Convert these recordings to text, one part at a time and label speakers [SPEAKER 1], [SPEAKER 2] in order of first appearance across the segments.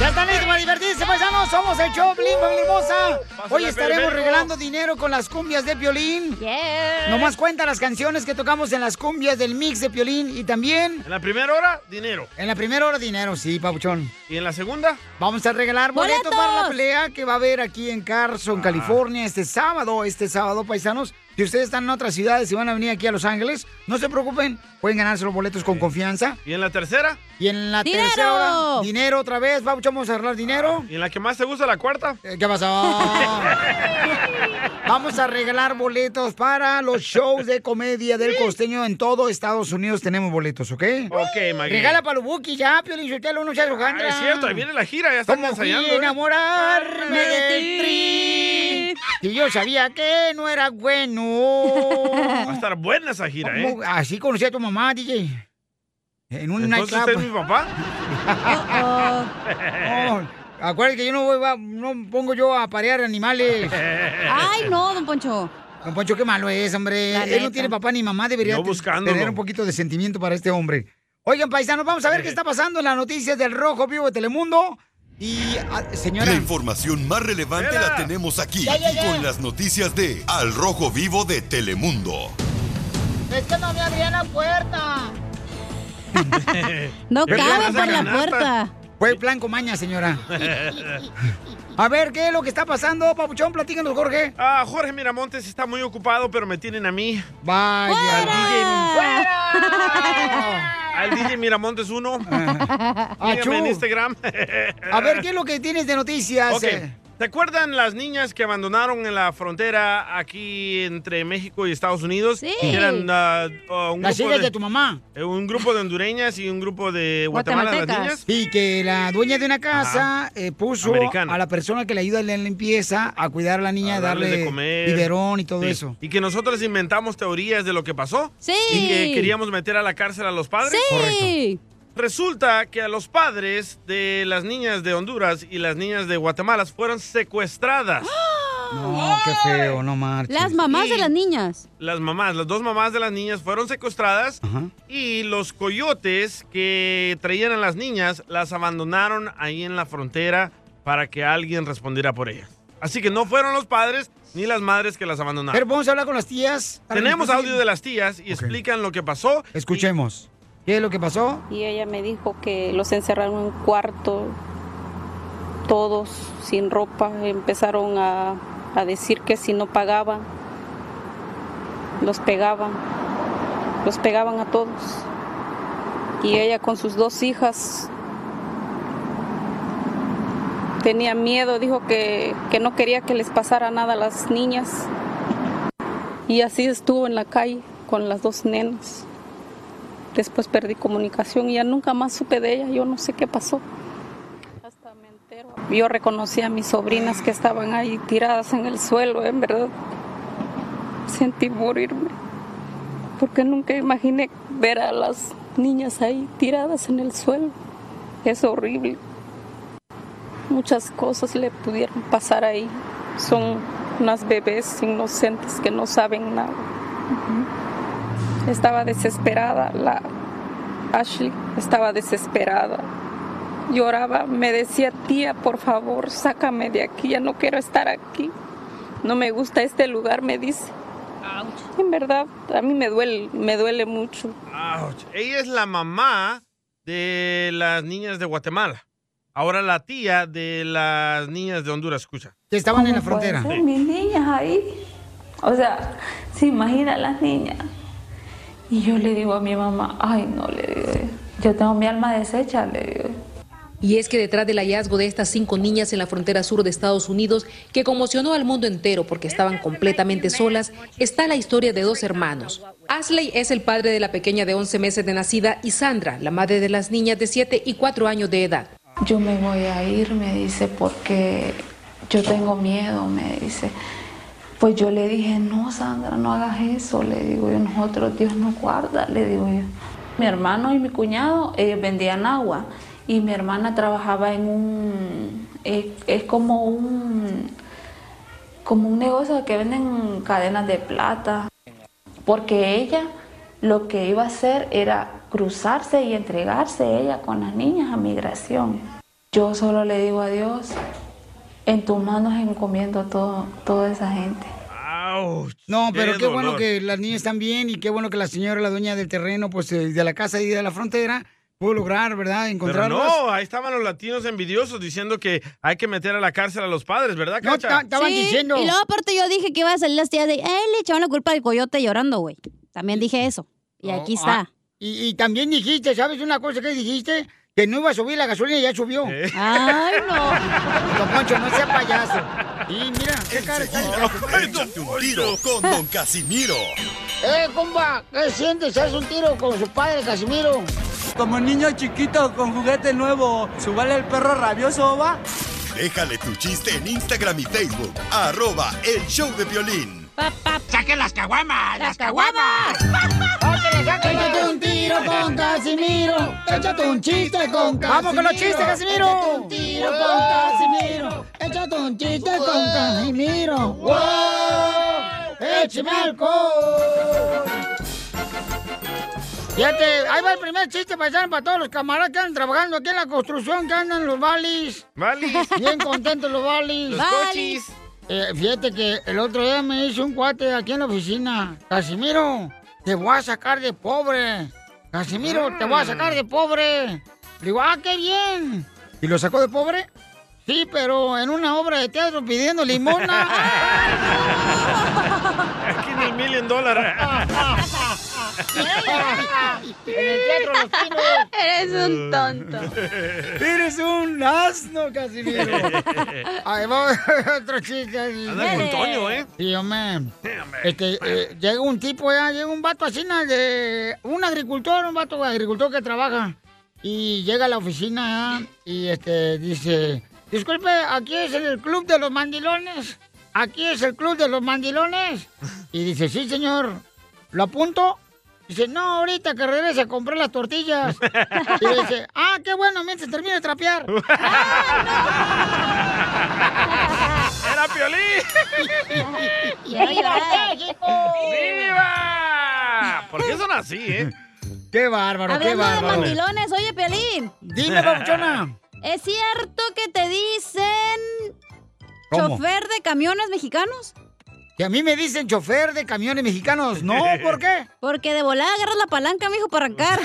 [SPEAKER 1] ¿Ya están listos para divertirse, paisanos? Somos el show, Blin, familia hermosa. Hoy estaremos regalando dinero con las cumbias de Piolín. Nomás cuenta las canciones que tocamos en las cumbias del mix de Piolín y también...
[SPEAKER 2] En la primera hora, dinero.
[SPEAKER 1] En la primera hora, dinero, sí, papuchón.
[SPEAKER 2] ¿Y en la segunda?
[SPEAKER 1] Vamos a regalar boletos
[SPEAKER 2] ¡Boletos!
[SPEAKER 1] para la pelea que va a haber aquí en Carson, California, este sábado, este sábado, paisanos. Si ustedes están en otras ciudades y van a venir aquí a Los Ángeles, no se preocupen, pueden ganarse los boletos con confianza.
[SPEAKER 2] ¿Y en la tercera?
[SPEAKER 1] Y en la
[SPEAKER 2] ¡Dinero!
[SPEAKER 1] tercera hora, dinero otra vez, papuchón, vamos a arreglar dinero.
[SPEAKER 2] Ah,
[SPEAKER 1] Eh,
[SPEAKER 2] ¿Y en la que más te gusta, la cuarta?
[SPEAKER 1] ¿Qué pasó? Vamos a regalar boletos para los shows de comedia del costeño en todo Estados Unidos. Tenemos boletos, ¿ok?
[SPEAKER 2] Ok, Maggie.
[SPEAKER 1] Regala para Lubuki ya, Piolín Sotelo, no seas Alejandra.
[SPEAKER 2] Ah, es cierto, ahí viene la gira, ya están
[SPEAKER 1] ¿Cómo fui
[SPEAKER 2] ensayando,
[SPEAKER 1] a
[SPEAKER 2] ¿eh?
[SPEAKER 1] enamorarme de ti? Y yo sabía que no era Oh.
[SPEAKER 2] Va a
[SPEAKER 1] bueno.
[SPEAKER 2] estar buena esa gira, ¿eh?
[SPEAKER 1] ¿Cómo? Así conocí a tu mamá, DJ. En un
[SPEAKER 2] Entonces, ¿usted es mi papá?
[SPEAKER 1] No, acuérdate Oh, que yo no, voy, a- no pongo yo a parear animales.
[SPEAKER 3] Ay, no, don Poncho.
[SPEAKER 1] Don Poncho, qué malo es, hombre.
[SPEAKER 3] La
[SPEAKER 1] Él no
[SPEAKER 3] neta.
[SPEAKER 1] tiene papá ni mamá, debería
[SPEAKER 2] Yo
[SPEAKER 1] te-
[SPEAKER 2] buscándolo.
[SPEAKER 1] tener un poquito de sentimiento para este hombre. Oigan, paisanos, vamos a ver qué está pasando en las noticias del Rojo Vivo de Telemundo. Y, ah,
[SPEAKER 4] La
[SPEAKER 1] señora,
[SPEAKER 4] información más relevante la tenemos aquí,
[SPEAKER 1] Ya, ya, ya.
[SPEAKER 4] con las noticias de Al Rojo Vivo de Telemundo.
[SPEAKER 1] es que no me abrían la puerta.
[SPEAKER 3] No cabe por la puerta.
[SPEAKER 1] Fue el plan comaña, señora. A ver, ¿qué es lo que está pasando, Papuchón? Platícanos, Jorge.
[SPEAKER 2] Ah, Jorge Miramontes está muy ocupado, pero me tienen a mí.
[SPEAKER 1] Vaya.
[SPEAKER 2] Al DJ Miramontes 1. Sígueme en
[SPEAKER 1] Achú.
[SPEAKER 2] Instagram.
[SPEAKER 1] A ver, ¿qué es lo que tienes de noticias?
[SPEAKER 2] Ok.
[SPEAKER 1] eh?
[SPEAKER 2] ¿Se acuerdan las niñas que abandonaron en la frontera aquí entre México y Estados Unidos?
[SPEAKER 1] Sí.
[SPEAKER 2] Que Eran ah, ah, un
[SPEAKER 1] Las
[SPEAKER 2] grupo
[SPEAKER 1] hijas de tu mamá.
[SPEAKER 2] eh, Un grupo de hondureñas y un grupo de Guatemala, las niñas.
[SPEAKER 1] Sí, que la dueña de una casa eh, puso
[SPEAKER 2] Americana.
[SPEAKER 1] a la persona que le ayuda en la limpieza a cuidar a la niña,
[SPEAKER 2] A
[SPEAKER 1] a
[SPEAKER 2] darles
[SPEAKER 1] darle
[SPEAKER 2] de comer.
[SPEAKER 1] biberón y todo
[SPEAKER 2] Sí.
[SPEAKER 1] eso.
[SPEAKER 2] Y que nosotros inventamos teorías de lo que pasó.
[SPEAKER 3] Sí.
[SPEAKER 2] Y que queríamos meter a la cárcel a los padres.
[SPEAKER 3] Sí.
[SPEAKER 2] Resulta que a los padres de las niñas de Honduras y las niñas de Guatemala fueron secuestradas.
[SPEAKER 1] ¡Ah! No, qué feo, no marches.
[SPEAKER 3] Las mamás de
[SPEAKER 2] Sí.
[SPEAKER 3] las niñas.
[SPEAKER 2] Las mamás, las dos mamás de las niñas fueron secuestradas y los coyotes que traían a las niñas las abandonaron ahí en la frontera para que alguien respondiera por ellas. Así que no fueron los padres ni las madres que las abandonaron.
[SPEAKER 1] Pero vamos a hablar con las tías.
[SPEAKER 2] Ah. Tenemos audio de las tías y explican lo que pasó.
[SPEAKER 1] Escuchemos. ¿Qué es lo que pasó?
[SPEAKER 5] Y ella me dijo que los encerraron en un cuarto, todos sin ropa, empezaron a, a decir que si no pagaban, los pegaban, los pegaban a todos. Y ella con sus dos hijas tenía miedo, dijo que, que no quería que les pasara nada a las niñas. Y así estuvo en la calle con las dos nenas. Después perdí comunicación y ya nunca más supe de ella. Yo no sé qué pasó. Yo reconocí a mis sobrinas que estaban ahí tiradas en el suelo, en verdad. Sentí morirme. Porque nunca imaginé ver a las niñas ahí tiradas en el suelo. Es horrible. Muchas cosas le pudieron pasar ahí. Son unas bebés inocentes que no saben nada. Estaba desesperada, la Ashley estaba desesperada. Lloraba, me decía, tía, por favor, sácame de aquí, ya no quiero estar aquí. No me gusta este lugar, me dice.
[SPEAKER 6] En verdad, a mí me duele, me duele mucho.
[SPEAKER 2] Ouch. Ella es la mamá de las niñas de Guatemala. Ahora la tía de las niñas de Honduras, escucha.
[SPEAKER 1] Que estaban en la
[SPEAKER 6] ¿Cómo puede
[SPEAKER 2] frontera. Sí.
[SPEAKER 6] ser? Mis niñas ahí. O sea, se imagina las niñas. Y yo le digo a mi mamá, ay no, le digo, yo tengo mi alma deshecha, le digo.
[SPEAKER 7] Y es que detrás del hallazgo de estas cinco niñas en la frontera sur de Estados Unidos, que conmocionó al mundo entero porque estaban completamente solas, está la historia de dos hermanos. Asley es el padre de la pequeña de 11 meses de nacida y Sandra, la madre de las niñas de 7 y 4 años de edad.
[SPEAKER 6] Yo me voy a ir, me dice, porque yo tengo miedo, me dice. Pues yo le dije, no, Sandra, no hagas eso, le digo yo, nosotros Dios nos guarda, le digo yo. Mi hermano y mi cuñado eh, vendían agua y mi hermana trabajaba en un, es, es como un, como un negocio que venden cadenas de plata, porque ella lo que iba a hacer era cruzarse y entregarse ella con las niñas a migración. Yo solo le digo a Dios, en tus manos encomiendo todo, toda esa gente.
[SPEAKER 1] No, pero
[SPEAKER 6] qué
[SPEAKER 1] qué, bueno
[SPEAKER 6] dolor.
[SPEAKER 1] que las niñas están bien y qué bueno que la señora, la dueña del terreno, pues eh, de la casa y de la frontera, pudo lograr, ¿verdad?
[SPEAKER 2] Pero
[SPEAKER 1] Encontrarlas.
[SPEAKER 2] no, ahí estaban los latinos envidiosos diciendo que hay que meter a la cárcel a los padres, ¿verdad, Cacha?
[SPEAKER 8] Sí, Y luego aparte yo dije que iba a salir las tías de, ay, le echaron la culpa al coyote llorando, güey. También dije eso. Y aquí
[SPEAKER 1] Ah,
[SPEAKER 8] está.
[SPEAKER 1] y, y también dijiste, ¿sabes una cosa que dijiste? Que no iba a subir la gasolina y ya subió.
[SPEAKER 8] Ay,
[SPEAKER 1] no. Don Poncho, no sea payaso. Y mira, qué cara está.
[SPEAKER 4] Échate un tiro con Don Casimiro.
[SPEAKER 1] ¡Eh, compa! ¿Qué sientes? ¿Haz un tiro con su padre, Casimiro?
[SPEAKER 3] Como niño chiquito con juguete nuevo, ¿subale el perro rabioso va?
[SPEAKER 4] Déjale tu chiste en Instagram y Facebook. Arroba el show de violín.
[SPEAKER 1] ¡Saque las caguamas! ¡Las caguamas! Échate un tiro con Casimiro. Échate un chiste con Casimiro. ¡Vamos con los chistes, Casimiro! Échate un tiro con Casimiro. Échate un chiste con Casimiro. ¡Wow! ¡Échame alcohol! Fíjate, ahí va el primer chiste paisano para todos los camaradas que andan trabajando aquí en la construcción, que andan los valis.
[SPEAKER 2] Valis.
[SPEAKER 1] Bien contentos los valis.
[SPEAKER 2] Los Valis. cochis.
[SPEAKER 1] Eh, fíjate que el otro día me hizo un cuate aquí en la oficina. Casimiro, te voy a sacar de pobre. Casimiro, te voy a sacar de pobre. Le digo, ah, qué bien. ¿Y lo sacó de pobre? Sí, pero en una obra de teatro pidiendo limona.
[SPEAKER 2] Aquí en el million dólares.
[SPEAKER 1] en el teatro Los Pinos.
[SPEAKER 6] Eres un tonto.
[SPEAKER 1] Eres un asno, Casimiro. Ahí va otro chiste.
[SPEAKER 2] Anda con Toño, ¿eh?
[SPEAKER 1] Sí, hombre. Este, eh, llega un tipo, ya, llega un vato así, na, de, un agricultor, un vato agricultor que trabaja. Y llega a la oficina ya, y este, dice, disculpe, aquí es el club de los mandilones. Aquí es el club de los mandilones. Y dice, sí, señor, ¿lo apunto? Dice, no, ahorita que regrese a comprar las tortillas. Y dice, ah, qué bueno, mientras termine de trapear.
[SPEAKER 2] ¡Era Piolín!
[SPEAKER 1] Quiero llorar.
[SPEAKER 2] ¡Viva! ¿Por qué son así, eh?
[SPEAKER 1] ¡Qué bárbaro, qué
[SPEAKER 8] Hablando de
[SPEAKER 1] bárbaro!
[SPEAKER 8] mandilones, oye, Piolín.
[SPEAKER 1] Dime, babuchona.
[SPEAKER 8] ¿Es cierto que te dicen
[SPEAKER 1] ¿Cómo?
[SPEAKER 8] chofer de camiones mexicanos?
[SPEAKER 1] Que a mí me dicen chofer de camiones mexicanos. No, ¿por qué?
[SPEAKER 8] Porque de volada agarras la palanca, mijo, para arrancar.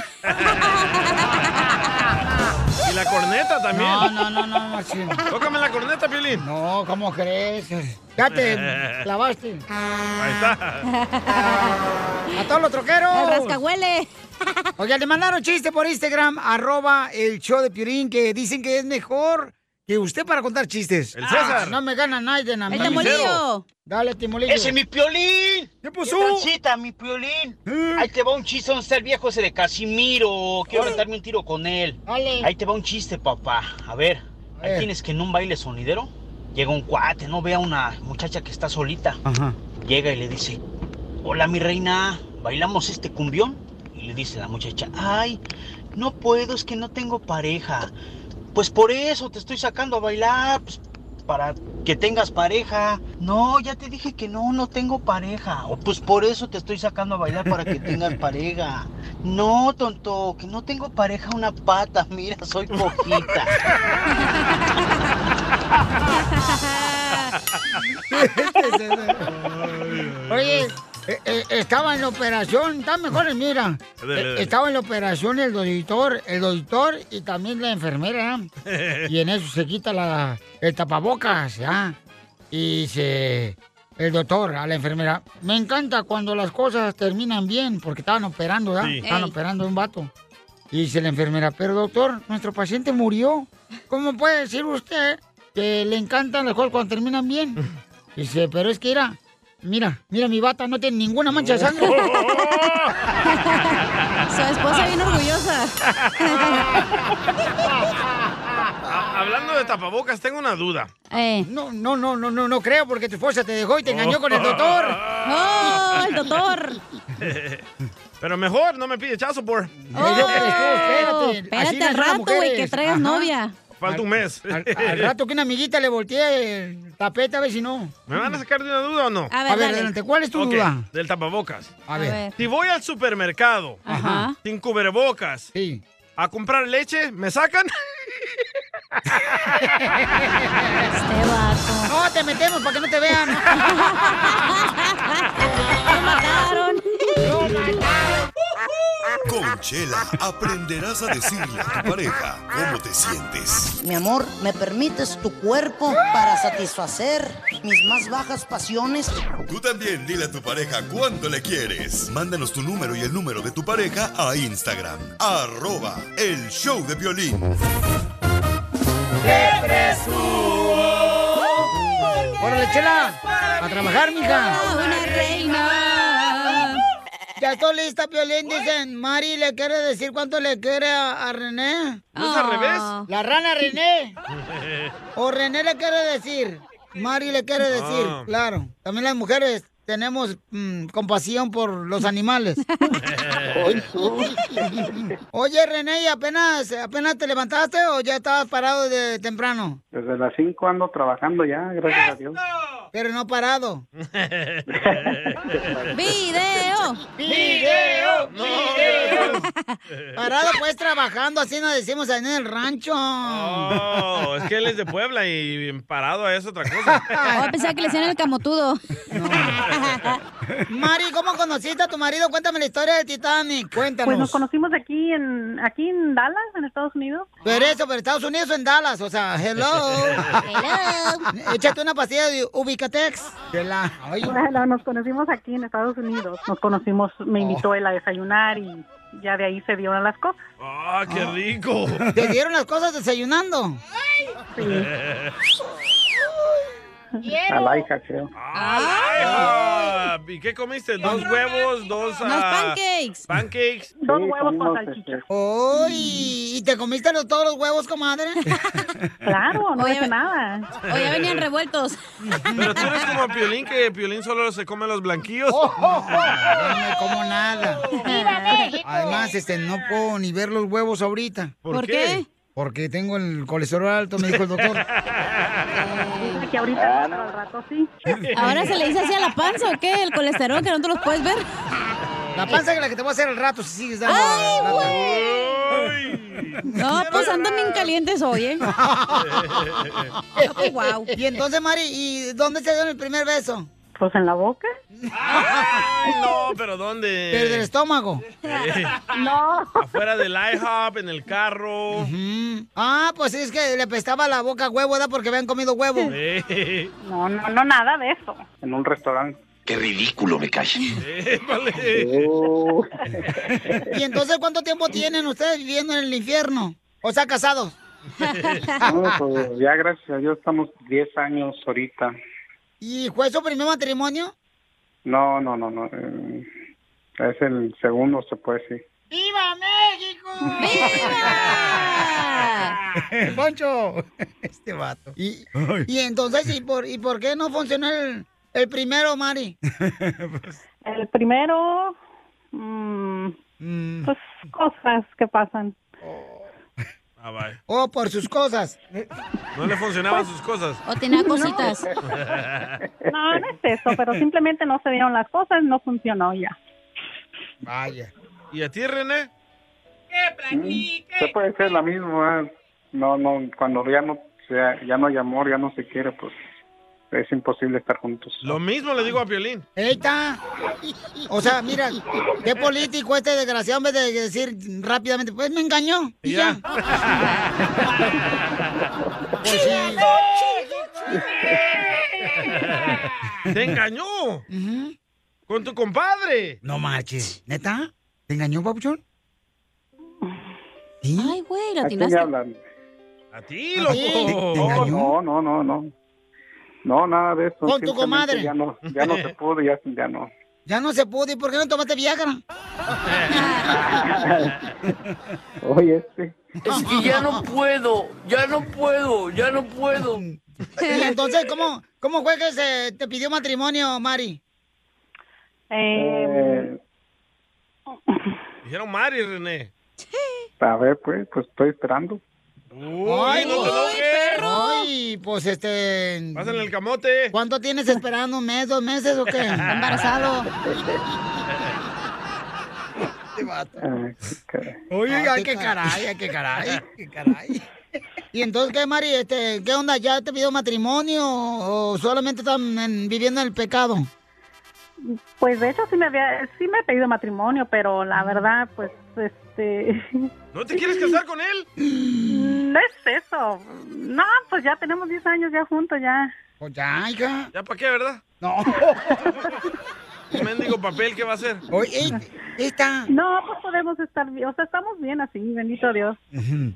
[SPEAKER 2] Y la corneta también.
[SPEAKER 1] No, no, no, no, no. sí.
[SPEAKER 2] Tócame la corneta, Piolín.
[SPEAKER 1] No, ¿cómo crees? Ya te clavaste.
[SPEAKER 2] Ahí está.
[SPEAKER 1] A todos los troqueros.
[SPEAKER 8] El rascahuele.
[SPEAKER 1] Oiga, le mandaron chiste por Instagram, arroba el show de Piolín, que dicen que es mejor que usted para contar chistes.
[SPEAKER 2] El César.
[SPEAKER 1] Ah, no me gana nadie, nada
[SPEAKER 9] El
[SPEAKER 1] más.
[SPEAKER 9] Tamolillo.
[SPEAKER 1] Dale, Timolillo.
[SPEAKER 9] ¡Ese es mi piolín!
[SPEAKER 1] ¿Qué
[SPEAKER 9] pasó? Eh. Transita, mi piolín. Ahí te va un chiste donde está el viejo ese de Casimiro. Quiero aventarme un tiro con él.
[SPEAKER 1] Dale.
[SPEAKER 9] Ahí te va un chiste, papá. A ver, ahí tienes que en un baile sonidero llega un cuate, no ve a una muchacha que está solita. Llega y le dice: Hola, mi reina, ¿bailamos este cumbión? Y le dice la muchacha: Ay, no puedo, es que no tengo pareja. Pues por eso te estoy sacando a bailar, pues, para que tengas pareja. No, ya te dije que no, no tengo pareja. O pues por eso te estoy sacando a bailar para que tengas pareja. No, tonto, que no tengo pareja una pata. Mira, soy cojita.
[SPEAKER 1] Oye, Eh, eh, estaba en la operación, está mejor, mira.
[SPEAKER 3] Dale,
[SPEAKER 1] Eh,
[SPEAKER 3] dale.
[SPEAKER 1] Estaba en la operación el doctor, el doctor y también la enfermera. Y en eso se quita la, el tapabocas, ¿ya? Y dice el doctor a la enfermera, me encanta cuando las cosas terminan bien, porque estaban operando, ¿ya?
[SPEAKER 3] Sí.
[SPEAKER 1] Estaban
[SPEAKER 3] Ey.
[SPEAKER 1] operando a un vato. Y dice la enfermera, pero doctor, nuestro paciente murió. ¿Cómo puede decir usted que le encantan las cosas cuando terminan bien? Dice, pero es que era, mira, mira mi bata, no tiene ninguna mancha de sangre.
[SPEAKER 8] Su esposa bien orgullosa.
[SPEAKER 2] Ha- Hablando de tapabocas, tengo una duda.
[SPEAKER 1] No, no, no, no, no, no creo porque tu esposa te dejó y te engañó con el doctor.
[SPEAKER 2] ¡Oh,
[SPEAKER 8] el doctor!
[SPEAKER 2] Pero mejor, no me pide chazo por.
[SPEAKER 8] Oh, espérate al rato, güey, que traigas novia.
[SPEAKER 2] Falta un mes.
[SPEAKER 1] Al, al rato que una amiguita le voltee el tapete, a ver si no.
[SPEAKER 2] ¿Me van a sacar de una duda o no?
[SPEAKER 1] A ver, A ver, dale. adelante, ¿cuál es tu
[SPEAKER 2] Ok,
[SPEAKER 1] duda?
[SPEAKER 2] Del tapabocas.
[SPEAKER 1] A ver. A ver.
[SPEAKER 2] Si voy al supermercado
[SPEAKER 1] Ajá.
[SPEAKER 2] sin cubrebocas a comprar leche, ¿me sacan?
[SPEAKER 1] No, te metemos para que no te vean. ¡Lo mataron!
[SPEAKER 4] Con Chela aprenderás a decirle a tu pareja cómo te sientes.
[SPEAKER 10] Mi amor, ¿me permites tu cuerpo para satisfacer mis más bajas pasiones?
[SPEAKER 4] Tú también dile a tu pareja cuánto le quieres. Mándanos tu número y el número de tu pareja a Instagram. Arroba el show de violín.
[SPEAKER 1] ¡Órale, chela! ¡A trabajar, mija!
[SPEAKER 8] ¡Una reina!
[SPEAKER 1] Ya estoy lista, Piolín. Dicen, Mari le quiere decir cuánto le quiere a, a René.
[SPEAKER 3] ¿No es al Ah. revés?
[SPEAKER 1] La rana René. O René le quiere decir. Mari le quiere decir.
[SPEAKER 3] Ah.
[SPEAKER 1] Claro. También las mujeres tenemos mm, compasión por los animales. Oye, René, ¿y apenas, apenas te levantaste o ya estabas parado de temprano?
[SPEAKER 11] Desde las 5 ando trabajando ya, gracias a Dios.
[SPEAKER 1] Pero no parado.
[SPEAKER 8] ¡Video!
[SPEAKER 1] ¡Video! ¡Video! Parado pues trabajando, así nos decimos ahí en el rancho.
[SPEAKER 2] Oh, es que él es de Puebla y parado es otra cosa.
[SPEAKER 8] Oh, pensaba que le hacían el camotudo.
[SPEAKER 1] Mari, ¿cómo conociste a tu marido? Cuéntame la historia del Titanic. Cuéntanos.
[SPEAKER 12] Pues nos conocimos aquí en aquí en Dallas, en Estados Unidos.
[SPEAKER 1] Pero eso, pero Estados Unidos o en Dallas, o sea, hello. hello. Échate una pastilla de Ubicatex. De la... Ay.
[SPEAKER 12] Bueno, nos conocimos aquí en Estados Unidos. Nos conocimos,
[SPEAKER 1] Oh.
[SPEAKER 12] me invitó él a desayunar y ya de ahí se dieron las cosas.
[SPEAKER 2] ¡Ah, qué rico!
[SPEAKER 1] Oh. ¿Te dieron las cosas desayunando?
[SPEAKER 11] A la hija, creo.
[SPEAKER 2] Ah, ¿Y qué comiste? ¿Dos huevos? ¿Dos ah,
[SPEAKER 8] pancakes?
[SPEAKER 2] Pancakes.
[SPEAKER 1] ¡Uy! ¿Y te comiste los- todos los huevos, comadre?
[SPEAKER 12] Claro, no
[SPEAKER 8] Oye,
[SPEAKER 12] hice nada.
[SPEAKER 8] O ya venían revueltos.
[SPEAKER 2] Pero tú eres como Piolín, que Piolín solo se come los blanquillos.
[SPEAKER 1] Oh, No me como nada. Además, este, no puedo ni ver los huevos ahorita.
[SPEAKER 2] ¿Por ¿Por qué? qué?
[SPEAKER 1] Porque tengo el colesterol alto, me dijo el doctor.
[SPEAKER 12] Dice que
[SPEAKER 11] Ah,
[SPEAKER 12] ahorita no, pero al rato sí.
[SPEAKER 8] ¿Ahora se le dice así a la panza o qué? ¿El colesterol que no te los puedes ver?
[SPEAKER 1] La panza que la que te voy a hacer al rato si sigues dando.
[SPEAKER 8] ¡Ay,
[SPEAKER 1] lata.
[SPEAKER 8] güey! No, pues andan bien calientes hoy, ¿eh?
[SPEAKER 1] wow. Y entonces, Mari, ¿y dónde se dieron el primer beso?
[SPEAKER 12] Pues en la boca.
[SPEAKER 2] Ay, no, pero ¿dónde?
[SPEAKER 1] Pero del estómago.
[SPEAKER 2] Eh,
[SPEAKER 12] No.
[SPEAKER 2] Afuera del IHOP, en el carro.
[SPEAKER 1] Ah, pues es que le pestaba la boca a huevo, ¿verdad? Porque habían comido huevo.
[SPEAKER 2] Eh,
[SPEAKER 12] No, no, no, nada de eso.
[SPEAKER 11] En un restaurante. Qué ridículo me cae.
[SPEAKER 2] eh, vale.
[SPEAKER 11] Oh.
[SPEAKER 1] ¿Y entonces cuánto tiempo tienen ustedes viviendo en el infierno? O sea, casados.
[SPEAKER 11] pues ya gracias a Dios estamos 10 años ahorita.
[SPEAKER 1] ¿Y fue su primer matrimonio?
[SPEAKER 11] No, no, no, no. eh, es el segundo, se puede decir.
[SPEAKER 1] ¡Viva México! ¡Viva! Poncho, este vato. Y, y entonces, ¿y por, ¿y por qué no funcionó el, el primero, Mari?
[SPEAKER 12] El primero, mm, pues cosas que pasan.
[SPEAKER 2] Ah, vaya.
[SPEAKER 1] Oh, por sus cosas.
[SPEAKER 2] No le funcionaban sus cosas.
[SPEAKER 8] O tenía cositas.
[SPEAKER 12] No, no es eso, pero simplemente no se dieron las cosas, no funcionó ya.
[SPEAKER 1] Vaya.
[SPEAKER 2] ¿Y a ti, René?
[SPEAKER 11] Mm, Se puede ser la misma. No, no, cuando ya no, sea- ya no hay amor, ya no se quiere, pues es imposible estar juntos.
[SPEAKER 2] Lo mismo le digo a Piolín.
[SPEAKER 1] Eita. O sea, mira, qué político este desgraciado en vez de decir rápidamente, pues me engañó. Y ya. Pues sí.
[SPEAKER 2] ¡Te engañó! ¡Con tu compadre!
[SPEAKER 1] No marches. ¿Neta? ¿Te engañó, Papuchón? ¿Sí? Ay, güey,
[SPEAKER 11] ¿A quién le hablan?
[SPEAKER 2] ¿A ti,
[SPEAKER 1] loco? ¿Te- te
[SPEAKER 11] No,
[SPEAKER 1] engañó?
[SPEAKER 11] no, no, no, no. No, nada de eso.
[SPEAKER 1] Con tu
[SPEAKER 11] simplemente
[SPEAKER 1] comadre.
[SPEAKER 11] Ya no, ya no se pudo, ya, ya no.
[SPEAKER 1] Ya no se pudo. ¿Y por qué no tomaste Viagra?
[SPEAKER 11] Oye, este.
[SPEAKER 1] Es que ya no puedo, ya no puedo, ya no puedo. Y entonces, ¿cómo, cómo fue que se te pidió matrimonio, Mari?
[SPEAKER 2] Eh,
[SPEAKER 11] Eh,
[SPEAKER 2] Dijeron Mari, René.
[SPEAKER 11] A ver, pues, pues estoy esperando.
[SPEAKER 2] ¡Ay, no te enojes!
[SPEAKER 1] pues, ¡Ay, pues este...
[SPEAKER 2] Pásale el camote.
[SPEAKER 1] ¿Cuánto tienes esperando? ¿Un mes, dos meses o qué? ¿Está embarazado?
[SPEAKER 11] Ay, qué caray.
[SPEAKER 1] Oye, ay, qué caray, ay, qué caray, qué caray. Y entonces, ¿qué, Mari? Este, ¿Qué onda? ¿Ya te pidió matrimonio o o solamente están en- viviendo en el pecado?
[SPEAKER 12] Pues de hecho sí me había, sí me he pedido matrimonio, pero la verdad, pues, este,
[SPEAKER 2] ¿No te quieres casar con él?
[SPEAKER 12] no es eso. No, pues ya tenemos 10 años ya juntos, ya.
[SPEAKER 1] Pues ya, hija.
[SPEAKER 2] ¿Ya para qué, verdad?
[SPEAKER 1] No.
[SPEAKER 2] Un mendigo papel, ¿qué va a hacer?
[SPEAKER 1] Oye, eh, está.
[SPEAKER 12] No, pues podemos estar bien, o sea, estamos bien así, bendito Dios.
[SPEAKER 1] eh.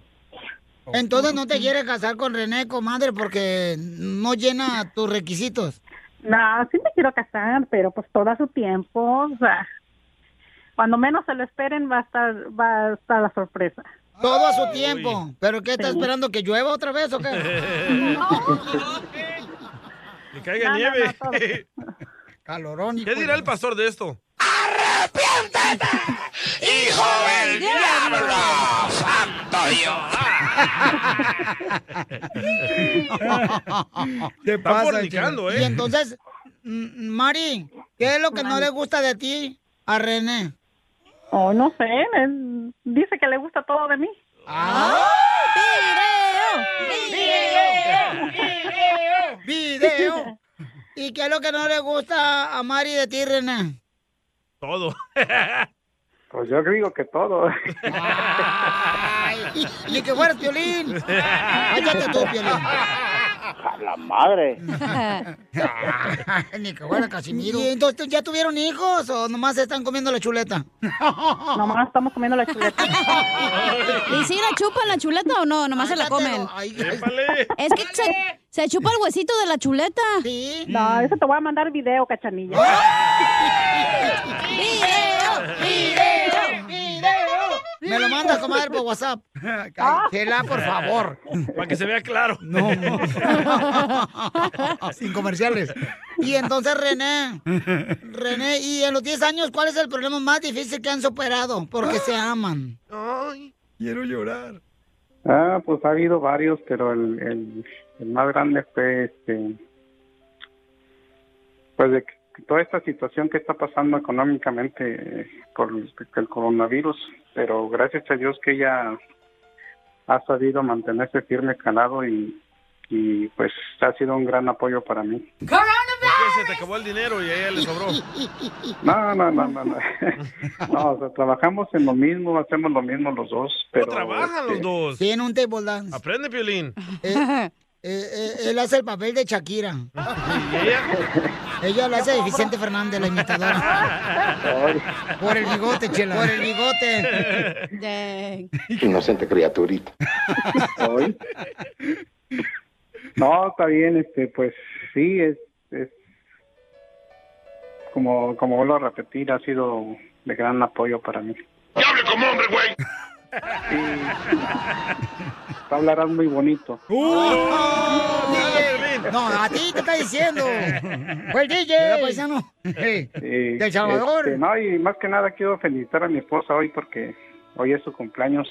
[SPEAKER 1] Entonces no te quieres casar con René, comadre, porque no llena tus requisitos.
[SPEAKER 12] No, sí me quiero casar, pero pues todo a su tiempo, o sea, cuando menos se lo esperen va a estar, va a estar la sorpresa.
[SPEAKER 1] Todo a su tiempo. ¿Pero qué? ¿Estás esperando que llueva otra vez o qué?
[SPEAKER 2] Que caiga
[SPEAKER 1] No, no,
[SPEAKER 2] nieve.
[SPEAKER 1] no, Calorón.
[SPEAKER 2] ¿Qué dirá el pastor de esto?
[SPEAKER 3] ¡Hijo del diablo! ¡Santo Dios!
[SPEAKER 1] Te
[SPEAKER 3] Está fornicando, ¿eh?
[SPEAKER 1] Y entonces, mm, Mari, ¿qué es lo que no le gusta de ti a René?
[SPEAKER 12] Oh, no sé, él dice que le gusta todo de mí.
[SPEAKER 1] Ah. ¡Video! ¡Video! ¿Y qué es lo que no le gusta a Mari de ti, René?
[SPEAKER 2] Todo.
[SPEAKER 11] Pues yo digo que todo.
[SPEAKER 1] Ay, ni que fueras violín. Cállate tú,
[SPEAKER 13] A la madre.
[SPEAKER 1] violín. ni que fuera Casimiro. ¿Y entonces ya tuvieron hijos o nomás están comiendo la chuleta?
[SPEAKER 12] Nomás estamos comiendo la chuleta.
[SPEAKER 8] ¿Y si la chupan la chuleta o no? Nomás se la comen. Es que se, se chupa el huesito de la chuleta.
[SPEAKER 12] No, eso te voy a mandar video, cachanilla.
[SPEAKER 1] Ah. este. ¡Video! ¡Video! Me lo mandas, comadre, por WhatsApp.
[SPEAKER 12] Ah.
[SPEAKER 1] Cállate, por favor.
[SPEAKER 2] Para que se vea claro.
[SPEAKER 1] Sin comerciales. Y entonces, René, René, y en los 10 años, ¿cuál es el problema más difícil que han superado? Porque se aman.
[SPEAKER 2] Quiero llorar.
[SPEAKER 11] Ah, pues ha habido varios, pero el, el, el más grande fue este. Pues de que toda esta situación que está pasando económicamente eh, por el el coronavirus, pero gracias a Dios que ella ha sabido mantenerse firme, calado y, y pues ha sido un gran apoyo para mí.
[SPEAKER 2] Porque se te acabó el dinero y a ella le sobró.
[SPEAKER 11] No, no, no, no. No, No, o sea, trabajamos en lo mismo, hacemos lo mismo los dos, pero.
[SPEAKER 2] Trabajan los
[SPEAKER 11] este,
[SPEAKER 2] dos.
[SPEAKER 1] Sí, en un table dance.
[SPEAKER 2] Aprende, Piolín.
[SPEAKER 1] Eh, eh, eh, él hace el papel de Shakira. Ella lo hace de Vicente Fernández, la imitadora. Por el bigote, chela. Por el bigote.
[SPEAKER 13] Inocente criaturita.
[SPEAKER 11] Hoy. No, está bien, este, pues sí, es, es como, como vuelvo a repetir, ha sido de gran apoyo para mí.
[SPEAKER 3] ¡Hable como hombre, güey!
[SPEAKER 11] Tú hablarás muy bonito.
[SPEAKER 1] ¡Uh! No, a ti te está diciendo. Fue el DJ, paisano.
[SPEAKER 11] Eh,
[SPEAKER 1] de El Salvador.
[SPEAKER 11] este, no, y más que nada quiero felicitar a mi esposa hoy porque hoy es su cumpleaños.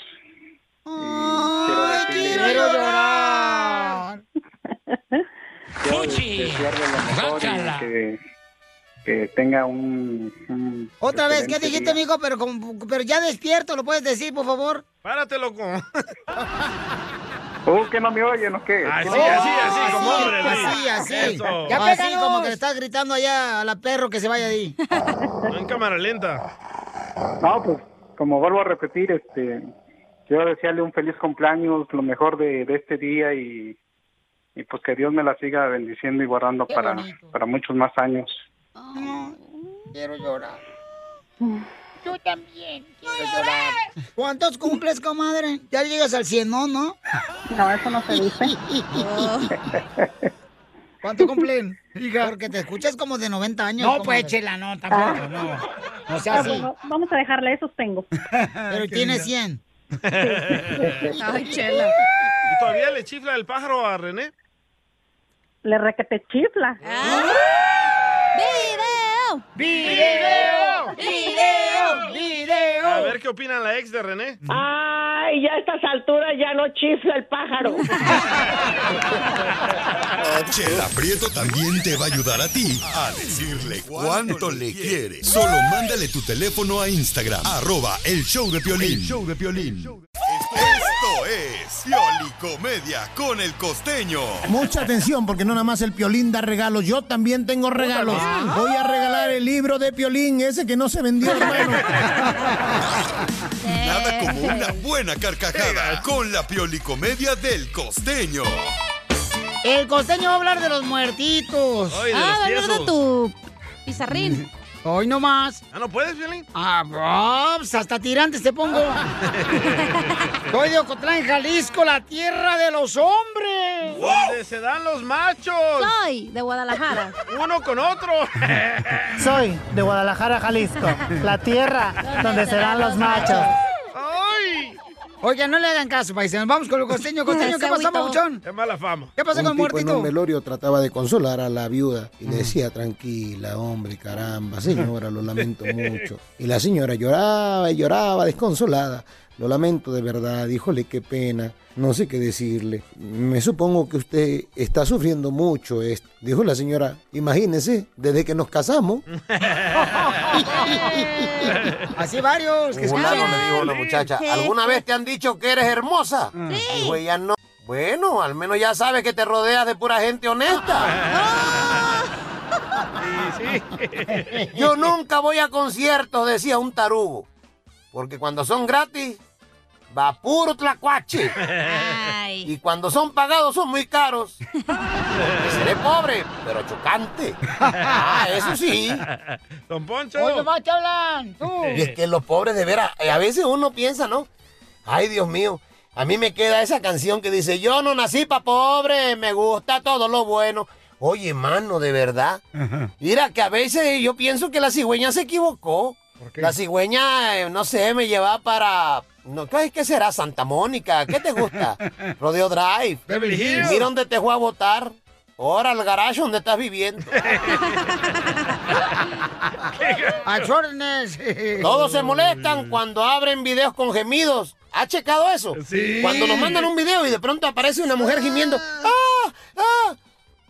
[SPEAKER 1] Quiero llorar.
[SPEAKER 11] Quiero desearle lo mejor y que, que tenga un... un
[SPEAKER 1] Otra vez, ¿qué
[SPEAKER 11] excelente
[SPEAKER 1] dijiste,
[SPEAKER 11] día.
[SPEAKER 1] amigo? Pero, como- pero ya despierto, ¿lo puedes decir, por favor?
[SPEAKER 2] Párate, loco.
[SPEAKER 11] Uh, que no me oyen o qué?
[SPEAKER 3] Así,
[SPEAKER 1] Ah, así, como hombre,
[SPEAKER 3] sí.
[SPEAKER 1] Así, así.
[SPEAKER 3] Eso.
[SPEAKER 1] Ya
[SPEAKER 3] Así
[SPEAKER 1] así como que le estás gritando allá a la perro que se vaya de ahí.
[SPEAKER 2] No en cámara lenta.
[SPEAKER 11] No, pues como vuelvo a repetir, este, quiero desearle un feliz cumpleaños, lo mejor de, de este día y, y pues que Dios me la siga bendiciendo y guardando para, para muchos más años.
[SPEAKER 1] Quiero llorar. Yo también quiero llorar. ¿Cuántos cumples, comadre? Ya llegas al 100, ¿no? No, no eso no se dice. ¿Cuánto cumplen? Porque te escuchas como de 90 años. Ah.
[SPEAKER 12] No, pues,
[SPEAKER 1] chela, no,
[SPEAKER 12] tampoco,
[SPEAKER 1] no.
[SPEAKER 12] No
[SPEAKER 1] sea
[SPEAKER 12] Ah,
[SPEAKER 1] así.
[SPEAKER 12] bueno, vamos a dejarle, esos tengo.
[SPEAKER 1] Pero tiene 100.
[SPEAKER 2] Ay,
[SPEAKER 12] chela.
[SPEAKER 2] ¿Y todavía le chifla el pájaro a René?
[SPEAKER 12] Le requete chifla.
[SPEAKER 8] ¡Video!
[SPEAKER 2] ¡Video!
[SPEAKER 8] ¡Video!
[SPEAKER 1] ¡Video!
[SPEAKER 2] A ver qué opina la ex de René.
[SPEAKER 14] Ay, ya a estas alturas ya no chifla el pájaro.
[SPEAKER 4] Chela Prieto también te va a ayudar a ti a decirle cuánto le quieres. Solo mándale tu teléfono a Instagram, arroba el show de Piolín.
[SPEAKER 3] El
[SPEAKER 4] show de Piolín. Esto es Piolicomedia con el costeño.
[SPEAKER 15] Mucha atención, porque no nada más el Piolín da regalos, yo también tengo regalos.
[SPEAKER 4] también.
[SPEAKER 15] Voy a regalar el libro de Piolín, ese que no se vendió, hermano.
[SPEAKER 4] Nada como una buena carcajada con la Piolicomedia del costeño.
[SPEAKER 1] El costeño va a hablar de los muertitos.
[SPEAKER 4] Ay, de Ah, los va a hablar de tiesos.
[SPEAKER 1] tu pizarrín. Hoy no más.
[SPEAKER 2] Ah, ¿no puedes, Violín?
[SPEAKER 1] Ah, pues, hasta tirantes te pongo. Soy de Ocotlán, Jalisco, la tierra de los hombres.
[SPEAKER 2] Donde se dan los machos.
[SPEAKER 8] Soy de Guadalajara.
[SPEAKER 2] Uno con otro.
[SPEAKER 16] Soy de Guadalajara, Jalisco, la tierra donde serán los machos.
[SPEAKER 1] ¡Ay! Oiga, no le hagan caso, paisanos. Vamos con el costeño. Costeño, ¿qué
[SPEAKER 2] Se
[SPEAKER 1] pasó,
[SPEAKER 2] agüitó.
[SPEAKER 1] Pabuchón?
[SPEAKER 2] Es mala fama.
[SPEAKER 1] ¿Qué pasó
[SPEAKER 13] Un
[SPEAKER 1] con el
[SPEAKER 13] tipo en
[SPEAKER 1] muertito?
[SPEAKER 13] un velorio trataba de consolar a la viuda y le decía, tranquila, hombre, caramba, señora, lo lamento mucho. Y la señora lloraba y lloraba, desconsolada. Lo lamento de verdad, híjole, qué pena. No sé qué decirle. Me supongo que usted está sufriendo mucho esto. Dijo la señora, imagínese, desde que nos casamos.
[SPEAKER 1] Así varios.
[SPEAKER 13] que
[SPEAKER 17] Fulano
[SPEAKER 13] escuchan.
[SPEAKER 17] me dijo la muchacha, ¿alguna vez te han dicho que eres hermosa? Dijo ella, no. Bueno, al menos ya sabes que te rodeas de pura gente
[SPEAKER 1] Ah.
[SPEAKER 17] honesta. Yo nunca voy a conciertos, decía un tarugo. Porque cuando son gratis, va puro tlacuache. Y cuando son pagados son muy caros. Porque seré pobre, pero chocante. Ah, eso sí.
[SPEAKER 2] Don Poncho.
[SPEAKER 1] Oye, va, te hablan. Tú.
[SPEAKER 17] Y es que los pobres de veras, eh, a veces uno piensa, ¿no? Ay, Dios mío, a mí me queda esa canción que dice, yo no nací pa' pobre, me gusta todo lo bueno. Oye, mano, de verdad. Mira, que a veces yo pienso que la cigüeña se equivocó. La cigüeña, eh, no sé, me lleva para... No, ¿qué, qué será? Santa Mónica, ¿qué te gusta? Rodeo Drive.
[SPEAKER 2] Beverly Hills.
[SPEAKER 17] Mira dónde te fue a votar. Ahora al garaje donde estás viviendo. Todos se molestan cuando abren videos con gemidos. ¿Ha checado eso?
[SPEAKER 3] Sí.
[SPEAKER 17] Cuando nos mandan un video y de pronto aparece una mujer gimiendo. ¡Ah! ¡Ah!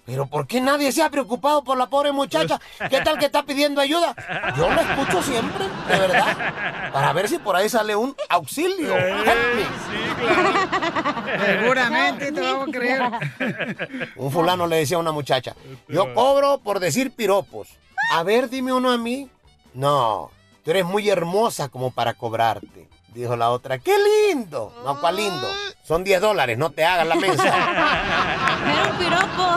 [SPEAKER 17] Pero ¿por qué nadie se ha preocupado por la pobre muchacha? ¿Qué tal que está pidiendo ayuda? Yo la escucho siempre, de verdad. Para ver si por ahí sale un auxilio. Help me.
[SPEAKER 1] Seguramente te vamos a creer.
[SPEAKER 17] Un fulano le decía a una muchacha, yo cobro por decir piropos. A ver, dime uno a mí. No, tú eres muy hermosa como para cobrarte. Dijo la otra, qué lindo. No, cuál lindo. Son 10 dólares, no te hagas la mensa.
[SPEAKER 8] Era un piropo.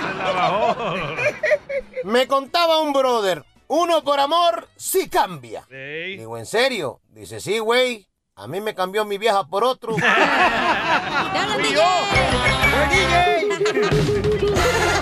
[SPEAKER 17] Me contaba un brother, uno por amor sí cambia. Digo, ¿en serio? Dice, sí, güey. A mí me cambió mi vieja por otro.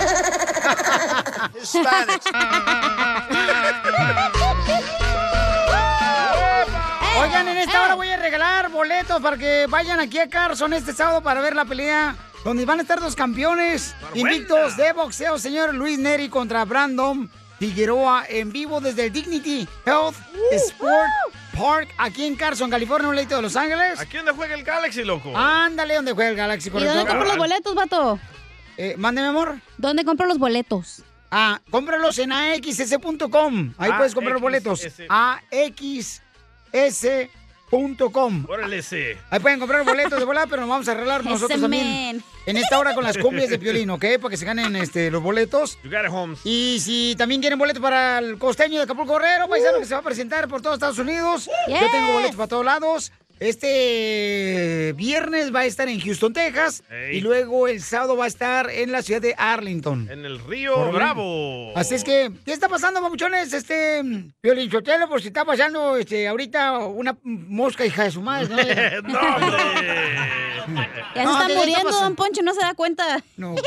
[SPEAKER 8] Eh,
[SPEAKER 1] Oigan, en esta hora voy a regalar boletos para que vayan aquí a Carson este sábado para ver la pelea donde van a estar dos campeones invictos de boxeo, señor Luis Neri contra Brandon Figueroa en vivo desde el Dignity Health Sport Park aquí en Carson, California, un leito de Los Ángeles.
[SPEAKER 2] ¿Aquí dónde juega el Galaxy, loco?
[SPEAKER 1] Ándale, donde juega el Galaxy.
[SPEAKER 8] ¿Y dónde compro los boletos, vato?
[SPEAKER 1] Eh, mándeme, amor.
[SPEAKER 8] ¿Dónde compro los boletos?
[SPEAKER 1] Ah, cómpralos en
[SPEAKER 8] Ah,
[SPEAKER 1] AXS.com. Ahí puedes comprar los boletos. AXS. .com.
[SPEAKER 2] Órale, sí.
[SPEAKER 1] Ahí pueden comprar boletos de volada, pero nos vamos a arreglar
[SPEAKER 2] Ese
[SPEAKER 1] nosotros también.
[SPEAKER 2] men.
[SPEAKER 1] En esta hora con las cumbias de Piolín, ¿ok? Para que se ganen este, los boletos.
[SPEAKER 2] You got it, Holmes.
[SPEAKER 1] Y si también quieren boletos para el costeño de Acapulco Correro,
[SPEAKER 2] Uh.
[SPEAKER 1] paisano que se va a presentar por todos Estados Unidos. Yo tengo boletos para todos lados. Este viernes va a estar en Houston, Texas.
[SPEAKER 2] Ey.
[SPEAKER 1] Y luego el sábado va a estar en la ciudad de Arlington.
[SPEAKER 2] En el río
[SPEAKER 1] Correcto.
[SPEAKER 2] Bravo.
[SPEAKER 1] Así es que, ¿qué está pasando, papuchones? Este, Piolín Sotelo, por si está pasando este, ahorita una mosca hija de su madre, ¿no?
[SPEAKER 2] ¡No,
[SPEAKER 8] Ya se
[SPEAKER 1] No,
[SPEAKER 8] está
[SPEAKER 1] ¿qué- qué
[SPEAKER 8] muriendo,
[SPEAKER 1] pasa?
[SPEAKER 8] don Poncho, no se da cuenta.
[SPEAKER 1] No, Pues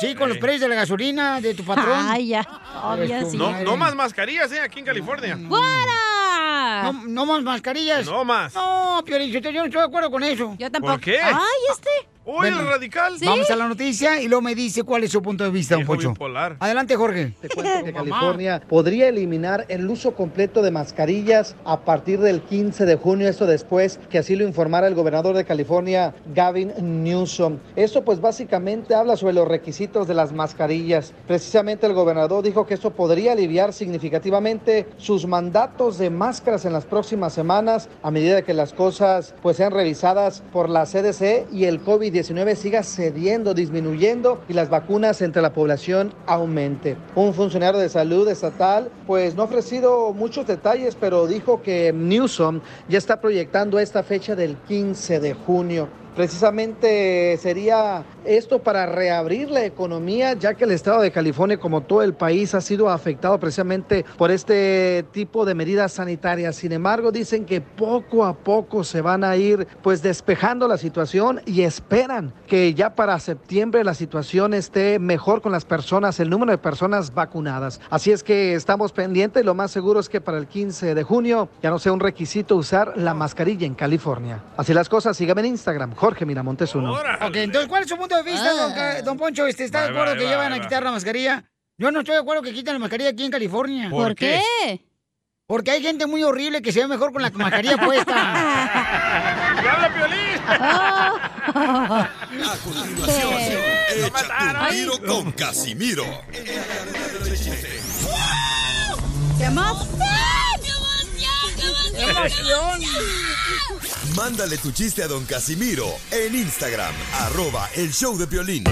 [SPEAKER 1] sí, con los precios de la gasolina de tu patrón.
[SPEAKER 8] Ay, ya. Obvio, sí.
[SPEAKER 2] No, no más mascarillas, ¿eh? Aquí en California.
[SPEAKER 1] ¡Fuera! No, no más mascarillas.
[SPEAKER 2] No más.
[SPEAKER 1] No, Piolín Sotelo, yo no estoy de acuerdo con eso. Yo
[SPEAKER 2] tampoco. ¿Por qué? Ay,
[SPEAKER 1] este.
[SPEAKER 2] Uy, el radical.
[SPEAKER 1] Vamos a la noticia y luego me dice cuál es su punto de vista, don Poncho. Adelante, Jorge.
[SPEAKER 18] Te cuento que California podría eliminar el uso completo de mascarillas a partir del 15 de junio, esto después que así lo informara el gobernador de California, Gavin Newsom. Esto pues básicamente habla sobre los requisitos de las mascarillas. Precisamente el gobernador dijo que esto podría aliviar significativamente sus mandatos de máscaras en las próximas semanas a medida que las cosas pues sean revisadas por la CDC y el COVID-19 siga cediendo, disminuyendo y las vacunas entre la población aumente. Un funcionario de salud estatal pues no ha ofrecido muchos detalles, pero dijo que Newsom ya está proyectando esta fecha del 15 de junio. Precisamente sería esto para reabrir la economía, ya que el estado de California, como todo el país, ha sido afectado precisamente por este tipo de medidas sanitarias. Sin embargo, dicen que poco a poco se van a ir pues despejando la situación y esperan que ya para septiembre la situación esté mejor con las personas, el número de personas vacunadas. Así es que estamos pendientes, lo más seguro es que para el 15 de junio ya no sea un requisito usar la mascarilla en California. Así las cosas, síganme en Instagram, Jorge Miramontes uno.
[SPEAKER 1] Ok, entonces, ¿cuál es su punto de vista, don, Ca- don Poncho? Este, ¿Está
[SPEAKER 18] Ahí
[SPEAKER 1] de
[SPEAKER 18] va,
[SPEAKER 1] acuerdo
[SPEAKER 18] ahí
[SPEAKER 1] que
[SPEAKER 18] va,
[SPEAKER 1] llevan
[SPEAKER 18] ahí
[SPEAKER 1] a
[SPEAKER 18] va.
[SPEAKER 1] quitar la mascarilla? Yo no estoy de acuerdo que quiten la mascarilla aquí en California.
[SPEAKER 8] ¿Por qué?
[SPEAKER 1] Porque hay gente muy horrible que se ve mejor con la mascarilla puesta.
[SPEAKER 2] ¡Habla
[SPEAKER 3] Oh.
[SPEAKER 2] Piolín!
[SPEAKER 4] A continuación, échate un tiro con Casimiro.
[SPEAKER 8] ¡Qué emoción!
[SPEAKER 3] ¡Qué emoción!
[SPEAKER 4] Mándale tu chiste a don Casimiro en Instagram, arroba el show de violín.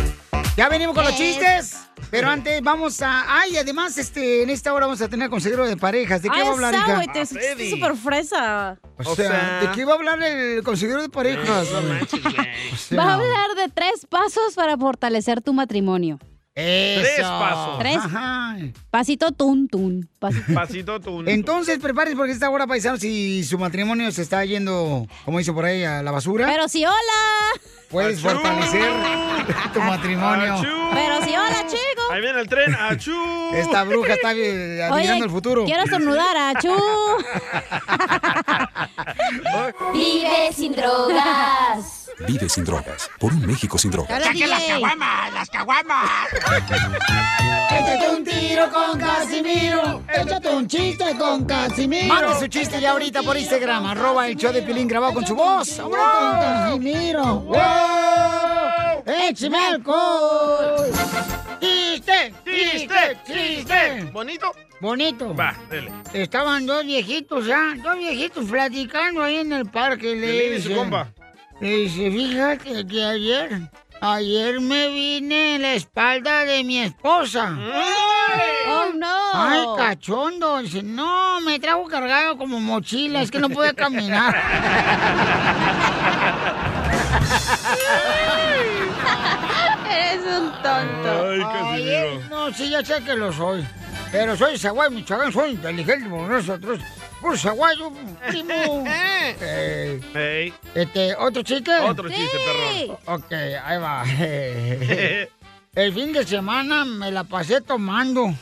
[SPEAKER 1] Ya venimos con los
[SPEAKER 4] Yes.
[SPEAKER 1] chistes. Pero antes vamos a. Ay, además, este, en esta hora vamos a tener consejero de parejas. ¿De qué
[SPEAKER 8] Ay,
[SPEAKER 1] va a hablar,
[SPEAKER 8] esa,
[SPEAKER 1] hija?
[SPEAKER 19] Ah,
[SPEAKER 1] Pues
[SPEAKER 8] güey, te estás súper fresa.
[SPEAKER 1] O sea, ¿de qué va a hablar el consejero de parejas? güey? O sea,
[SPEAKER 8] Va a hablar de tres pasos para fortalecer tu matrimonio.
[SPEAKER 1] Eso.
[SPEAKER 2] Tres pasos.
[SPEAKER 8] Tres.
[SPEAKER 1] Ajá.
[SPEAKER 8] Pasito tun tun. Pasito.
[SPEAKER 2] Pasito tú.
[SPEAKER 1] Entonces, prepárense porque esta hora, paisanos, si su matrimonio se está yendo, como dice por ahí, a la basura.
[SPEAKER 8] Pero si hola.
[SPEAKER 1] Puedes fortalecer tu matrimonio.
[SPEAKER 8] Pero si hola, chico.
[SPEAKER 2] Ahí viene el tren. ¡Achú!
[SPEAKER 1] Esta bruja está eh,
[SPEAKER 8] Oye,
[SPEAKER 1] adivinando el futuro.
[SPEAKER 8] quiero estornudar, achú.
[SPEAKER 3] Vive sin drogas.
[SPEAKER 20] Vive sin drogas, por un México sin drogas.
[SPEAKER 3] ¡Saque las caguamas! ¡Las caguamas! ¡Échate un tiro con Casimiro!
[SPEAKER 1] Échate un chiste con Casimiro. Mande su chiste ya ahorita por Instagram. Arroba el show de Pilín grabado con su voz. ¡Vámonos! Casimiro! ¡Wow! ¡Échame alcohol! ¡Chiste! ¡Chiste! ¡Chiste!
[SPEAKER 2] ¿Bonito?
[SPEAKER 1] Bonito.
[SPEAKER 2] Va, dele.
[SPEAKER 1] Estaban dos viejitos, ¿ah? Dos viejitos platicando ahí en el parque.
[SPEAKER 2] Piolín
[SPEAKER 1] Le
[SPEAKER 2] y su
[SPEAKER 1] dice,
[SPEAKER 2] compa.
[SPEAKER 1] le dice, fíjate que ayer, ayer me vine en la espalda de mi esposa.
[SPEAKER 8] ¡Oh, no!
[SPEAKER 1] Ay, cachondo. Dice, no, me trago cargado como mochila, es que no puedo caminar.
[SPEAKER 8] Eres un tonto.
[SPEAKER 1] Ay, eh, no, sí, ya sé que lo soy. Pero soy Zaguay, Michoacán, soy inteligente como nosotros. Por Zaguayo, primo. Eh,
[SPEAKER 2] Ey.
[SPEAKER 1] Este, ¿otro chiste?
[SPEAKER 2] Otro chiste, Sí. perrón.
[SPEAKER 1] O- Ok, ahí va. El fin de semana me la pasé tomando.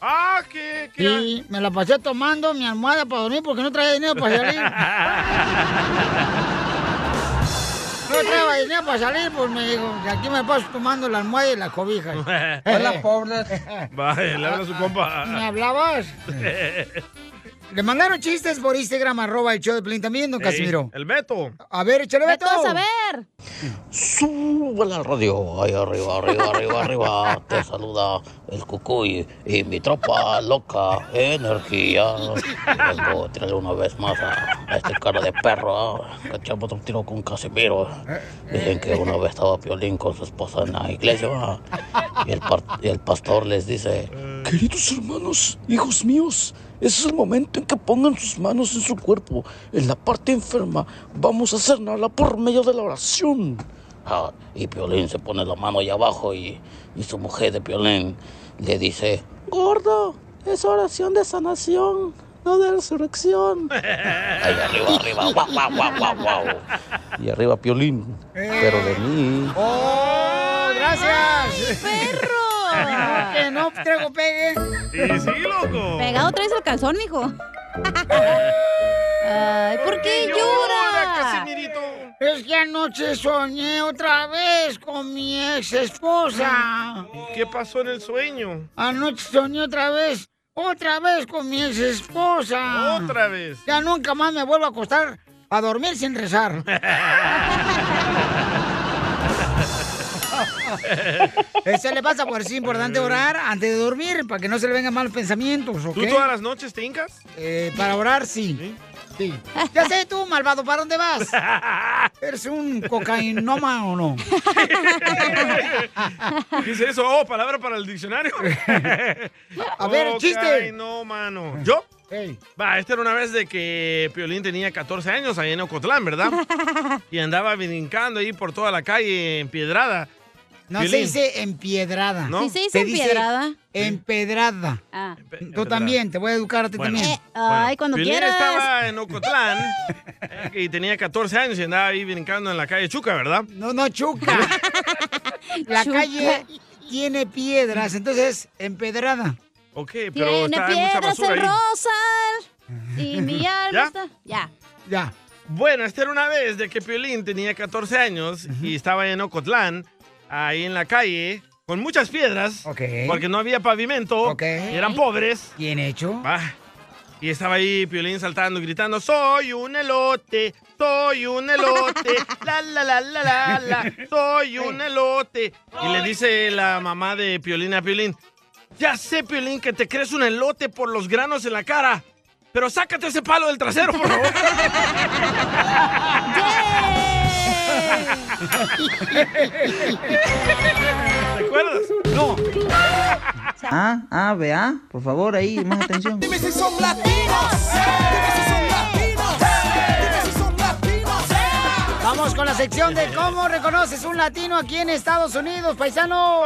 [SPEAKER 2] ¡Ah, qué! qué
[SPEAKER 1] Sí, me la pasé tomando mi almohada para dormir porque no traía dinero
[SPEAKER 2] pues,
[SPEAKER 1] para salir. No traía dinero para salir, pues me dijo, que aquí me paso tomando la almohada y las cobijas.
[SPEAKER 2] Hola, pobres. Vaya, le habla a su
[SPEAKER 1] ¿Me
[SPEAKER 2] compa.
[SPEAKER 1] hablabas? Le mandaron chistes por Instagram, arroba el show de Pelín también, don
[SPEAKER 2] Ey,
[SPEAKER 1] Casimiro.
[SPEAKER 2] El Beto.
[SPEAKER 1] A ver, échale Beto.
[SPEAKER 8] Beto, a saber.
[SPEAKER 19] Sube la radio, ahí arriba, arriba, arriba, arriba. Te saluda el cucuy y mi tropa loca, energía. Y Vengo a tirarle una vez más a, a este cara de perro. ah, que Echamos un tiro con Casimiro. Dicen que una vez estaba Piolín con su esposa en la iglesia. ah, Y el, par- y el pastor les dice,
[SPEAKER 3] Queridos hermanos, hijos míos, ese es el momento en que pongan sus manos en su cuerpo. En la parte enferma vamos a sanarla por medio de la oración.
[SPEAKER 19] Ah, y Piolín se pone la mano ahí abajo y, y su mujer de Piolín le dice,
[SPEAKER 3] Gordo, es oración de sanación, no de resurrección.
[SPEAKER 19] ahí arriba, arriba, guau, guau, guau, guau, guau. Y arriba Piolín, pero de mí.
[SPEAKER 1] ¡Oh, gracias! ¡Perro! que no traigo pegue.
[SPEAKER 19] Sí, sí, loco.
[SPEAKER 8] Pegado traes el calzón, mijo. Ay, ¿por qué llora?
[SPEAKER 1] Es que anoche soñé otra vez con mi ex esposa.
[SPEAKER 2] ¿Qué pasó en el sueño?
[SPEAKER 1] Anoche soñé otra vez, otra vez con mi ex esposa.
[SPEAKER 2] Otra vez.
[SPEAKER 1] Ya nunca más me vuelvo a acostar a dormir sin rezar. Eso le pasa por eso es
[SPEAKER 2] Eh.
[SPEAKER 1] importante orar antes de dormir para que no se le vengan malos pensamientos. ¿ok?
[SPEAKER 2] ¿Tú todas las noches te hincas?
[SPEAKER 1] Eh, para orar, sí. Sí. Ya sé tú, malvado, ¿para dónde vas? ¿Eres un cocainoma o no?
[SPEAKER 2] Dice eso, oh, palabra para el diccionario.
[SPEAKER 1] A ver, el chiste.
[SPEAKER 2] Ay, no, mano. ¿Yo? Va, esta era una vez de que Piolín tenía 14 años ahí en Ocotlán, ¿verdad? Y andaba brincando ahí por toda la calle empiedrada.
[SPEAKER 1] No se
[SPEAKER 2] Piolín.
[SPEAKER 1] dice empiedrada.
[SPEAKER 2] ¿No? Sí se dice
[SPEAKER 1] dice
[SPEAKER 8] empiedrada.
[SPEAKER 1] Empedrada.
[SPEAKER 8] Ah.
[SPEAKER 1] Tú también, te voy a educar a ti
[SPEAKER 2] Bueno.
[SPEAKER 1] también.
[SPEAKER 2] Eh, ay,
[SPEAKER 8] cuando
[SPEAKER 2] Piolín
[SPEAKER 8] quieras.
[SPEAKER 2] estaba en Ocotlán eh, y tenía 14 años y andaba ahí brincando en la calle Chuca, ¿verdad?
[SPEAKER 1] No, no, Chuca. La calle tiene piedras, entonces empedrada.
[SPEAKER 2] Ok,
[SPEAKER 8] Tiene piedras el rosal. Y mi alma
[SPEAKER 2] ¿Ya?
[SPEAKER 8] está. Ya.
[SPEAKER 1] Ya.
[SPEAKER 2] Bueno, esta era una vez de que Piolín tenía 14 años y estaba en Ocotlán, ahí en la calle, con muchas piedras, porque no había pavimento, y eran pobres.
[SPEAKER 1] Bien hecho.
[SPEAKER 2] y estaba ahí Piolín saltando, y gritando, soy un elote, soy un elote, la la la la la la, soy un elote. Y le dice la mamá de Piolín a Piolín, ya sé Piolín que te crees un elote por los granos en la cara, pero sácate ese palo del trasero, por favor. ¿Te acuerdas? No.
[SPEAKER 21] A, A, B, A, Ah, por favor, ahí, más atención.
[SPEAKER 22] Dime si son latinos. Dime si son latinos. Dime si son latinos.
[SPEAKER 1] Vamos con la sección de cómo reconoces un latino aquí en Estados Unidos, paisano.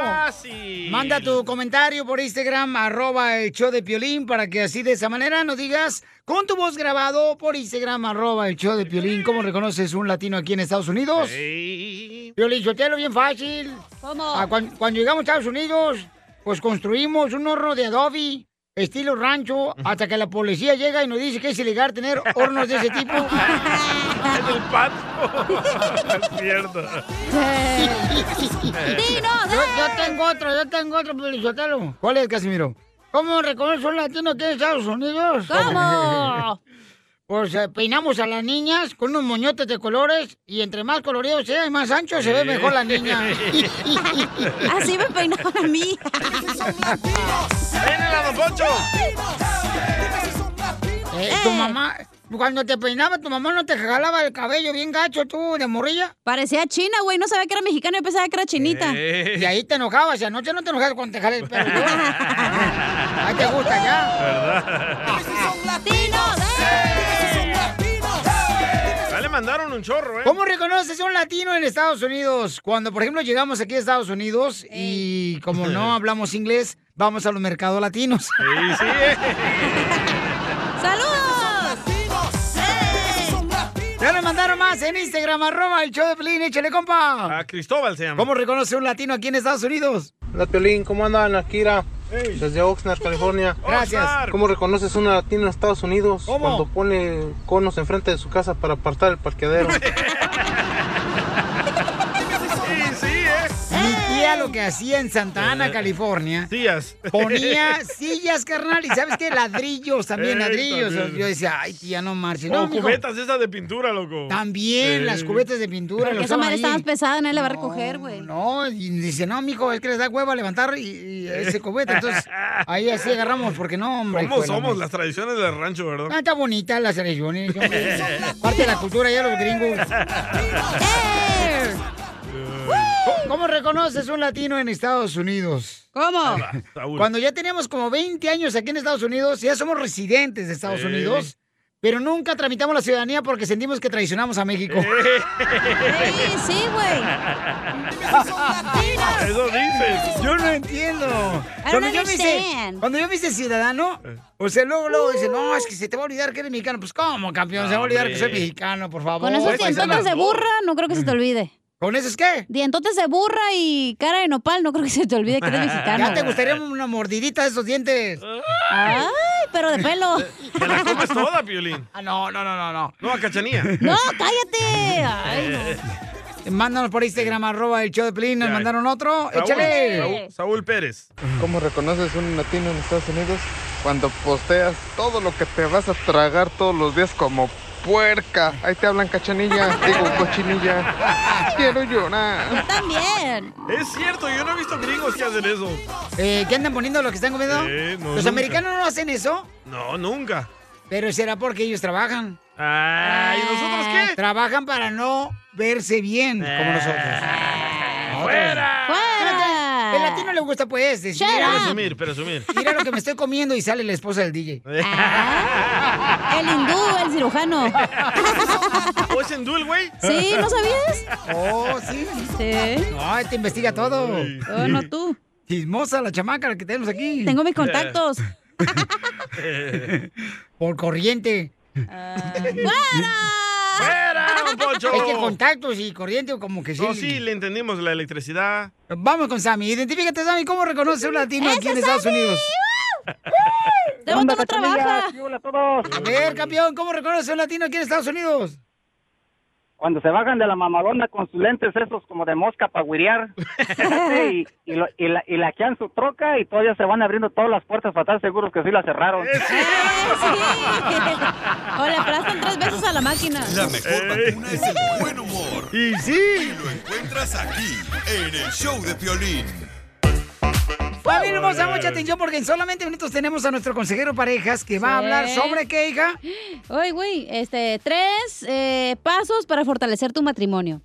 [SPEAKER 1] Manda tu comentario por Instagram, arroba el show de Piolín, para que así de esa manera nos digas con tu voz grabado por Instagram, arroba el show de Piolín, cómo reconoces un latino aquí en Estados Unidos. Piolín, yo bien fácil. Ah, cuan- cuando, llegamos a Estados Unidos, pues construimos un horno de adobe, estilo rancho, hasta que la policía llega y nos dice que es ilegal tener hornos de ese tipo.
[SPEAKER 2] En el patio. Es cierto.
[SPEAKER 1] Eh. yo,
[SPEAKER 8] eh.
[SPEAKER 1] yo tengo otro, yo tengo otro, Pelizotelo. ¿Cuál es, Casimiro? ¿Cómo reconoce un latino aquí en Estados Unidos?
[SPEAKER 22] ¿Cómo?
[SPEAKER 1] Pues eh, peinamos a las niñas con unos moñotes de colores y entre más colorido sea y más ancho se ve mejor la niña.
[SPEAKER 8] Así me peinaban a mí.
[SPEAKER 2] ¡Venela, don Poncho!
[SPEAKER 1] Eh, tu mamá, cuando te peinaba, tu mamá no te jalaba el cabello bien gacho, tú, de morrilla.
[SPEAKER 8] Parecía china, güey. No sabía que era mexicana y pensaba que era chinita.
[SPEAKER 1] Y ahí te enojabas, y anoche no te enojabas cuando te jalé el pelo. Ahí te gusta ya.
[SPEAKER 2] Ya le mandaron un chorro, ¿eh?
[SPEAKER 1] ¿Cómo reconoces a un latino en Estados Unidos? Cuando, por ejemplo, llegamos aquí a Estados Unidos y como no hablamos inglés, vamos a los mercados latinos.
[SPEAKER 2] Sí, eh. sí,
[SPEAKER 1] Ya le mandaron más en Instagram, arroba el show de Pelín, échale compa.
[SPEAKER 2] A Cristóbal se llama.
[SPEAKER 1] ¿Cómo reconoce un latino aquí en Estados Unidos?
[SPEAKER 17] Hola Piolín, ¿cómo andan? Akira, desde Oxnard, California.
[SPEAKER 1] Gracias. Oxnard.
[SPEAKER 17] ¿Cómo reconoces un latino en Estados Unidos
[SPEAKER 1] ¿Cómo?
[SPEAKER 17] cuando pone conos enfrente de su casa para apartar el parqueadero?
[SPEAKER 2] Sí, sí, ¿eh?
[SPEAKER 1] Mi tía lo que hacía en Santa Ana, California.
[SPEAKER 2] Sillas.
[SPEAKER 1] Ponía sillas, carnal, y ¿sabes qué? Ladrillos también,
[SPEAKER 2] Ey,
[SPEAKER 1] ladrillos.
[SPEAKER 2] también.
[SPEAKER 1] Yo decía, ay, tía, no marches.
[SPEAKER 2] o
[SPEAKER 1] No, mijo.
[SPEAKER 2] cubetas esas de pintura, loco.
[SPEAKER 1] También
[SPEAKER 2] Sí.
[SPEAKER 1] las cubetas de pintura.
[SPEAKER 8] Porque
[SPEAKER 1] lo
[SPEAKER 8] esa
[SPEAKER 1] usaban
[SPEAKER 8] madre
[SPEAKER 1] ahí.
[SPEAKER 8] está más pesada, nadie la va a recoger, güey.
[SPEAKER 1] No, y dice, no, mijo, es que les da hueva levantar y, y ese cubeta. Entonces, ahí así agarramos, porque no, hombre.
[SPEAKER 2] ¿Cómo
[SPEAKER 1] hijo de la
[SPEAKER 2] somos
[SPEAKER 1] madre.
[SPEAKER 2] las tradiciones del rancho,
[SPEAKER 1] Ah,
[SPEAKER 2] verdad?
[SPEAKER 1] está bonita las religiones. hombre. Ah, Parte de la cultura ya los gringos. ¿Cómo- ¿Cómo reconoces un latino en Estados Unidos? Ah,
[SPEAKER 8] ¿Cómo?
[SPEAKER 2] Ah, Saúl.
[SPEAKER 1] Cuando ya tenemos como 20 años aquí en Estados Unidos, ya somos residentes de Estados
[SPEAKER 2] Sí.
[SPEAKER 1] Unidos, pero nunca tramitamos la ciudadanía porque sentimos que traicionamos a México.
[SPEAKER 2] Sí,
[SPEAKER 8] sí, güey.
[SPEAKER 2] Eso dices.
[SPEAKER 1] Yo no entiendo.
[SPEAKER 8] I don't
[SPEAKER 1] Cuando yo, me hice,
[SPEAKER 8] understand.
[SPEAKER 1] cuando yo me hice ciudadano, o sea, luego, luego dicen, no, es que se te va a olvidar que eres mexicano. Pues, ¿cómo, campeón? Se va a olvidar que soy
[SPEAKER 8] Hombre.
[SPEAKER 1] mexicano, por favor. pues,
[SPEAKER 8] Con
[SPEAKER 2] Pues,
[SPEAKER 8] esos dientotes de burra, no creo que se te olvide.
[SPEAKER 1] ¿Con esos qué?
[SPEAKER 8] Dientotes de burra y cara de nopal, no creo que se te olvide que eres mexicano.
[SPEAKER 1] Ya te gustaría una mordidita de esos dientes.
[SPEAKER 2] Ah,
[SPEAKER 8] Ay, pero de pelo.
[SPEAKER 2] Te la comes toda, Piolín.
[SPEAKER 1] Ah, no, no, no, no, no.
[SPEAKER 2] No, a cachanía. Eh.
[SPEAKER 8] No, cállate. Ay, no.
[SPEAKER 1] Mándanos por Instagram, arroba el show de Pelín, nos
[SPEAKER 2] Ya.
[SPEAKER 1] mandaron otro.
[SPEAKER 2] Saúl,
[SPEAKER 1] Échale.
[SPEAKER 2] Saúl, Saúl Pérez.
[SPEAKER 23] ¿Cómo reconoces un latino en Estados Unidos? Cuando posteas todo lo que te vas a tragar todos los días como puerca. Ahí te hablan cachanilla, digo cochinilla. Quiero llorar.
[SPEAKER 8] También.
[SPEAKER 2] Es cierto, yo no he visto gringos que hacen eso.
[SPEAKER 1] Eh, ¿Qué andan poniendo lo que están comiendo?
[SPEAKER 2] Eh, no,
[SPEAKER 1] Los
[SPEAKER 2] nunca.
[SPEAKER 1] americanos no hacen eso,
[SPEAKER 2] No, nunca.
[SPEAKER 1] pero será porque ellos trabajan.
[SPEAKER 2] Ay, Ah, ¿y nosotros qué?
[SPEAKER 1] Trabajan para no verse bien como nosotros.
[SPEAKER 2] Ah,
[SPEAKER 1] ¡Fuera!
[SPEAKER 8] ¡Fuera!
[SPEAKER 1] El latino le gusta pues decir, mira,
[SPEAKER 2] Presumir, presumir.
[SPEAKER 1] mira lo que me estoy comiendo y sale la esposa del DJ.
[SPEAKER 2] Ah.
[SPEAKER 8] Ah, El hindú, el cirujano.
[SPEAKER 2] ¿O es hindú el güey?
[SPEAKER 8] Sí, ¿no sabías?
[SPEAKER 1] Oh, sí.
[SPEAKER 8] Sí.
[SPEAKER 1] Ay, te investiga todo.
[SPEAKER 8] Oh, no tú.
[SPEAKER 1] Chismosa la chamaca la que tenemos aquí.
[SPEAKER 8] Tengo mis contactos.
[SPEAKER 1] Por corriente.
[SPEAKER 2] ¡Fuera, don Poncho!
[SPEAKER 1] Es que contactos y corriente como que sí.
[SPEAKER 2] No, sí, le entendimos la electricidad.
[SPEAKER 1] Vamos con Sammy. Identifícate, Sammy, ¿cómo reconoce un latino aquí en Estados Unidos?
[SPEAKER 8] ¡Te boto no trabaja!
[SPEAKER 1] A ver, campeón, ¿cómo reconoce un latino aquí en Estados Unidos?
[SPEAKER 5] Cuando se bajan de la mamalona con sus lentes esos como de mosca para guirear y, y, lo- y la, y laquean su troca y todavía se van abriendo todas las puertas para estar seguros que sí la cerraron.
[SPEAKER 2] Eh,
[SPEAKER 8] O le aplastan tres veces a la máquina.
[SPEAKER 4] La mejor vacuna es el buen humor.
[SPEAKER 1] Y sí.
[SPEAKER 4] lo encuentras aquí, en el show de Piolín.
[SPEAKER 1] Familia hermosa, mucha atención porque en solamente minutos tenemos a nuestro consejero parejas que va a hablar
[SPEAKER 8] Sí.
[SPEAKER 1] sobre qué, hija.
[SPEAKER 8] Oye, güey, este, tres eh, pasos para fortalecer tu matrimonio.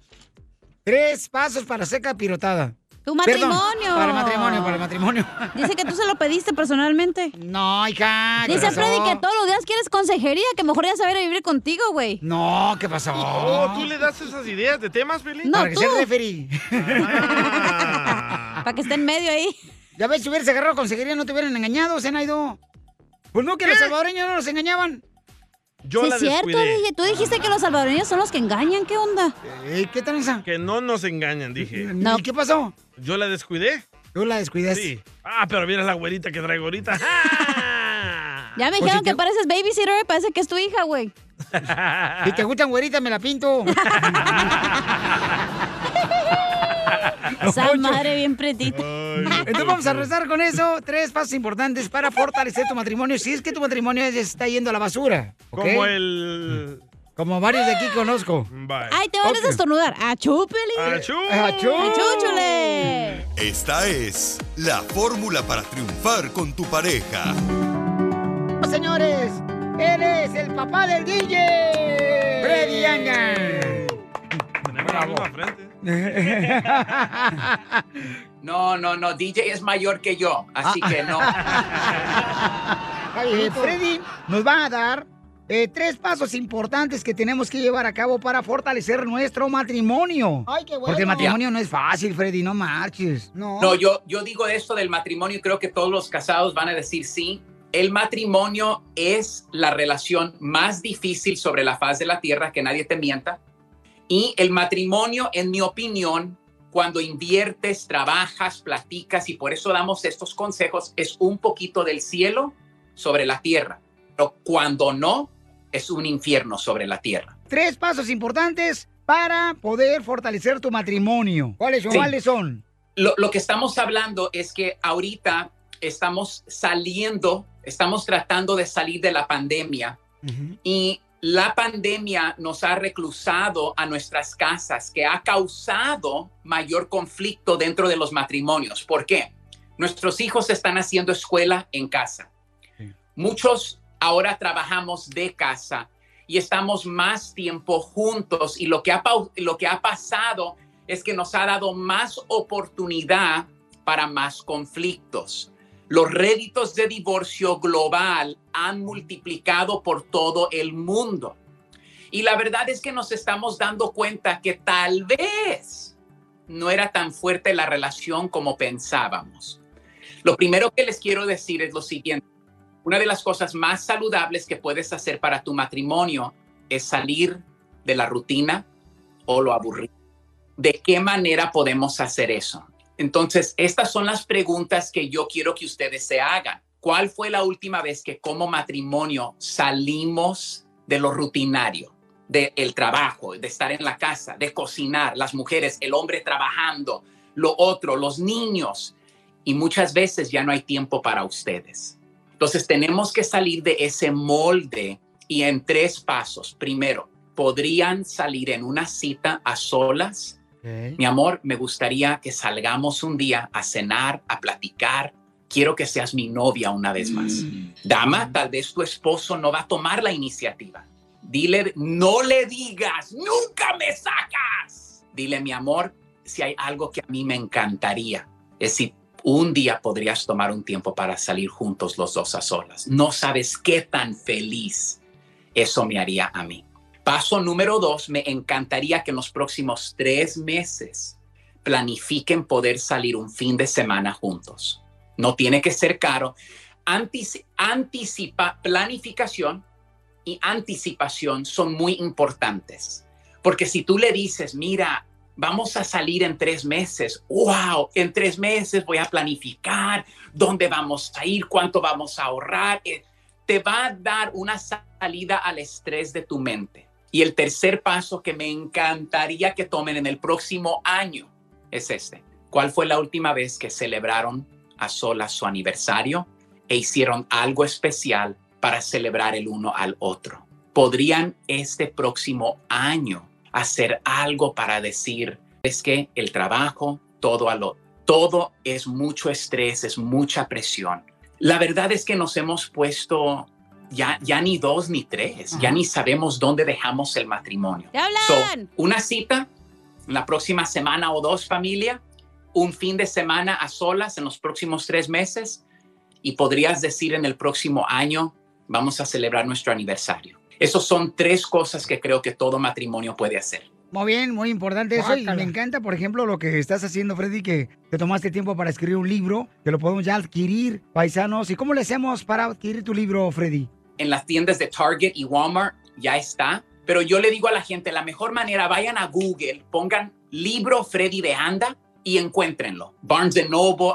[SPEAKER 1] Tres pasos para hacer capirotada.
[SPEAKER 8] ¡Tu
[SPEAKER 1] Perdón,
[SPEAKER 8] matrimonio!
[SPEAKER 1] para el matrimonio, para el matrimonio.
[SPEAKER 8] Dice que tú se lo pediste personalmente.
[SPEAKER 1] No, hija. ¿qué
[SPEAKER 8] Dice
[SPEAKER 1] pasó?
[SPEAKER 8] Freddy que todos los días quieres consejería, que mejor ya saber vivir contigo, güey.
[SPEAKER 1] No, ¿qué pasó?
[SPEAKER 2] Oh, ¿tú le das esas ideas de temas, Piolín?
[SPEAKER 8] No,
[SPEAKER 1] para que sea
[SPEAKER 8] tú.
[SPEAKER 1] el referí.
[SPEAKER 8] Para que esté en medio ahí.
[SPEAKER 1] Ya ves, si hubieras agarrado consejería no te hubieran engañado, Zenaido. Pues no, que los salvadoreños no nos engañaban.
[SPEAKER 2] Yo
[SPEAKER 8] Sí,
[SPEAKER 2] la
[SPEAKER 8] es cierto,
[SPEAKER 2] descuidé.
[SPEAKER 8] dije, tú dijiste que los salvadoreños son los que engañan, ¿qué onda?
[SPEAKER 1] Eh, ¿Qué tranza?
[SPEAKER 2] Que no nos engañan, dije.
[SPEAKER 1] No. ¿Qué pasó?
[SPEAKER 2] ¿Yo la descuidé?
[SPEAKER 1] Tú la descuidaste.
[SPEAKER 2] Sí. Ah, pero mira la güerita que traigo ahorita.
[SPEAKER 8] Ya me
[SPEAKER 1] Pues
[SPEAKER 8] dijeron
[SPEAKER 1] si
[SPEAKER 8] que
[SPEAKER 1] te-
[SPEAKER 8] pareces babysitter, eh, parece que es tu hija, güey.
[SPEAKER 1] Si te gustan güeritas, me la pinto.
[SPEAKER 8] Esa madre bien pretita.
[SPEAKER 1] Entonces vamos a rezar con eso. Tres pasos importantes para fortalecer tu matrimonio. Si es que tu matrimonio ya está yendo a la basura. ¿ok?
[SPEAKER 2] Como el...
[SPEAKER 1] Como varios de aquí conozco.
[SPEAKER 2] Bye.
[SPEAKER 8] Ay, te van a estornudar. Ah, ¡Achúpele!
[SPEAKER 2] Achú.
[SPEAKER 1] Achú.
[SPEAKER 8] ¡Achúchule!
[SPEAKER 4] Esta es la fórmula para triunfar con tu pareja.
[SPEAKER 1] Señores, él es el papá del DJ. Freddy Anga.
[SPEAKER 2] Tenemos la misma frente.
[SPEAKER 24] No, no, no, DJ es mayor que yo, así que no.
[SPEAKER 1] Ay, eh, Freddy nos va a dar eh, tres pasos importantes que tenemos que llevar a cabo para fortalecer nuestro matrimonio.
[SPEAKER 24] Ay, qué bueno.
[SPEAKER 1] Porque el matrimonio no es fácil, Freddy, no marches.
[SPEAKER 24] No, yo, yo digo esto del matrimonio y creo que todos los casados van a decir sí. El matrimonio es la relación más difícil sobre la faz de la tierra, que nadie te mienta. Y el matrimonio, en mi opinión, cuando inviertes, trabajas, platicas, y por eso damos estos consejos, es un poquito del cielo sobre la tierra. Pero cuando no, es un infierno sobre la tierra.
[SPEAKER 1] Tres pasos importantes para poder fortalecer tu matrimonio. ¿Cuáles son?
[SPEAKER 24] Sí.
[SPEAKER 1] ¿Cuáles son?
[SPEAKER 24] Lo, lo que estamos hablando es que ahorita estamos saliendo, estamos tratando de salir de la pandemia y la pandemia nos ha reclusado a nuestras casas, que ha causado mayor conflicto dentro de los matrimonios. ¿Por qué? Nuestros hijos están haciendo escuela en casa. Muchos ahora trabajamos de casa y estamos más tiempo juntos y lo que ha, pau- lo que ha pasado es que nos ha dado más oportunidad para más conflictos. Los réditos de divorcio global han multiplicado por todo el mundo. Y la verdad es que nos estamos dando cuenta que tal vez no era tan fuerte la relación como pensábamos. Lo primero que les quiero decir es lo siguiente. Una de las cosas más saludables que puedes hacer para tu matrimonio es salir de la rutina o lo aburrido. ¿De qué manera podemos hacer eso? Entonces, estas son las preguntas que yo quiero que ustedes se hagan. ¿Cuál fue la última vez que como matrimonio salimos de lo rutinario, del trabajo, de estar en la casa, de cocinar, las mujeres, el hombre trabajando, lo otro, los niños? Y muchas veces ya no hay tiempo para ustedes. Entonces, tenemos que salir de ese molde y en tres pasos. Primero, podrían salir en una cita a solas mi amor, me gustaría que salgamos un día a cenar, a platicar. Quiero que seas mi novia una vez más. Dama, tal vez tu esposo no va a tomar la iniciativa. Dile, no le digas, nunca me sacas. Dile, mi amor, si hay algo que a mí me encantaría, es si un día podrías tomar un tiempo para salir juntos los dos a solas. No sabes qué tan feliz eso me haría a mí. Paso número dos, me encantaría que en los próximos tres meses planifiquen poder salir un fin de semana juntos. No tiene que ser caro. Antici- anticipa planificación y anticipación son muy importantes. Porque si tú le dices, mira, vamos a salir en tres meses, wow, en tres meses voy a planificar dónde vamos a ir, cuánto vamos a ahorrar, eh, te va a dar una salida al estrés de tu mente. Y el tercer paso que me encantaría que tomen en el próximo año es este. ¿Cuál fue la última vez que celebraron a solas su aniversario e hicieron algo especial para celebrar el uno al otro? ¿Podrían este próximo año hacer algo para decir, es que el trabajo, todo a lo, todo es mucho estrés, es mucha presión? La verdad es que nos hemos puesto ya, ya ni dos ni tres, ya ni sabemos dónde dejamos el matrimonio.
[SPEAKER 8] ¡Ya hablan!
[SPEAKER 24] So, una cita la próxima semana o dos, familia, un fin de semana a solas en los próximos tres meses y podrías decir en el próximo año, vamos a celebrar nuestro aniversario. Esas son tres cosas que creo que todo matrimonio puede hacer.
[SPEAKER 1] Muy bien, muy importante eso. Y
[SPEAKER 24] Guácala.
[SPEAKER 1] me encanta, por ejemplo, lo que estás haciendo, Freddy, que te tomaste tiempo para escribir un libro, que lo podemos ya adquirir, paisanos. ¿Y cómo le hacemos para adquirir tu libro, Freddy?
[SPEAKER 24] en las tiendas de Target y Walmart ya está. Pero yo le digo a la gente, la mejor manera, vayan a Google, pongan libro Freddy de Anda y encuéntrenlo. Barnes Noble,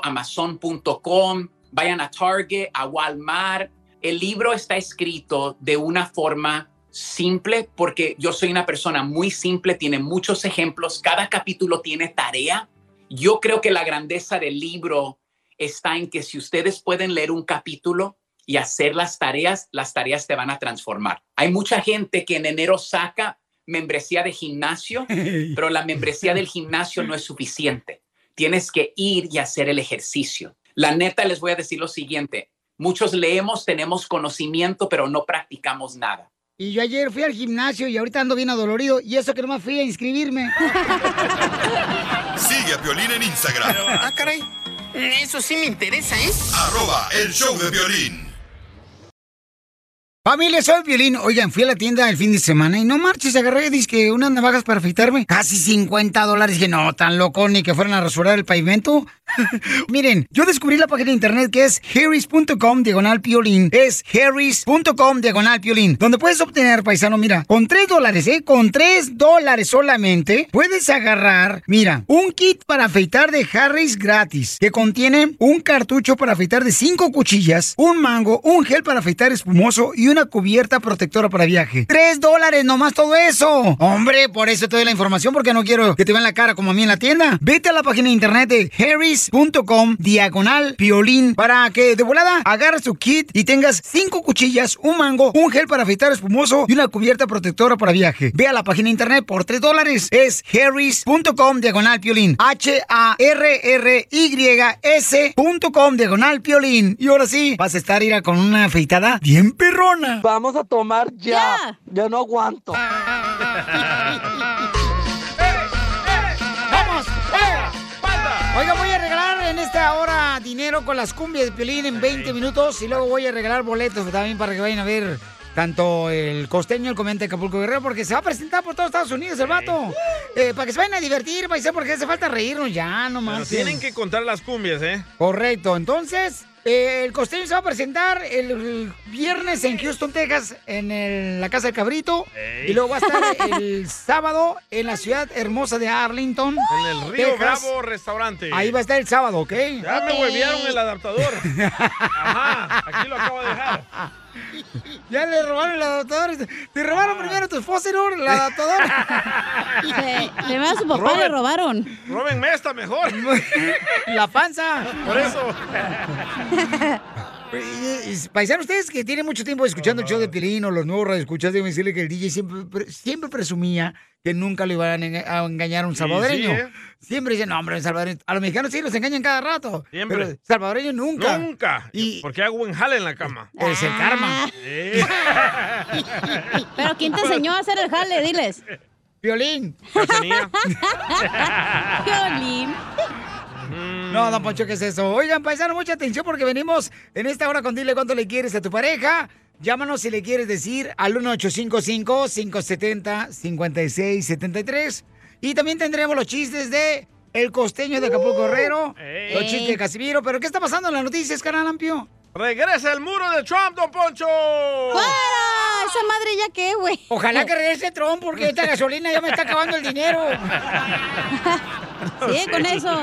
[SPEAKER 24] Amazon.com, vayan a Target, a Walmart. El libro está escrito de una forma simple porque yo soy una persona muy simple, tiene muchos ejemplos, cada capítulo tiene tarea. Yo creo que la grandeza del libro está en que si ustedes pueden leer un capítulo y hacer las tareas, las tareas te van a transformar. Hay mucha gente que en enero saca membresía de gimnasio, pero la membresía del gimnasio no es suficiente. Tienes que ir y hacer el ejercicio. La neta les voy a decir lo siguiente. Muchos leemos, tenemos conocimiento, pero no practicamos nada.
[SPEAKER 1] Y yo ayer fui al gimnasio y ahorita ando bien adolorido. Y eso que nomás fui a inscribirme.
[SPEAKER 4] Sigue a Piolín en Instagram.
[SPEAKER 25] Ah, caray. Eso sí me interesa, ¿eh?
[SPEAKER 4] Arroba el show de violín.
[SPEAKER 1] Familia, soy Violín. Oigan, fui a la tienda el fin de semana y no marches, agarré dizque unas navajas para afeitarme. Casi 50 dólares. Dije, no, tan loco, ni que fueran a rasurar el pavimento. Miren, yo descubrí la página de internet que es harris.com diagonal piolín. Es harris.com diagonal piolín. Donde puedes obtener, paisano, mira, con 3 dólares, ¿eh? Con 3 dólares solamente, puedes agarrar, mira, un kit para afeitar de Harris gratis, que contiene un cartucho para afeitar de 5 cuchillas, un mango, un gel para afeitar espumoso y una cubierta protectora para viaje. ¡Tres dólares nomás todo eso! Hombre, por eso te doy la información porque no quiero que te vean la cara como a mí en la tienda. Vete a la página de internet de harris.com diagonal piolín para que de volada agarres tu kit y tengas cinco cuchillas, un mango, un gel para afeitar espumoso y una cubierta protectora para viaje. Ve a la página de internet por tres dólares. Es harris.com diagonal piolín. H-A-R-R-Y-S.com diagonal piolín. Y ahora sí, vas a estar ira con una afeitada bien perrona.
[SPEAKER 9] Vamos a tomar ya. Ya no aguanto.
[SPEAKER 1] ¡Vamos! ¡Fuera! ¡Panda! Oiga, voy a regalar en esta hora dinero con las cumbias de Piolín en 20 minutos y luego voy a regalar boletos también para que vayan a ver tanto el costeño, el comediante de Acapulco Guerrero, porque se va a presentar por todos Estados Unidos el vato. Eh, para que se vayan a divertir, para ser porque hace falta reírnos ya, no
[SPEAKER 2] Pero
[SPEAKER 1] más.
[SPEAKER 2] tienen que contar las cumbias, ¿eh?
[SPEAKER 1] Correcto, entonces... eh, el costeño se va a presentar el, el viernes en Houston, Texas, en el- la Casa del Cabrito.
[SPEAKER 2] Ey.
[SPEAKER 1] Y luego va a estar el sábado en la ciudad hermosa de Arlington.
[SPEAKER 2] En el Río
[SPEAKER 1] Texas.
[SPEAKER 2] Bravo Restaurante.
[SPEAKER 1] Ahí va a estar el sábado, ¿ok?
[SPEAKER 2] Ya me huevearon el adaptador. Ajá, aquí lo acabo de dejar.
[SPEAKER 1] Ya le robaron el adaptador. Te robaron
[SPEAKER 2] Ah.
[SPEAKER 1] primero tu fósil, ahora el adaptador.
[SPEAKER 8] Primero su papá le
[SPEAKER 2] Robert.
[SPEAKER 8] robaron.
[SPEAKER 2] Róbenme esta mejor.
[SPEAKER 1] La panza.
[SPEAKER 2] Por eso.
[SPEAKER 1] Paisanos, ustedes que tienen mucho tiempo escuchando el show de Piolín o los nuevos radioescuchas, deben decirle que el DJ siempre, pre- siempre presumía que nunca le iban a enga- a engañar a un
[SPEAKER 2] Sí,
[SPEAKER 1] salvadoreño.
[SPEAKER 2] sí, ¿eh?
[SPEAKER 1] Siempre dicen, no, hombre, un salvadoreño. A los mexicanos sí los engañan cada rato.
[SPEAKER 2] Siempre.
[SPEAKER 1] Pero salvadoreño nunca.
[SPEAKER 2] Nunca. Porque hago buen jale en la cama.
[SPEAKER 1] Es el Ah. karma.
[SPEAKER 2] Eh,
[SPEAKER 8] Pero ¿quién te enseñó a hacer el jale? Diles.
[SPEAKER 1] Piolín.
[SPEAKER 8] Piolín.
[SPEAKER 1] No, don Poncho, ¿qué es eso? Oigan, paisano, mucha atención porque venimos en esta hora con Dile cuánto le quieres a tu pareja. Llámanos si le quieres decir al 1855-570-5673. Y también tendremos los chistes de El Costeño de Acapulco Guerrero,
[SPEAKER 2] Uh, Ey.
[SPEAKER 1] los chistes de Casimiro. Pero ¿qué está pasando en las noticias, canal Ampio?
[SPEAKER 2] Regresa el muro de Trump, don Poncho.
[SPEAKER 8] ¡Fuera! Ah, ¿Esa madre ya qué, güey?
[SPEAKER 1] Ojalá que regrese Trump porque esta gasolina ya me está acabando el dinero.
[SPEAKER 8] Sigue con eso.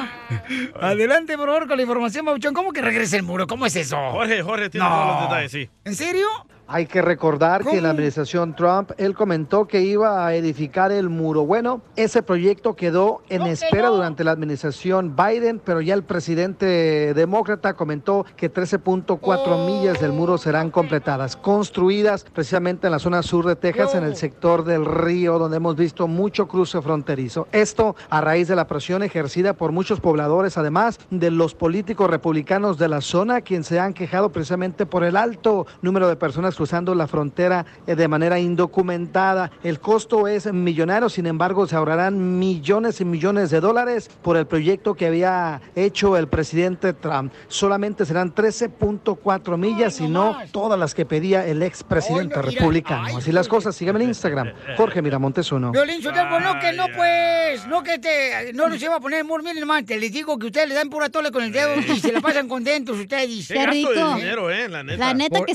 [SPEAKER 1] Adelante, por favor, con la información, Mauchón. ¿Cómo que regrese el muro? ¿Cómo es eso?
[SPEAKER 2] Jorge, Jorge tiene
[SPEAKER 1] No.
[SPEAKER 2] todos los detalles, sí.
[SPEAKER 1] ¿En serio?
[SPEAKER 18] Hay que recordar que en la administración Trump, él comentó que iba a edificar el muro. Bueno, ese proyecto quedó en espera durante la administración Biden, pero ya el presidente demócrata comentó que 13.4 millas del muro serán completadas, construidas precisamente en la zona sur de Texas, en el sector del río, donde hemos visto mucho cruce fronterizo. Esto a raíz de la presión ejercida por muchos pobladores, además de los políticos republicanos de la zona, quienes se han quejado precisamente por el alto número de personas cruzando la frontera eh, de manera indocumentada. El costo es millonario, sin embargo, se ahorrarán millones y millones de dólares por el proyecto que había hecho el presidente Trump. Solamente serán 13.4 millas y no todas las que pedía el expresidente republicano. Así las cosas, síganme en Instagram, Jorge Miramontes uno.
[SPEAKER 1] Violín, yo no que no, pues, no que te, no los iba a poner el muro, miren nomás, te les digo que ustedes le dan pura tole con el dedo y se la pasan contentos ustedes.
[SPEAKER 2] Qué gasto de dinero, eh, la neta.
[SPEAKER 1] Por-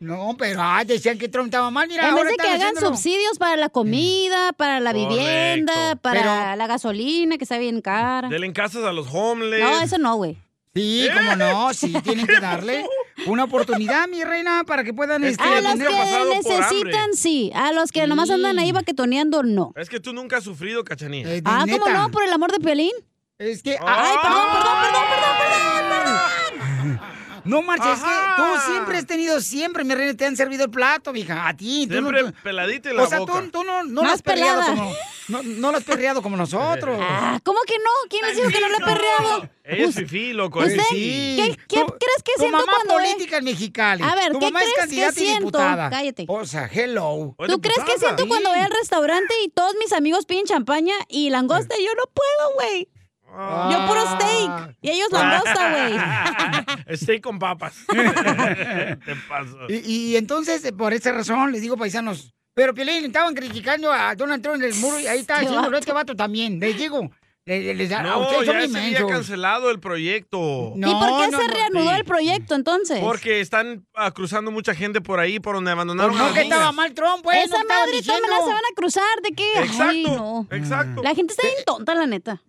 [SPEAKER 1] No, pero ay, decían que Trump estaba mal, mira,
[SPEAKER 8] ¿eh? en vez
[SPEAKER 1] ahora
[SPEAKER 8] de que
[SPEAKER 1] están
[SPEAKER 8] hagan
[SPEAKER 1] haciéndolo. Mm.
[SPEAKER 8] subsidios para la comida, para la
[SPEAKER 2] Correcto.
[SPEAKER 8] vivienda, para
[SPEAKER 2] Pero-
[SPEAKER 8] la gasolina, que está bien cara.
[SPEAKER 2] Denle casas a los homeless. ¿Eh?
[SPEAKER 8] No, eso no, güey.
[SPEAKER 1] Sí, cómo no, sí, tienen que darle ¿eh? una oportunidad, mi reina, para que puedan... Este,
[SPEAKER 8] a los
[SPEAKER 1] atender
[SPEAKER 8] que
[SPEAKER 1] pasado por
[SPEAKER 8] necesitan,
[SPEAKER 1] hambre.
[SPEAKER 8] sí. A los que nomás andan ahí baquetoneando, no.
[SPEAKER 2] Es que tú nunca has sufrido, cachanilla.
[SPEAKER 1] Eh,
[SPEAKER 8] ah, ¿cómo no? Por el amor de Piolín.
[SPEAKER 1] Es que... ah.
[SPEAKER 8] Ay, perdón, perdón, perdón, perdón, perdón,
[SPEAKER 1] No marches, es que tú siempre has tenido, siempre, mi reina, te han servido el plato, mija, a ti. tú no-
[SPEAKER 2] Siempre
[SPEAKER 1] tú-
[SPEAKER 2] peladita en la
[SPEAKER 1] O sea,
[SPEAKER 2] boca.
[SPEAKER 1] tú, tú no, no lo
[SPEAKER 8] Más
[SPEAKER 1] has perreado
[SPEAKER 8] pelada.
[SPEAKER 1] como, no, no lo has perreado como nosotros.
[SPEAKER 8] Ah, ¿cómo que no? ¿Quién les dijo que no le he perreado?
[SPEAKER 2] Ella es fifí, loco.
[SPEAKER 8] ¿Usted
[SPEAKER 2] ella es
[SPEAKER 1] eh. Sí.
[SPEAKER 8] qué, qué crees que
[SPEAKER 1] tu
[SPEAKER 8] siento
[SPEAKER 1] mamá
[SPEAKER 8] cuando ve?
[SPEAKER 1] política en Mexicali.
[SPEAKER 8] A ver,
[SPEAKER 1] tu
[SPEAKER 8] ¿qué
[SPEAKER 1] mamá es
[SPEAKER 8] crees que
[SPEAKER 1] candidata y
[SPEAKER 8] siento?
[SPEAKER 1] diputada.
[SPEAKER 8] Cállate.
[SPEAKER 1] O sea, hello.
[SPEAKER 8] ¿Tú crees que siento cuando voy al restaurante y todos mis amigos piden champaña y langosta?
[SPEAKER 1] Eh.
[SPEAKER 8] Yo no puedo, güey. Yo puro
[SPEAKER 1] Ah.
[SPEAKER 8] steak y ellos langosta, güey.
[SPEAKER 2] güey. Steak con papas. Te paso.
[SPEAKER 1] Y, y entonces, eh, por esa razón, les digo, paisanos, pero Piolín, estaban criticando a Donald Trump en el muro y ahí está
[SPEAKER 2] Qué
[SPEAKER 1] haciéndolo
[SPEAKER 2] vato.
[SPEAKER 1] este vato también. Les digo, le- le- les da- a
[SPEAKER 2] No,
[SPEAKER 1] ustedes son
[SPEAKER 2] ya se había
[SPEAKER 1] inmensos.
[SPEAKER 2] cancelado el proyecto.
[SPEAKER 8] ¿Y por qué
[SPEAKER 1] no,
[SPEAKER 8] se
[SPEAKER 1] no,
[SPEAKER 8] reanudó
[SPEAKER 2] sí.
[SPEAKER 8] el proyecto entonces?
[SPEAKER 2] Porque están ah, cruzando mucha gente por ahí, por donde
[SPEAKER 1] Pues
[SPEAKER 2] abandonaron a las niñas.
[SPEAKER 1] mal Trump, pues,
[SPEAKER 8] Esa
[SPEAKER 1] no estaban
[SPEAKER 8] madre todas me la
[SPEAKER 1] diciendo.
[SPEAKER 8] se van a cruzar, ¿de qué? Ay,
[SPEAKER 2] Exacto,
[SPEAKER 8] no.
[SPEAKER 2] exacto.
[SPEAKER 8] La gente está bien tonta, la neta.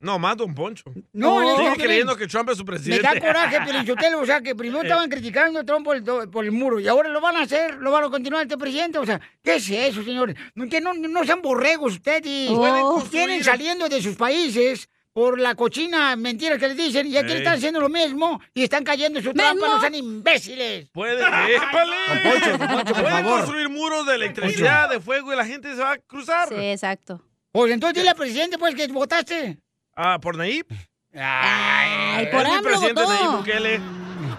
[SPEAKER 2] No, más Don Poncho.
[SPEAKER 1] No, yo
[SPEAKER 2] Sigue
[SPEAKER 1] digo que-
[SPEAKER 2] creyendo que Trump es su
[SPEAKER 1] Me
[SPEAKER 2] presidente. Eh.
[SPEAKER 1] da coraje, Pirinchotelo. O sea, que primero estaban criticando a Trump por el, do- por el muro y ahora lo van a hacer, lo van a continuar este presidente. O sea, ¿qué es eso, señores? No, que no, no sean borregos ustedes.
[SPEAKER 3] Pueden
[SPEAKER 1] Vienen saliendo de sus países por la cochina mentira que les dicen y aquí
[SPEAKER 2] Ey.
[SPEAKER 1] están haciendo lo mismo y están cayendo en su trampa. No sean imbéciles.
[SPEAKER 2] Puede, épale. Pueden
[SPEAKER 1] por favor.
[SPEAKER 2] construir muros de electricidad, de fuego y la gente se va a cruzar.
[SPEAKER 1] Sí, exacto. Pues entonces dile al presidente pues que votaste.
[SPEAKER 2] Ah, por Nayib. Eh,
[SPEAKER 1] Ay,
[SPEAKER 2] Es
[SPEAKER 1] por
[SPEAKER 2] mi
[SPEAKER 1] AMLO
[SPEAKER 2] presidente
[SPEAKER 1] votó.
[SPEAKER 2] Nayib Bukele.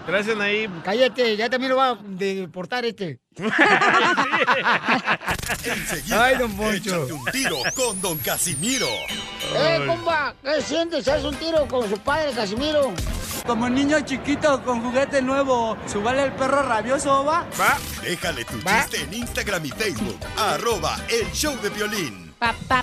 [SPEAKER 2] Gracias, Nayib.
[SPEAKER 1] Cállate, ya también lo va a deportar este.
[SPEAKER 4] Ay, don Poncho. un tiro con don Casimiro.
[SPEAKER 1] ¡Eh, compa! ¿Qué sientes? ¿Haz un tiro con su padre, Casimiro?
[SPEAKER 10] Como niño chiquito con juguete nuevo, subale el perro rabioso, va.
[SPEAKER 2] Va.
[SPEAKER 4] Déjale tu chiste en Instagram y Facebook. Arroba el show de violín.
[SPEAKER 1] Papá.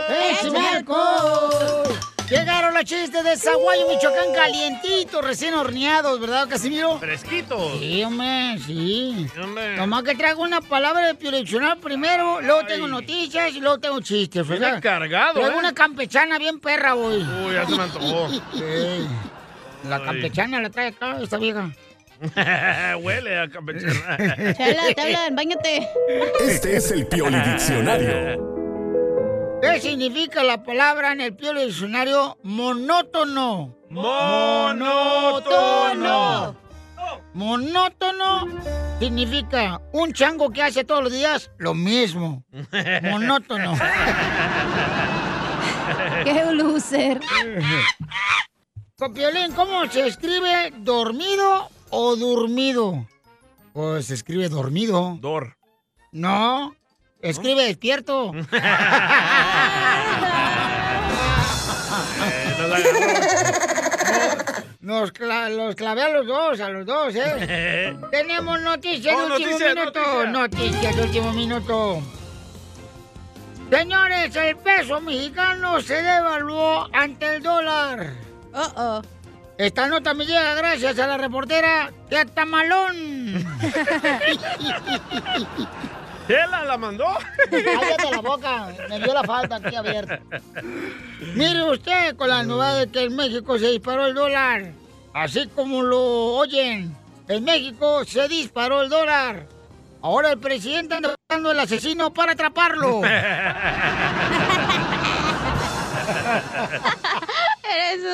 [SPEAKER 3] ¡Eh,
[SPEAKER 1] ¡Échame alcohol! ¡Eh, Llegaron los chistes de Zaguayo, Michoacán, calientitos, recién horneados, ¿verdad, Casimiro?
[SPEAKER 2] Fresquitos.
[SPEAKER 1] Sí, hombre, sí. Nomás que traigo una palabra de piolexionar primero, luego tengo noticias y luego tengo chistes,
[SPEAKER 2] Viene
[SPEAKER 1] ¿verdad?
[SPEAKER 2] cargado,
[SPEAKER 1] Traigo
[SPEAKER 2] ¿eh?
[SPEAKER 1] una campechana bien perra hoy. Uy,
[SPEAKER 2] ya se me antojó.
[SPEAKER 1] La campechana la trae acá, esta vieja.
[SPEAKER 2] Huele a campechana.
[SPEAKER 8] Chela, te hablan, bañate.
[SPEAKER 20] Este es el Pioli Diccionario.
[SPEAKER 1] ¿Qué significa la palabra en el piolexionario diccionario monótono?
[SPEAKER 2] Monótono.
[SPEAKER 1] Monótono significa un chango que hace todos los días lo mismo. Monótono.
[SPEAKER 8] Qué loser.
[SPEAKER 1] Copiolín, ¿cómo se escribe dormido o durmido? Pues se escribe dormido.
[SPEAKER 2] Dor.
[SPEAKER 1] No, escribe despierto. Nos cla- los clavé a los dos, a los dos, ¿eh? Tenemos noticias
[SPEAKER 3] Oh,
[SPEAKER 1] de último
[SPEAKER 3] noticias,
[SPEAKER 1] minuto.
[SPEAKER 3] noticias.
[SPEAKER 1] Noticias de último minuto. Señores, el peso mexicano se devaluó ante el dólar. Esta nota me llega gracias a la reportera de Atamalón.
[SPEAKER 2] ¿Tela la mandó?
[SPEAKER 1] Cállate la boca, me dio la falta aquí abierta. Mire usted con las novedades que en México se disparó el dólar. Así como lo oyen, en México se disparó el dólar. Ahora el presidente anda buscando el asesino para atraparlo. Eres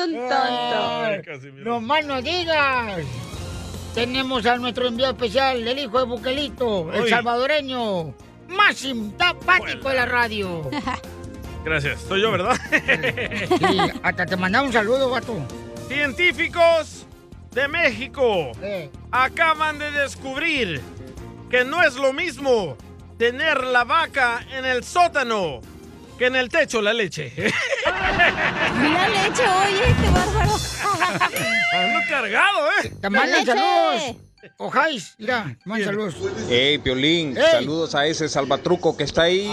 [SPEAKER 1] un
[SPEAKER 3] Ay,
[SPEAKER 1] No más no digas. Tenemos a nuestro enviado especial, el hijo de Buquelito, el
[SPEAKER 2] Ay.
[SPEAKER 1] salvadoreño, más simpático de la radio.
[SPEAKER 2] Gracias. Soy yo, ¿verdad?
[SPEAKER 1] Sí, hasta te mandaron un saludo, vato.
[SPEAKER 2] Científicos de México acaban de descubrir que no es lo mismo tener la vaca en el sótano que en el techo la leche.
[SPEAKER 8] Mira leche, oye, qué este bárbaro.
[SPEAKER 2] Ando cargado, ¿eh?
[SPEAKER 1] Te mandan
[SPEAKER 8] ¡Leche!
[SPEAKER 1] saludos. Ojáis, mira, mandan saludos.
[SPEAKER 11] Hey, Piolín, saludos a ese salvatruco que está ahí.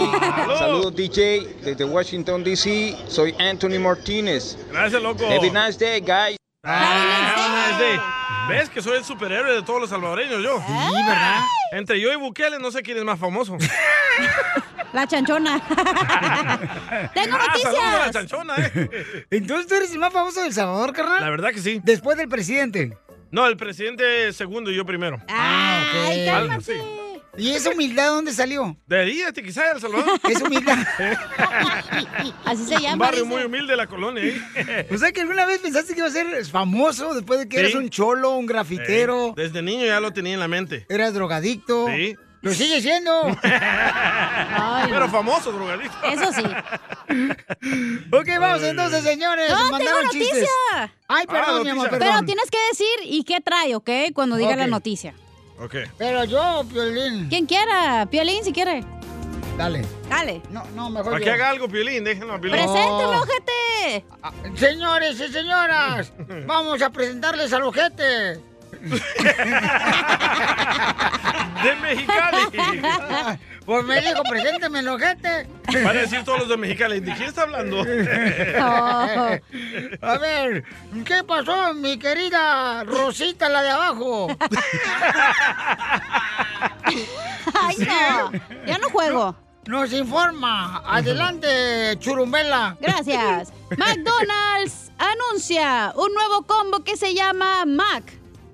[SPEAKER 11] Saludos, DJ, desde Washington, D.C. Soy Anthony Martínez.
[SPEAKER 2] Gracias, loco.
[SPEAKER 11] Have a nice day, guys.
[SPEAKER 2] Ah, nice day. ¿Ves que soy el superhéroe de todos los salvadoreños yo? Sí, ¿verdad? Entre yo y Bukele no sé quién es más famoso.
[SPEAKER 8] La chanchona. Tengo
[SPEAKER 2] Ah, saludos a la
[SPEAKER 8] noticias.
[SPEAKER 2] chanchona, ¿eh?
[SPEAKER 1] Entonces tú eres el más famoso del Salvador, carnal.
[SPEAKER 2] La verdad que sí.
[SPEAKER 1] Después del presidente.
[SPEAKER 2] No, el presidente segundo y yo primero.
[SPEAKER 1] Ah, ok.
[SPEAKER 2] Algo
[SPEAKER 1] cálmate.
[SPEAKER 2] así.
[SPEAKER 1] ¿Y esa humildad dónde salió?
[SPEAKER 2] De ahí, este quizás, El Salvador.
[SPEAKER 1] Es humildad.
[SPEAKER 8] Así se llama.
[SPEAKER 2] Un barrio
[SPEAKER 8] dice.
[SPEAKER 2] muy humilde de la colonia. ¿eh?
[SPEAKER 1] O sea que alguna vez pensaste que iba a ser famoso después de que
[SPEAKER 2] Sí.
[SPEAKER 1] eres un cholo, un grafitero,
[SPEAKER 2] Eh, Desde niño ya lo tenía en la mente.
[SPEAKER 1] eras drogadicto.
[SPEAKER 2] Sí.
[SPEAKER 1] Lo sigue siendo.
[SPEAKER 2] Pero famoso, drogadicto.
[SPEAKER 8] Eso sí.
[SPEAKER 1] ok, vamos entonces, señores.
[SPEAKER 8] No,
[SPEAKER 1] Nos
[SPEAKER 8] tengo
[SPEAKER 1] mandaron
[SPEAKER 8] noticia.
[SPEAKER 1] chistes. Ay, perdón,
[SPEAKER 2] Ah,
[SPEAKER 1] mi amor, perdón.
[SPEAKER 8] Pero tienes que decir y qué trae, ¿ok? Cuando diga la
[SPEAKER 1] Ok.
[SPEAKER 8] noticia.
[SPEAKER 2] Ok.
[SPEAKER 1] Pero yo, Piolín.
[SPEAKER 8] Quien quiera, Piolín si quiere.
[SPEAKER 1] Dale.
[SPEAKER 8] Dale.
[SPEAKER 1] No, no, mejor.
[SPEAKER 2] Para que haga algo, Piolín, déjenlo a Piolín. Oh.
[SPEAKER 8] Preséntame, ojete.
[SPEAKER 1] Ah, Señores y señoras, vamos a presentarles al
[SPEAKER 2] ¡De
[SPEAKER 1] ojete.
[SPEAKER 2] Mexicali!
[SPEAKER 1] Pues me dijo, presénteme el ojete.
[SPEAKER 2] Van a decir todos los de Mexicali, ¿de quién está hablando?
[SPEAKER 1] Oh. A ver, ¿qué pasó, mi querida Rosita, la de abajo?
[SPEAKER 8] Ay, no. Ya no juego.
[SPEAKER 1] Nos informa. Adelante, Churumbela.
[SPEAKER 8] Gracias. McDonald's anuncia un nuevo combo que se llama Mac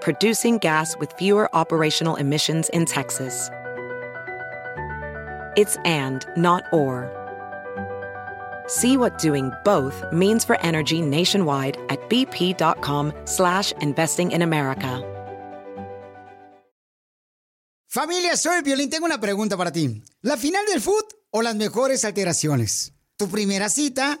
[SPEAKER 12] producing gas with fewer operational emissions in Texas. It's and, not or. See what doing both means for energy nationwide at bp.com slash investing in America.
[SPEAKER 1] Familia, soy Violín. Tengo una pregunta para ti. ¿La final del foot o las mejores alteraciones? ¿Tu primera cita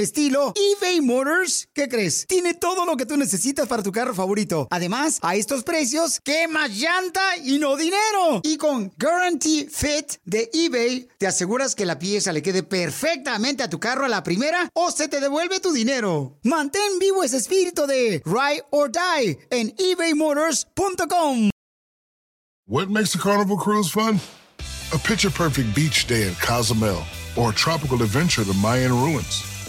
[SPEAKER 1] estilo, eBay Motors, ¿qué crees? Tiene todo lo que tú necesitas para tu carro favorito. Además, a estos precios, ¿qué más llanta y no dinero? Y con Guarantee Fit de eBay, te aseguras que la pieza le quede perfectamente a tu carro a la primera o se te devuelve tu dinero. Mantén vivo ese espíritu de Ride or Die en ebaymotors.com.
[SPEAKER 13] What makes a carnival cruise fun? A picture perfect beach day in Cozumel or a tropical adventure to Mayan ruins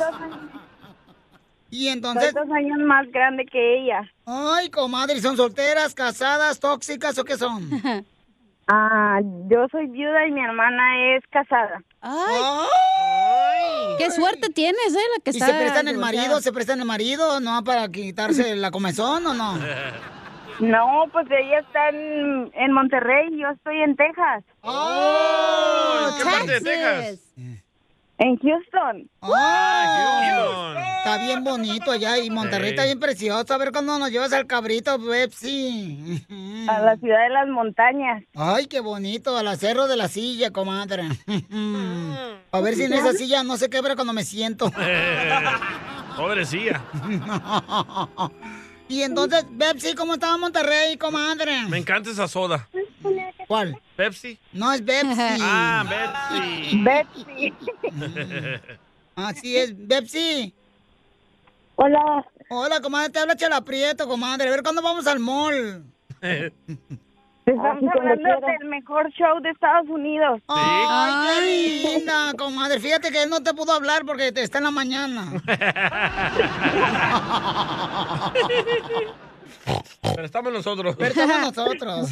[SPEAKER 1] Y entonces...
[SPEAKER 6] Soy dos años más grande que ella.
[SPEAKER 1] Ay, comadre, ¿son solteras, casadas, tóxicas o qué son?
[SPEAKER 26] Ah, yo soy viuda y mi hermana es casada.
[SPEAKER 8] Ay. Qué suerte tienes, ¿eh? La que
[SPEAKER 1] ¿Y
[SPEAKER 8] está
[SPEAKER 1] se prestan el
[SPEAKER 8] divorciada.
[SPEAKER 1] marido? ¿Se prestan el marido? ¿No? ¿Para quitarse la comezón o no?
[SPEAKER 26] No, pues ella está en, en Monterrey y yo estoy en Texas.
[SPEAKER 2] ¡Oh! ¿en qué parte de Texas?
[SPEAKER 26] En Houston.
[SPEAKER 1] Está bien bonito allá y Monterrey está bien precioso. A ver cuándo nos llevas al cabrito, Pepsi.
[SPEAKER 26] A la ciudad de las montañas.
[SPEAKER 1] Ay, qué bonito, al acerro de la silla, comadre.
[SPEAKER 26] Mm.
[SPEAKER 1] A ver si en esa silla no se quebra cuando me siento.
[SPEAKER 2] Pobrecilla.
[SPEAKER 1] Y entonces, Pepsi, ¿cómo estaba Monterrey, comadre?
[SPEAKER 2] Me encanta esa soda.
[SPEAKER 1] ¿Cuál?
[SPEAKER 2] ¿Pepsi?
[SPEAKER 1] No, es Pepsi.
[SPEAKER 2] Ah, Pepsi.
[SPEAKER 26] Betsy.
[SPEAKER 1] Así es, Pepsi.
[SPEAKER 26] Hola.
[SPEAKER 1] Hola, comadre, te habla Chela Prieto, comadre. A ver cuándo vamos al mall.
[SPEAKER 26] Estamos hablando del mejor show de Estados Unidos.
[SPEAKER 1] Ay, qué linda, comadre. Fíjate que él no te pudo hablar porque te- está en la mañana.
[SPEAKER 2] Pero estamos nosotros.
[SPEAKER 1] Pero estamos nosotros.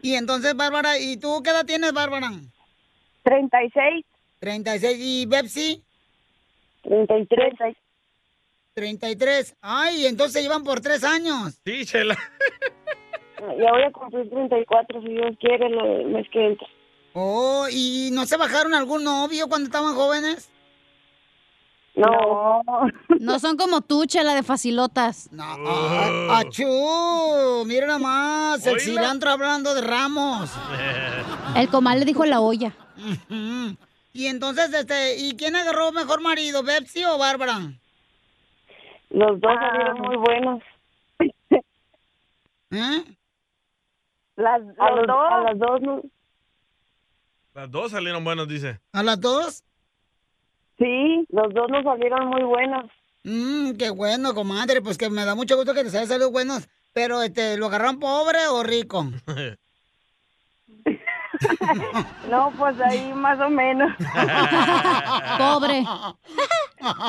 [SPEAKER 1] Y entonces, Bárbara, ¿y tú qué edad tienes, Bárbara?
[SPEAKER 26] 36.
[SPEAKER 1] 36. ¿Y Bepsi?
[SPEAKER 26] 33.
[SPEAKER 1] 33. Ay, entonces se llevan por tres años.
[SPEAKER 2] Sí, chela.
[SPEAKER 26] Ya voy a cumplir 34 si Dios quiere el mes que entra.
[SPEAKER 1] Oh, ¿y no se bajaron algún novio cuando estaban jóvenes?
[SPEAKER 26] No.
[SPEAKER 8] No son como tú, chela de facilotas.
[SPEAKER 1] No. Ah, ¡Achú! Mira nada más, el
[SPEAKER 8] Oíla.
[SPEAKER 1] cilantro hablando de ramos.
[SPEAKER 8] El comal le dijo la olla.
[SPEAKER 1] Ujú. Y entonces, este, ¿y quién agarró mejor marido, Bepsi o Bárbara?
[SPEAKER 26] Los dos salieron muy buenos.
[SPEAKER 1] ¿Eh?
[SPEAKER 26] Las,
[SPEAKER 1] ¿A
[SPEAKER 26] los
[SPEAKER 1] los-
[SPEAKER 26] dos.
[SPEAKER 1] a
[SPEAKER 26] las dos, ¿no?
[SPEAKER 2] Las dos salieron buenas, dice.
[SPEAKER 1] ¿A las dos?
[SPEAKER 26] Sí, los dos nos salieron muy buenos.
[SPEAKER 1] Mmm, qué bueno, comadre, pues que me da mucho gusto que les haya salido buenos. Pero, este, ¿lo agarraron pobre o rico?
[SPEAKER 26] No, pues ahí más o menos.
[SPEAKER 2] Pobre.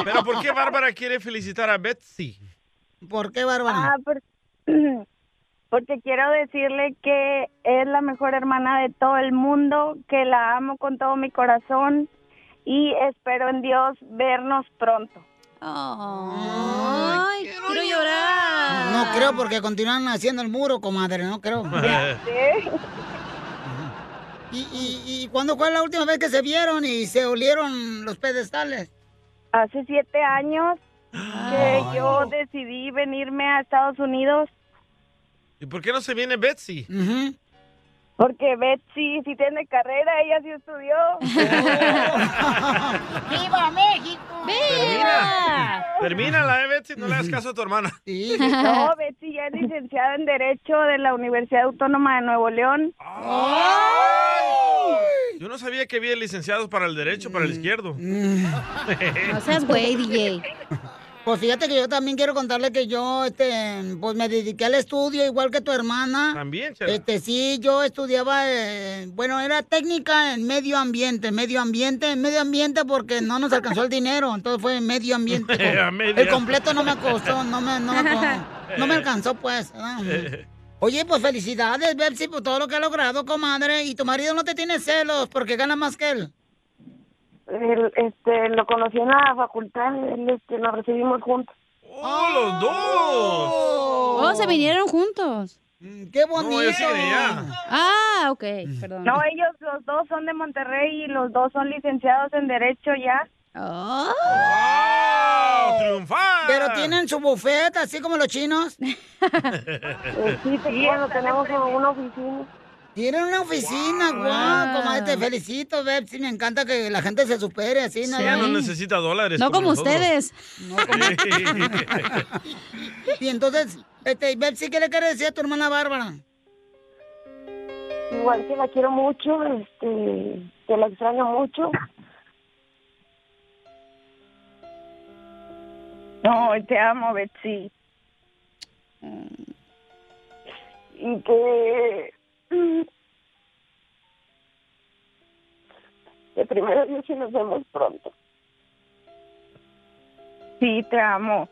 [SPEAKER 2] Pero ¿por qué Bárbara quiere felicitar a Betsy?
[SPEAKER 1] ¿Por qué, Bárbara?
[SPEAKER 26] Ah, por- porque quiero decirle que es la mejor hermana de todo el mundo, que la amo con todo mi corazón y espero en Dios vernos pronto.
[SPEAKER 8] Oh. Ay, quiero llorar.
[SPEAKER 1] No creo porque continúan haciendo el muro, comadre, no creo. ¿Y, y, y cuándo fue la última vez que se vieron y se olieron los pedestales?
[SPEAKER 26] Hace siete años que yo decidí venirme a Estados Unidos
[SPEAKER 2] ¿Y por qué no se viene Betsy?
[SPEAKER 26] porque Betsy sí tiene carrera, ella sí estudió.
[SPEAKER 1] ¡Viva México!
[SPEAKER 2] ¡Viva! Termínala, eh, Betsy, no le hagas caso a tu hermana.
[SPEAKER 26] No, Betsy ya es licenciada en Derecho de la Universidad Autónoma de Nuevo León.
[SPEAKER 2] ¡Ah! Yo no sabía que había licenciados para el derecho, para el izquierdo.
[SPEAKER 1] No seas güey, DJ. Eh, Pues fíjate que yo también quiero contarle que yo, este, pues me dediqué al estudio igual que tu hermana.
[SPEAKER 2] También, chela.
[SPEAKER 1] Este, sí, yo estudiaba, eh, bueno, era técnica en medio ambiente, medio ambiente, medio ambiente porque no nos alcanzó el dinero, entonces fue en medio ambiente.
[SPEAKER 2] A
[SPEAKER 1] Com-
[SPEAKER 2] medias.
[SPEAKER 1] el completo no me costó, no me, no me, co- no me alcanzó, pues. Ah. Oye, pues felicidades, Bepsi, por todo lo que ha logrado, comadre. Y tu marido no te tiene celos porque gana más que él.
[SPEAKER 26] Él, este, lo conocí en la facultad, él, este, nos recibimos juntos.
[SPEAKER 2] ¡Oh, los dos!
[SPEAKER 8] Oh, se vinieron juntos.
[SPEAKER 1] Mm, ¡Qué
[SPEAKER 8] bonito!
[SPEAKER 2] No, ella sigue de allá.
[SPEAKER 8] Ah, ok, perdón.
[SPEAKER 26] No, ellos los dos son de Monterrey y los dos son licenciados en Derecho ya.
[SPEAKER 8] Oh.
[SPEAKER 1] Pero tienen su buffet, así como los chinos.
[SPEAKER 26] Eh, Sí, te quiero, tenemos como una oficina.
[SPEAKER 1] Tienen una oficina, guau, comadre, te felicito, Bepsi, me encanta que la gente se supere así, nada
[SPEAKER 2] Ella no
[SPEAKER 1] más.
[SPEAKER 2] necesita dólares. nosotros.
[SPEAKER 1] No como- y entonces, este, Bepsi, ¿qué le quiere decir a tu hermana Bárbara?
[SPEAKER 26] Igual que la quiero mucho, este, que la extraño mucho. No, te amo, Betsy. Y que... mm, Que primero Dios y nos vemos pronto. Sí, te amo.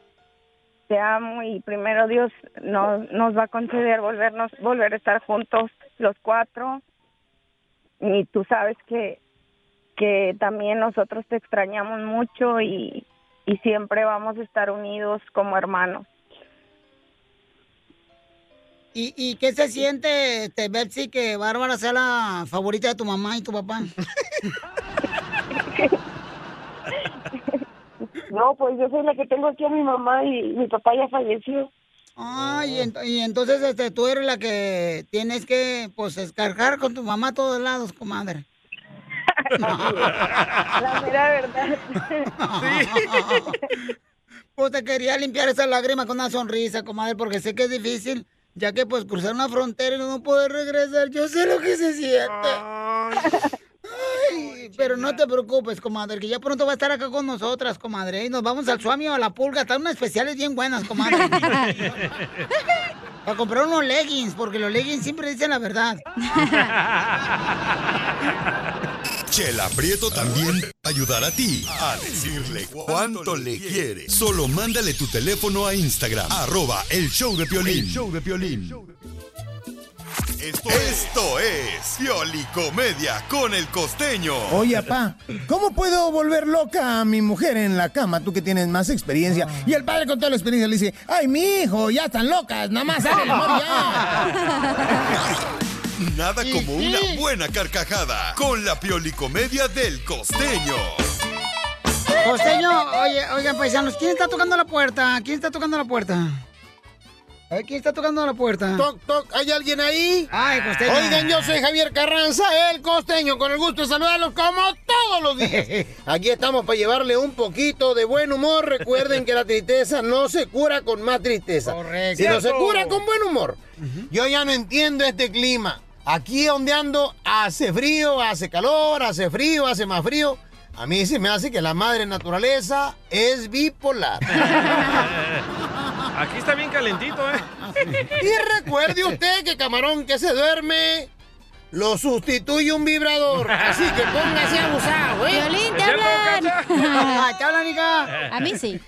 [SPEAKER 26] te amo y primero Dios nos, nos va a conceder volvernos, volver a estar juntos los cuatro. Y tú sabes que, que también nosotros te extrañamos mucho y, y siempre vamos a estar unidos como hermanos.
[SPEAKER 1] ¿Y, y qué se siente, este, Betsy, que Bárbara sea la favorita de tu mamá y tu papá?
[SPEAKER 19] No, pues yo soy la que tengo aquí a mi mamá y mi papá ya falleció.
[SPEAKER 1] Ay, ent- y entonces este, tú eres la que tienes que, pues, descargar con tu mamá a todos lados, comadre.
[SPEAKER 26] La mera verdad.
[SPEAKER 1] Pues te quería limpiar esa lágrima con una sonrisa, comadre, porque sé que es difícil, ya que, pues, cruzar una frontera y no poder regresar, yo sé lo que se siente. Ay, pero no te preocupes, comadre, que ya pronto va a estar acá con nosotras, comadre. Y nos vamos al suami o a la pulga, están unas especiales bien buenas, comadre. Para comprar unos leggings, porque los leggings siempre dicen la verdad.
[SPEAKER 4] Chela Prieto también te va a ayudar a ti a decirle cuánto le quiere. Solo mándale tu teléfono a Instagram, arroba el show de Piolín.
[SPEAKER 27] El
[SPEAKER 4] show de Esto, esto es Piolicomedia con el costeño.
[SPEAKER 27] Oye, papá, ¿cómo puedo volver loca a mi mujer en la cama? Tú que tienes más experiencia. Y el padre con toda la experiencia le dice, ay, mi hijo, ya están locas, nada más sale el amor ya.
[SPEAKER 4] Nada como una buena carcajada con la Piolicomedia del costeño.
[SPEAKER 1] Costeño, oye, oigan, paisanos, ¿quién está tocando la puerta? ¿Quién está tocando la puerta? A ver, ¿quién está tocando la puerta?
[SPEAKER 17] Toc, toc, ¿hay alguien ahí?
[SPEAKER 1] Ay, costeño.
[SPEAKER 17] Oigan, yo soy Javier Carranza, el costeño, con el gusto de saludarlos como todos los días. Aquí estamos para llevarle un poquito de buen humor. Recuerden que la tristeza no se cura con más tristeza,
[SPEAKER 1] Correcto.
[SPEAKER 17] sino se cura con buen humor. Yo ya no entiendo este clima. Aquí donde ando hace frío, hace calor, hace frío, hace más frío. A mí se me hace que la madre naturaleza es bipolar.
[SPEAKER 2] Aquí está bien calentito, ¿eh?
[SPEAKER 17] Y recuerde usted que camarón que se duerme lo sustituye un vibrador. Así que póngase abusado, ¿eh?
[SPEAKER 8] Violín, te hablan.
[SPEAKER 1] ¿Te hablan, hija?
[SPEAKER 8] A mí sí.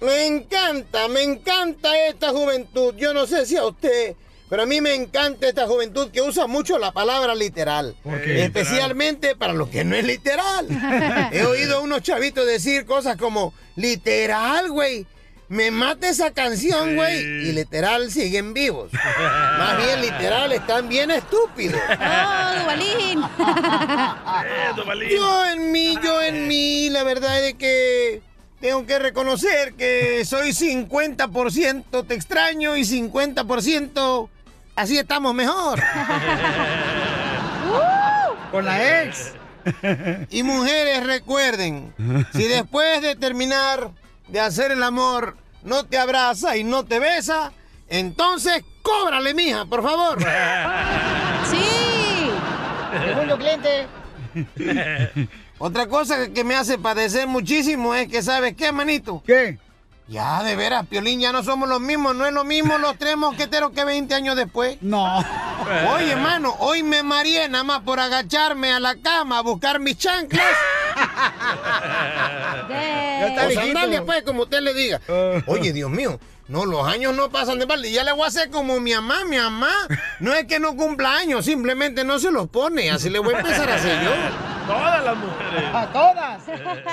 [SPEAKER 17] Me encanta, me encanta esta juventud. Yo no sé si a usted, pero a mí me encanta esta juventud que usa mucho la palabra literal.
[SPEAKER 27] qué?
[SPEAKER 17] Especialmente Este, para lo que no es literal. He oído a unos chavitos decir cosas como, literal, güey. Me mata esa canción, güey. Y literal siguen vivos. Más bien literal, están bien estúpidos.
[SPEAKER 8] ¡Oh, Dubalín!
[SPEAKER 17] Yo en mí, yo en mí, la verdad es que tengo que reconocer que soy 50% te extraño y 50% así estamos mejor.
[SPEAKER 1] Con la ex.
[SPEAKER 17] Y mujeres recuerden, si después de terminar de hacer el amor no te abraza y no te besa, entonces cóbrale, mija, por favor.
[SPEAKER 8] ¡Sí!
[SPEAKER 17] Segundo cliente. Otra cosa que me hace padecer muchísimo es que, ¿sabes qué, manito?
[SPEAKER 1] ¿Qué?
[SPEAKER 17] Ya, Ah, de veras, Piolín, ya no somos los mismos. No es lo mismo los tres mosqueteros que 20 años después.
[SPEAKER 1] No.
[SPEAKER 17] Oye, hermano, hoy me mareé nada más por agacharme a la cama a buscar mis chanclas.
[SPEAKER 8] Ya
[SPEAKER 17] O sandalias, pues, como usted le diga. Eh. Oye, Dios mío, no, los años no pasan de balde. Ya le voy a hacer como mi mamá, mi mamá. No es que no cumpla años, simplemente no se los pone. Así le voy a empezar a hacer yo.
[SPEAKER 2] Todas las mujeres.
[SPEAKER 1] A todas.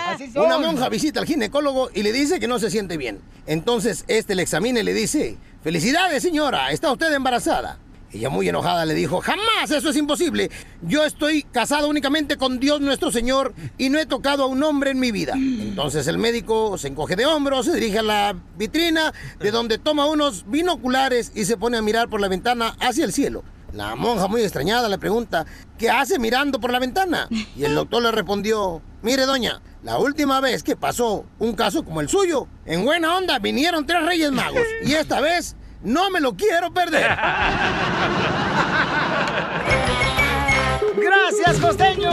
[SPEAKER 1] Así son.
[SPEAKER 17] Una monja visita al ginecólogo y le dice que no se siente bien. Entonces este le examina y le dice, felicidades señora, está usted embarazada. Ella muy enojada le dijo, jamás, eso es imposible. Yo estoy casada únicamente con Dios nuestro Señor y no he tocado a un hombre en mi vida. Entonces el médico se encoge de hombros, se dirige a la vitrina, de donde toma unos binoculares y se pone a mirar por la ventana hacia el cielo. La monja muy extrañada le pregunta, ¿qué hace mirando por la ventana? Y el doctor le respondió, mire doña, la última vez que pasó un caso como el suyo, en buena onda vinieron tres reyes magos y esta vez no me lo quiero perder.
[SPEAKER 1] Gracias, costeño.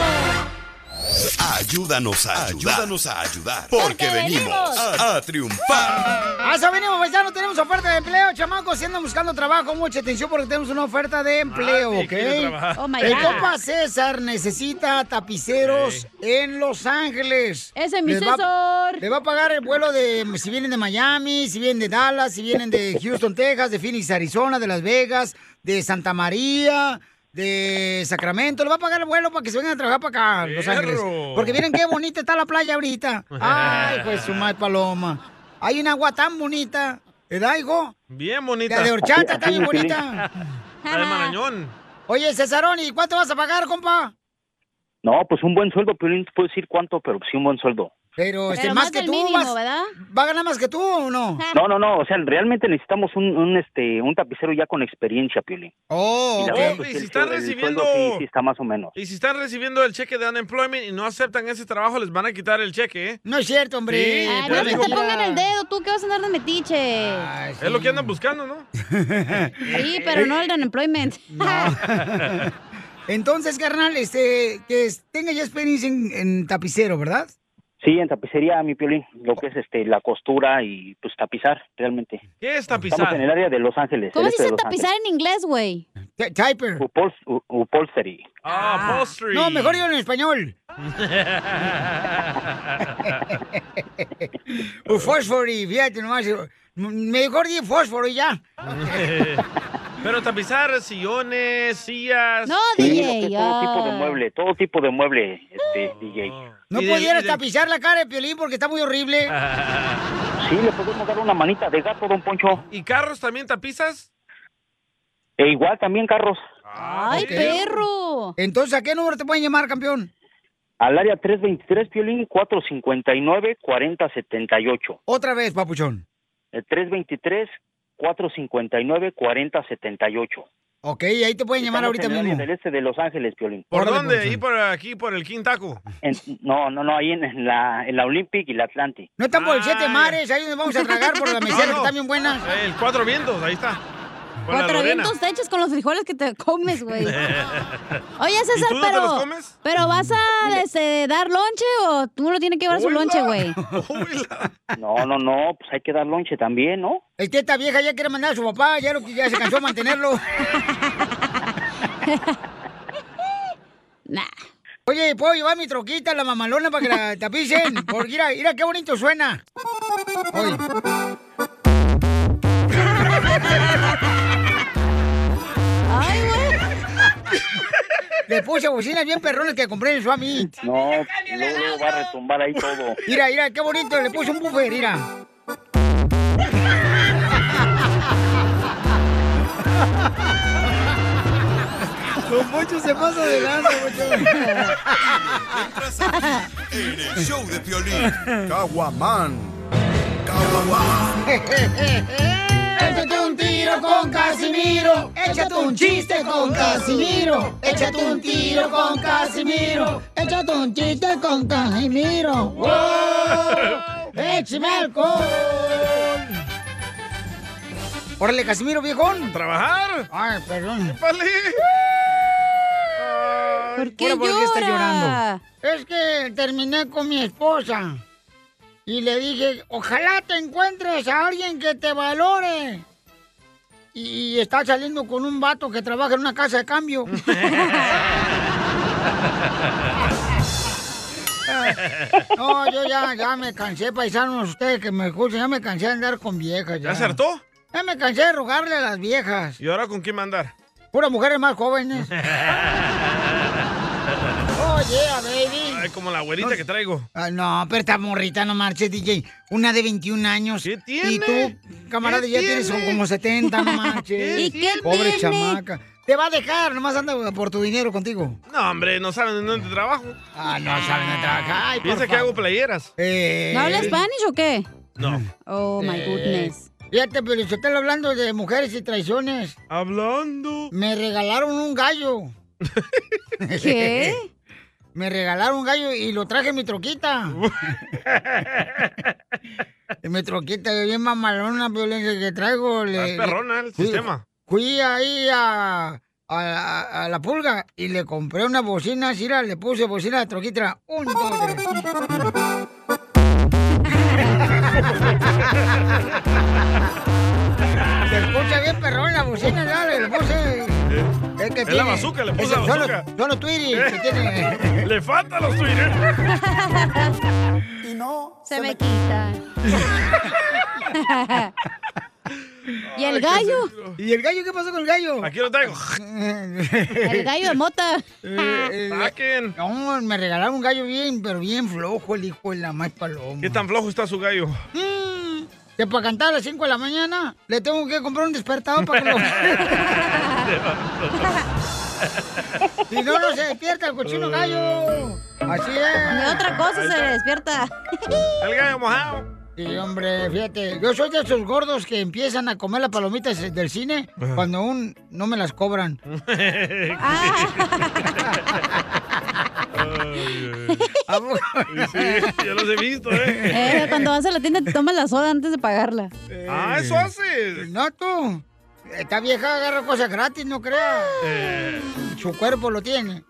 [SPEAKER 4] Ayúdanos a ayudar. Ayúdanos a ayudar. Porque venimos a, a triunfar.
[SPEAKER 1] A eso venimos, paisano. Tenemos oferta de empleo, chamacos. Si andan buscando trabajo, mucha atención porque tenemos una oferta de empleo,
[SPEAKER 8] Ah, sí,
[SPEAKER 1] ¿ok?
[SPEAKER 8] quiero trabajar. Oh, my
[SPEAKER 1] El
[SPEAKER 8] God.
[SPEAKER 1] compa César necesita tapiceros en Los Ángeles. Ese
[SPEAKER 8] mi
[SPEAKER 1] Le va a pagar el vuelo de si vienen de Miami, si vienen de Dallas, si vienen de Houston, Texas, de Phoenix, Arizona, de Las Vegas, de Santa María. De Sacramento, le va a pagar el vuelo para que se vengan a trabajar para acá, a Los
[SPEAKER 3] Perro.
[SPEAKER 1] Ángeles. Porque miren qué bonita está la playa ahorita. Ay, pues su madre paloma. Hay una agua tan bonita, ¿verdad, hijo?
[SPEAKER 2] Bien bonita.
[SPEAKER 1] La de horchata está bien
[SPEAKER 2] Sí, sí.
[SPEAKER 1] bonita.
[SPEAKER 2] La de Marañón.
[SPEAKER 1] Oye, Cesarón, ¿y cuánto vas a pagar, compa?
[SPEAKER 28] No, pues un buen sueldo, Piolín, te puedo decir cuánto, pero sí un buen sueldo.
[SPEAKER 1] Pero, este,
[SPEAKER 8] Pero
[SPEAKER 1] más,
[SPEAKER 8] más
[SPEAKER 1] que
[SPEAKER 8] del
[SPEAKER 1] tú,
[SPEAKER 8] mínimo, Ah.
[SPEAKER 1] vas- ¿va a ganar más que tú o no?
[SPEAKER 28] No, no, no, o sea, realmente necesitamos un, un, este, un tapicero ya con experiencia, Piolín.
[SPEAKER 1] Oh,
[SPEAKER 28] Y la
[SPEAKER 2] ok.
[SPEAKER 28] verdad, pues,
[SPEAKER 2] Y
[SPEAKER 28] el
[SPEAKER 2] si están
[SPEAKER 28] sueldo- el
[SPEAKER 2] recibiendo-
[SPEAKER 28] sueldo sí- sí está más o menos.
[SPEAKER 2] Y si están recibiendo el cheque de unemployment y no aceptan ese trabajo, les van a quitar el cheque, ¿eh?
[SPEAKER 1] No es cierto,
[SPEAKER 2] hombre.
[SPEAKER 8] Ay,
[SPEAKER 2] pero
[SPEAKER 8] no te
[SPEAKER 2] digo-
[SPEAKER 8] pongan el dedo, tú que vas a andar de metiche.
[SPEAKER 2] Es lo que andan buscando, ¿no?
[SPEAKER 8] Sí, pero no el de unemployment.
[SPEAKER 1] Entonces, carnal, este, que es- tenga ya experiencia en, en tapicero, ¿verdad?
[SPEAKER 28] Sí, en tapicería, mi Piolín, lo que es este, la costura y pues tapizar, realmente.
[SPEAKER 2] ¿Qué es
[SPEAKER 28] Estamos en el área de Los Ángeles.
[SPEAKER 8] ¿Cómo
[SPEAKER 28] el este
[SPEAKER 8] se
[SPEAKER 28] de
[SPEAKER 8] dice
[SPEAKER 28] Los Ángeles.
[SPEAKER 8] tapizar en inglés, güey?
[SPEAKER 1] Typer.
[SPEAKER 28] Upols- u- upholstery.
[SPEAKER 2] Ah, upholstery.
[SPEAKER 1] No, mejor yo en español. O Pues fósforo, fíjate nomás. Mejor di fósforo y ya.
[SPEAKER 2] Pero tapizar sillones, sillas.
[SPEAKER 1] No,
[SPEAKER 28] Sí, lo que es todo tipo de mueble, todo tipo de mueble, este,
[SPEAKER 2] Oh,
[SPEAKER 28] DJ.
[SPEAKER 1] No pudieras tapizar la cara de Piolín porque está muy horrible.
[SPEAKER 28] Ah, Sí, le podemos dar una manita de gato, don Poncho.
[SPEAKER 2] ¿Y carros también tapizas?
[SPEAKER 28] E igual también carros.
[SPEAKER 1] ¡Ay, perro! Entonces, ¿a qué número te pueden llamar, campeón?
[SPEAKER 28] Al área 323, Piolín, 459-4078.
[SPEAKER 1] Otra vez, papuchón.
[SPEAKER 28] El 323-459-4078.
[SPEAKER 1] Ok, ahí te pueden llamar
[SPEAKER 28] Estamos
[SPEAKER 1] ahorita
[SPEAKER 28] en el área
[SPEAKER 1] mismo.
[SPEAKER 28] del este de Los Ángeles, Piolín.
[SPEAKER 2] ¿Por dónde? Ahí por aquí, por el Quintaco.
[SPEAKER 28] En- no, no, no, ahí en, en la, en la Olympic y la Atlantic.
[SPEAKER 1] No están por el Siete
[SPEAKER 2] Ah,
[SPEAKER 1] Mares, ahí nos vamos a tragar por la mesera, que está bien buena.
[SPEAKER 2] Eh, El Cuatro Vientos, ahí está. Con la
[SPEAKER 8] Cuatro
[SPEAKER 2] Lorena.
[SPEAKER 8] vientos te echas con los frijoles que te comes, güey. Oye,
[SPEAKER 2] ¿Y
[SPEAKER 8] César,
[SPEAKER 2] tú no te
[SPEAKER 8] pero.
[SPEAKER 2] los comes?
[SPEAKER 8] ¿Pero vas a este, dar lonche o tú no tienes que llevar su lonche, güey?
[SPEAKER 28] No, no, no, pues hay que dar lonche también, ¿no?
[SPEAKER 1] Es que esta vieja ya quiere mandar a su papá, ya, lo- ya se cansó de mantenerlo.
[SPEAKER 8] nah.
[SPEAKER 1] Oye, ¿puedo llevar mi troquita, la mamalona, para que la tapicen? Porque mira, mira qué bonito suena. Oye. Ay, güey. Le puse bocinas bien perrones que compré en el Swami.
[SPEAKER 28] No, luego, luego va a retumbar ahí todo.
[SPEAKER 1] Mira, mira, qué bonito, le puse un buffer, mira. Don Pocho se pasa de lanza,
[SPEAKER 4] En el show de Piolín. Caguaman.
[SPEAKER 1] Échate un tiro con Casimiro, échate un chiste con Casimiro, échate un tiro con Casimiro, échate un chiste con Casimiro. ¡Wow! ¡Échame alcohol! Órale, Casimiro, viejón.
[SPEAKER 2] ¿Trabajar?
[SPEAKER 1] Ay, perdón.
[SPEAKER 8] ¿Por
[SPEAKER 1] qué está
[SPEAKER 8] llora?
[SPEAKER 1] llorando? Es que terminé con mi esposa y le dije, ojalá te encuentres a alguien que te valore. Y, y está saliendo con un vato que trabaja en una casa de cambio. no, yo ya, ya me cansé, paisanos, ustedes que me escuchan, ya me cansé de andar con viejas. ¿Ya,
[SPEAKER 2] ¿Ya acertó?
[SPEAKER 1] Ya me cansé de rogarle a las viejas.
[SPEAKER 2] ¿Y ahora con quién mandar?
[SPEAKER 1] Puras mujeres más jóvenes. Oh, yeah, baby.
[SPEAKER 2] Ay, como la abuelita que traigo.
[SPEAKER 1] Ah, no, pero esta morrita no marches, DJ. Una de 21 años. ¿Qué tiene? Y tú, camarada,
[SPEAKER 8] ¿Qué
[SPEAKER 1] ya tienes
[SPEAKER 8] tiene?
[SPEAKER 1] como 70, no marches.
[SPEAKER 8] ¿Qué ¿Y qué
[SPEAKER 1] Pobre
[SPEAKER 8] tiene?
[SPEAKER 1] chamaca. Te va a dejar, nomás anda por tu dinero contigo.
[SPEAKER 2] No, hombre, no saben en dónde trabajo.
[SPEAKER 1] Ah, no saben dónde trabajar. Ay, por Eh.
[SPEAKER 2] Piensa que
[SPEAKER 1] favor.
[SPEAKER 2] hago playeras.
[SPEAKER 8] ¿No habla Spanish o qué?
[SPEAKER 2] No.
[SPEAKER 8] Oh, my goodness.
[SPEAKER 1] Eh, Fíjate, pero yo estoy hablando de mujeres y traiciones.
[SPEAKER 2] Hablando.
[SPEAKER 1] Me regalaron un gallo.
[SPEAKER 8] ¿Qué?
[SPEAKER 1] Me regalaron un gallo y lo traje en mi troquita. en mi troquita, bien pues, mamalona, violencia que traigo.
[SPEAKER 2] Estás perrona el
[SPEAKER 1] fui-
[SPEAKER 2] sistema.
[SPEAKER 1] Fui ahí a, a, a- a la pulga y le compré una bocina, Sira, le puse bocina de troquitra. Un, dos, tres. Se escucha bien perrón la bocina, ya le puse. Es, que
[SPEAKER 2] Es la
[SPEAKER 1] tiene-
[SPEAKER 2] bazooka, le puse
[SPEAKER 1] es-
[SPEAKER 2] la
[SPEAKER 1] son los-
[SPEAKER 2] bazooka.
[SPEAKER 1] Son los Twitter que tiene.
[SPEAKER 2] Le faltan los Twitter.
[SPEAKER 8] Y no. Se, me, quita. ¿Y el gallo?
[SPEAKER 1] ¿Y el gallo? ¿Qué pasó con el gallo?
[SPEAKER 2] Aquí lo tengo.
[SPEAKER 1] El
[SPEAKER 8] gallo de mota.
[SPEAKER 2] Saquen.
[SPEAKER 1] Eh, No, me regalaron un gallo bien, pero bien flojo el hijo de la más paloma.
[SPEAKER 2] ¿Qué tan flojo está su gallo?
[SPEAKER 1] Mm, que para cantar a las 5 de la mañana le tengo que comprar un despertador para que lo... si no, no se despierta el cochino gallo. Así es.
[SPEAKER 8] De otra cosa se le despierta.
[SPEAKER 2] El gallo mojado.
[SPEAKER 1] Sí, hombre, fíjate, yo soy de esos gordos que empiezan a comer las palomitas del cine cuando aún no me las cobran. Ah. ¿A poco?
[SPEAKER 2] Sí, ya los he visto, ¿eh?
[SPEAKER 8] Eh, cuando vas a la tienda te tomas la soda antes de pagarla.
[SPEAKER 2] Ah, eso haces.
[SPEAKER 1] No, tú. Eh, Esta vieja agarra cosas gratis, no creas.
[SPEAKER 2] Eh.
[SPEAKER 1] Su cuerpo lo tiene.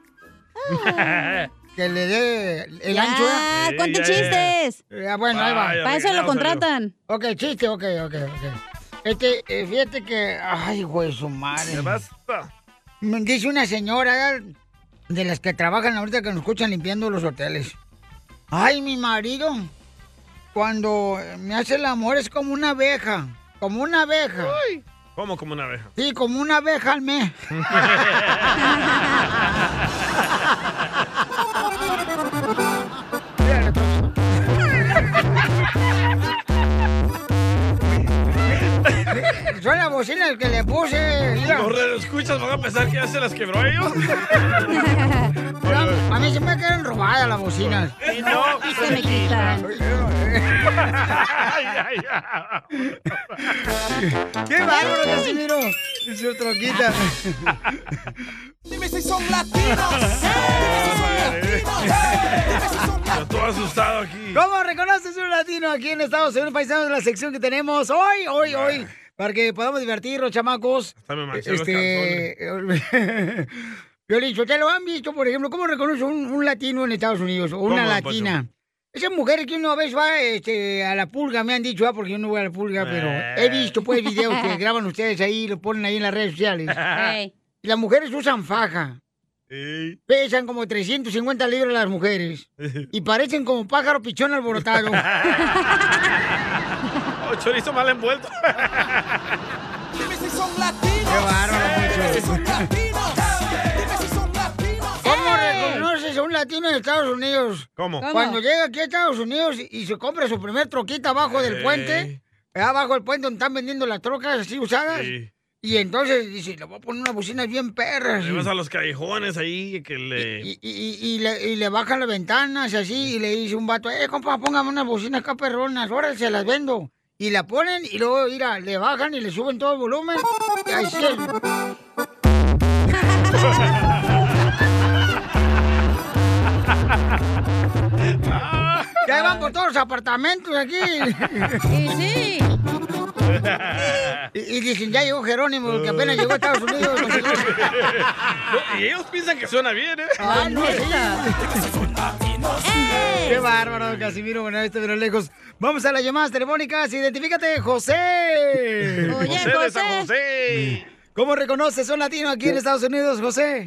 [SPEAKER 1] Que le dé el
[SPEAKER 8] Ya,
[SPEAKER 1] ancho. ¿eh?
[SPEAKER 8] cuente Ya, ya, ya. chistes.
[SPEAKER 1] Ya, bueno, ahí va.
[SPEAKER 8] Vaya, Para eso lo regalado salió. contratan.
[SPEAKER 1] Ok, chiste, ok, ok, ok. Este, eh, fíjate que. Ay, güey, su madre.
[SPEAKER 2] Ya basta.
[SPEAKER 1] Me Mm, dice una señora de las que trabajan ahorita que nos escuchan limpiando los hoteles. Ay, mi marido, cuando me hace el amor es como una abeja. Como una abeja.
[SPEAKER 2] ¿Cómo como una abeja?
[SPEAKER 1] Sí, como una abeja al mes. Son las bocinas que le puse. mira.
[SPEAKER 2] Los escuchas van a pensar que ya se las quebró a ellos.
[SPEAKER 1] A mí se me quedan robadas las bocinas.
[SPEAKER 2] Y no,
[SPEAKER 1] se me quitan. ¡Qué bárbaro, Casimiro! Y su troquita.
[SPEAKER 3] Dime si son latinos. Dime si son
[SPEAKER 2] Yo todo asustado aquí.
[SPEAKER 1] ¿Cómo reconoces un latino aquí en Estados Unidos, paisanos, la sección que tenemos hoy, hoy, hoy? Para que podamos divertirnos, chamacos.
[SPEAKER 2] Hasta me manché los
[SPEAKER 1] Este... Violín, ¿te lo han visto, por ejemplo? ¿Cómo reconoce un, un latino en Estados Unidos o una
[SPEAKER 2] ¿Cómo,
[SPEAKER 1] latina? Esas mujeres que una vez va este, a la pulga, me han dicho, ah, porque yo no voy a la pulga, pero
[SPEAKER 3] Eh.
[SPEAKER 1] he visto pues videos que graban ustedes ahí y lo ponen ahí en las redes sociales.
[SPEAKER 3] Ey.
[SPEAKER 1] Y Las mujeres usan faja. Pesan como 350 libras las mujeres. Y parecen como pájaro pichón alborotado.
[SPEAKER 2] Oh, chorizo mal envuelto.
[SPEAKER 3] Dime si son latinos. Qué Dime si son latinos. Dime si son latinos.
[SPEAKER 1] ¿Cómo reconoces a un latino en Estados Unidos?
[SPEAKER 2] ¿Cómo? ¿Cómo?
[SPEAKER 1] Cuando llega aquí a Estados Unidos y se compra su primer troquita abajo del
[SPEAKER 2] Ey.
[SPEAKER 1] puente, eh, abajo del puente donde están vendiendo las trocas así usadas,
[SPEAKER 2] Sí.
[SPEAKER 1] y entonces dice, le voy a poner unas bocinas bien perras.
[SPEAKER 2] Le vas a los callejones ahí que le.
[SPEAKER 1] Y, y- y le, y le bajan las ventanas y así, y le dice un vato, eh, compa, póngame unas bocinas acá perronas, ahora se las vendo. Y la ponen y luego, mira, le bajan y le suben todo el volumen. Y ahí sí. Ya van por todos los apartamentos aquí. Y sí. Y, dicen, ya llegó Jerónimo, que apenas llegó a Estados Unidos.
[SPEAKER 2] No, y ellos piensan que suena bien, ¿eh?
[SPEAKER 1] Ah, no, ¡Qué bárbaro, Casimiro! Bueno, esto pero lejos. Vamos a las llamadas telefónicas. Identifícate, José.
[SPEAKER 2] Oye, José de San José.
[SPEAKER 1] ¿Cómo reconoces un latino aquí en Estados Unidos, José?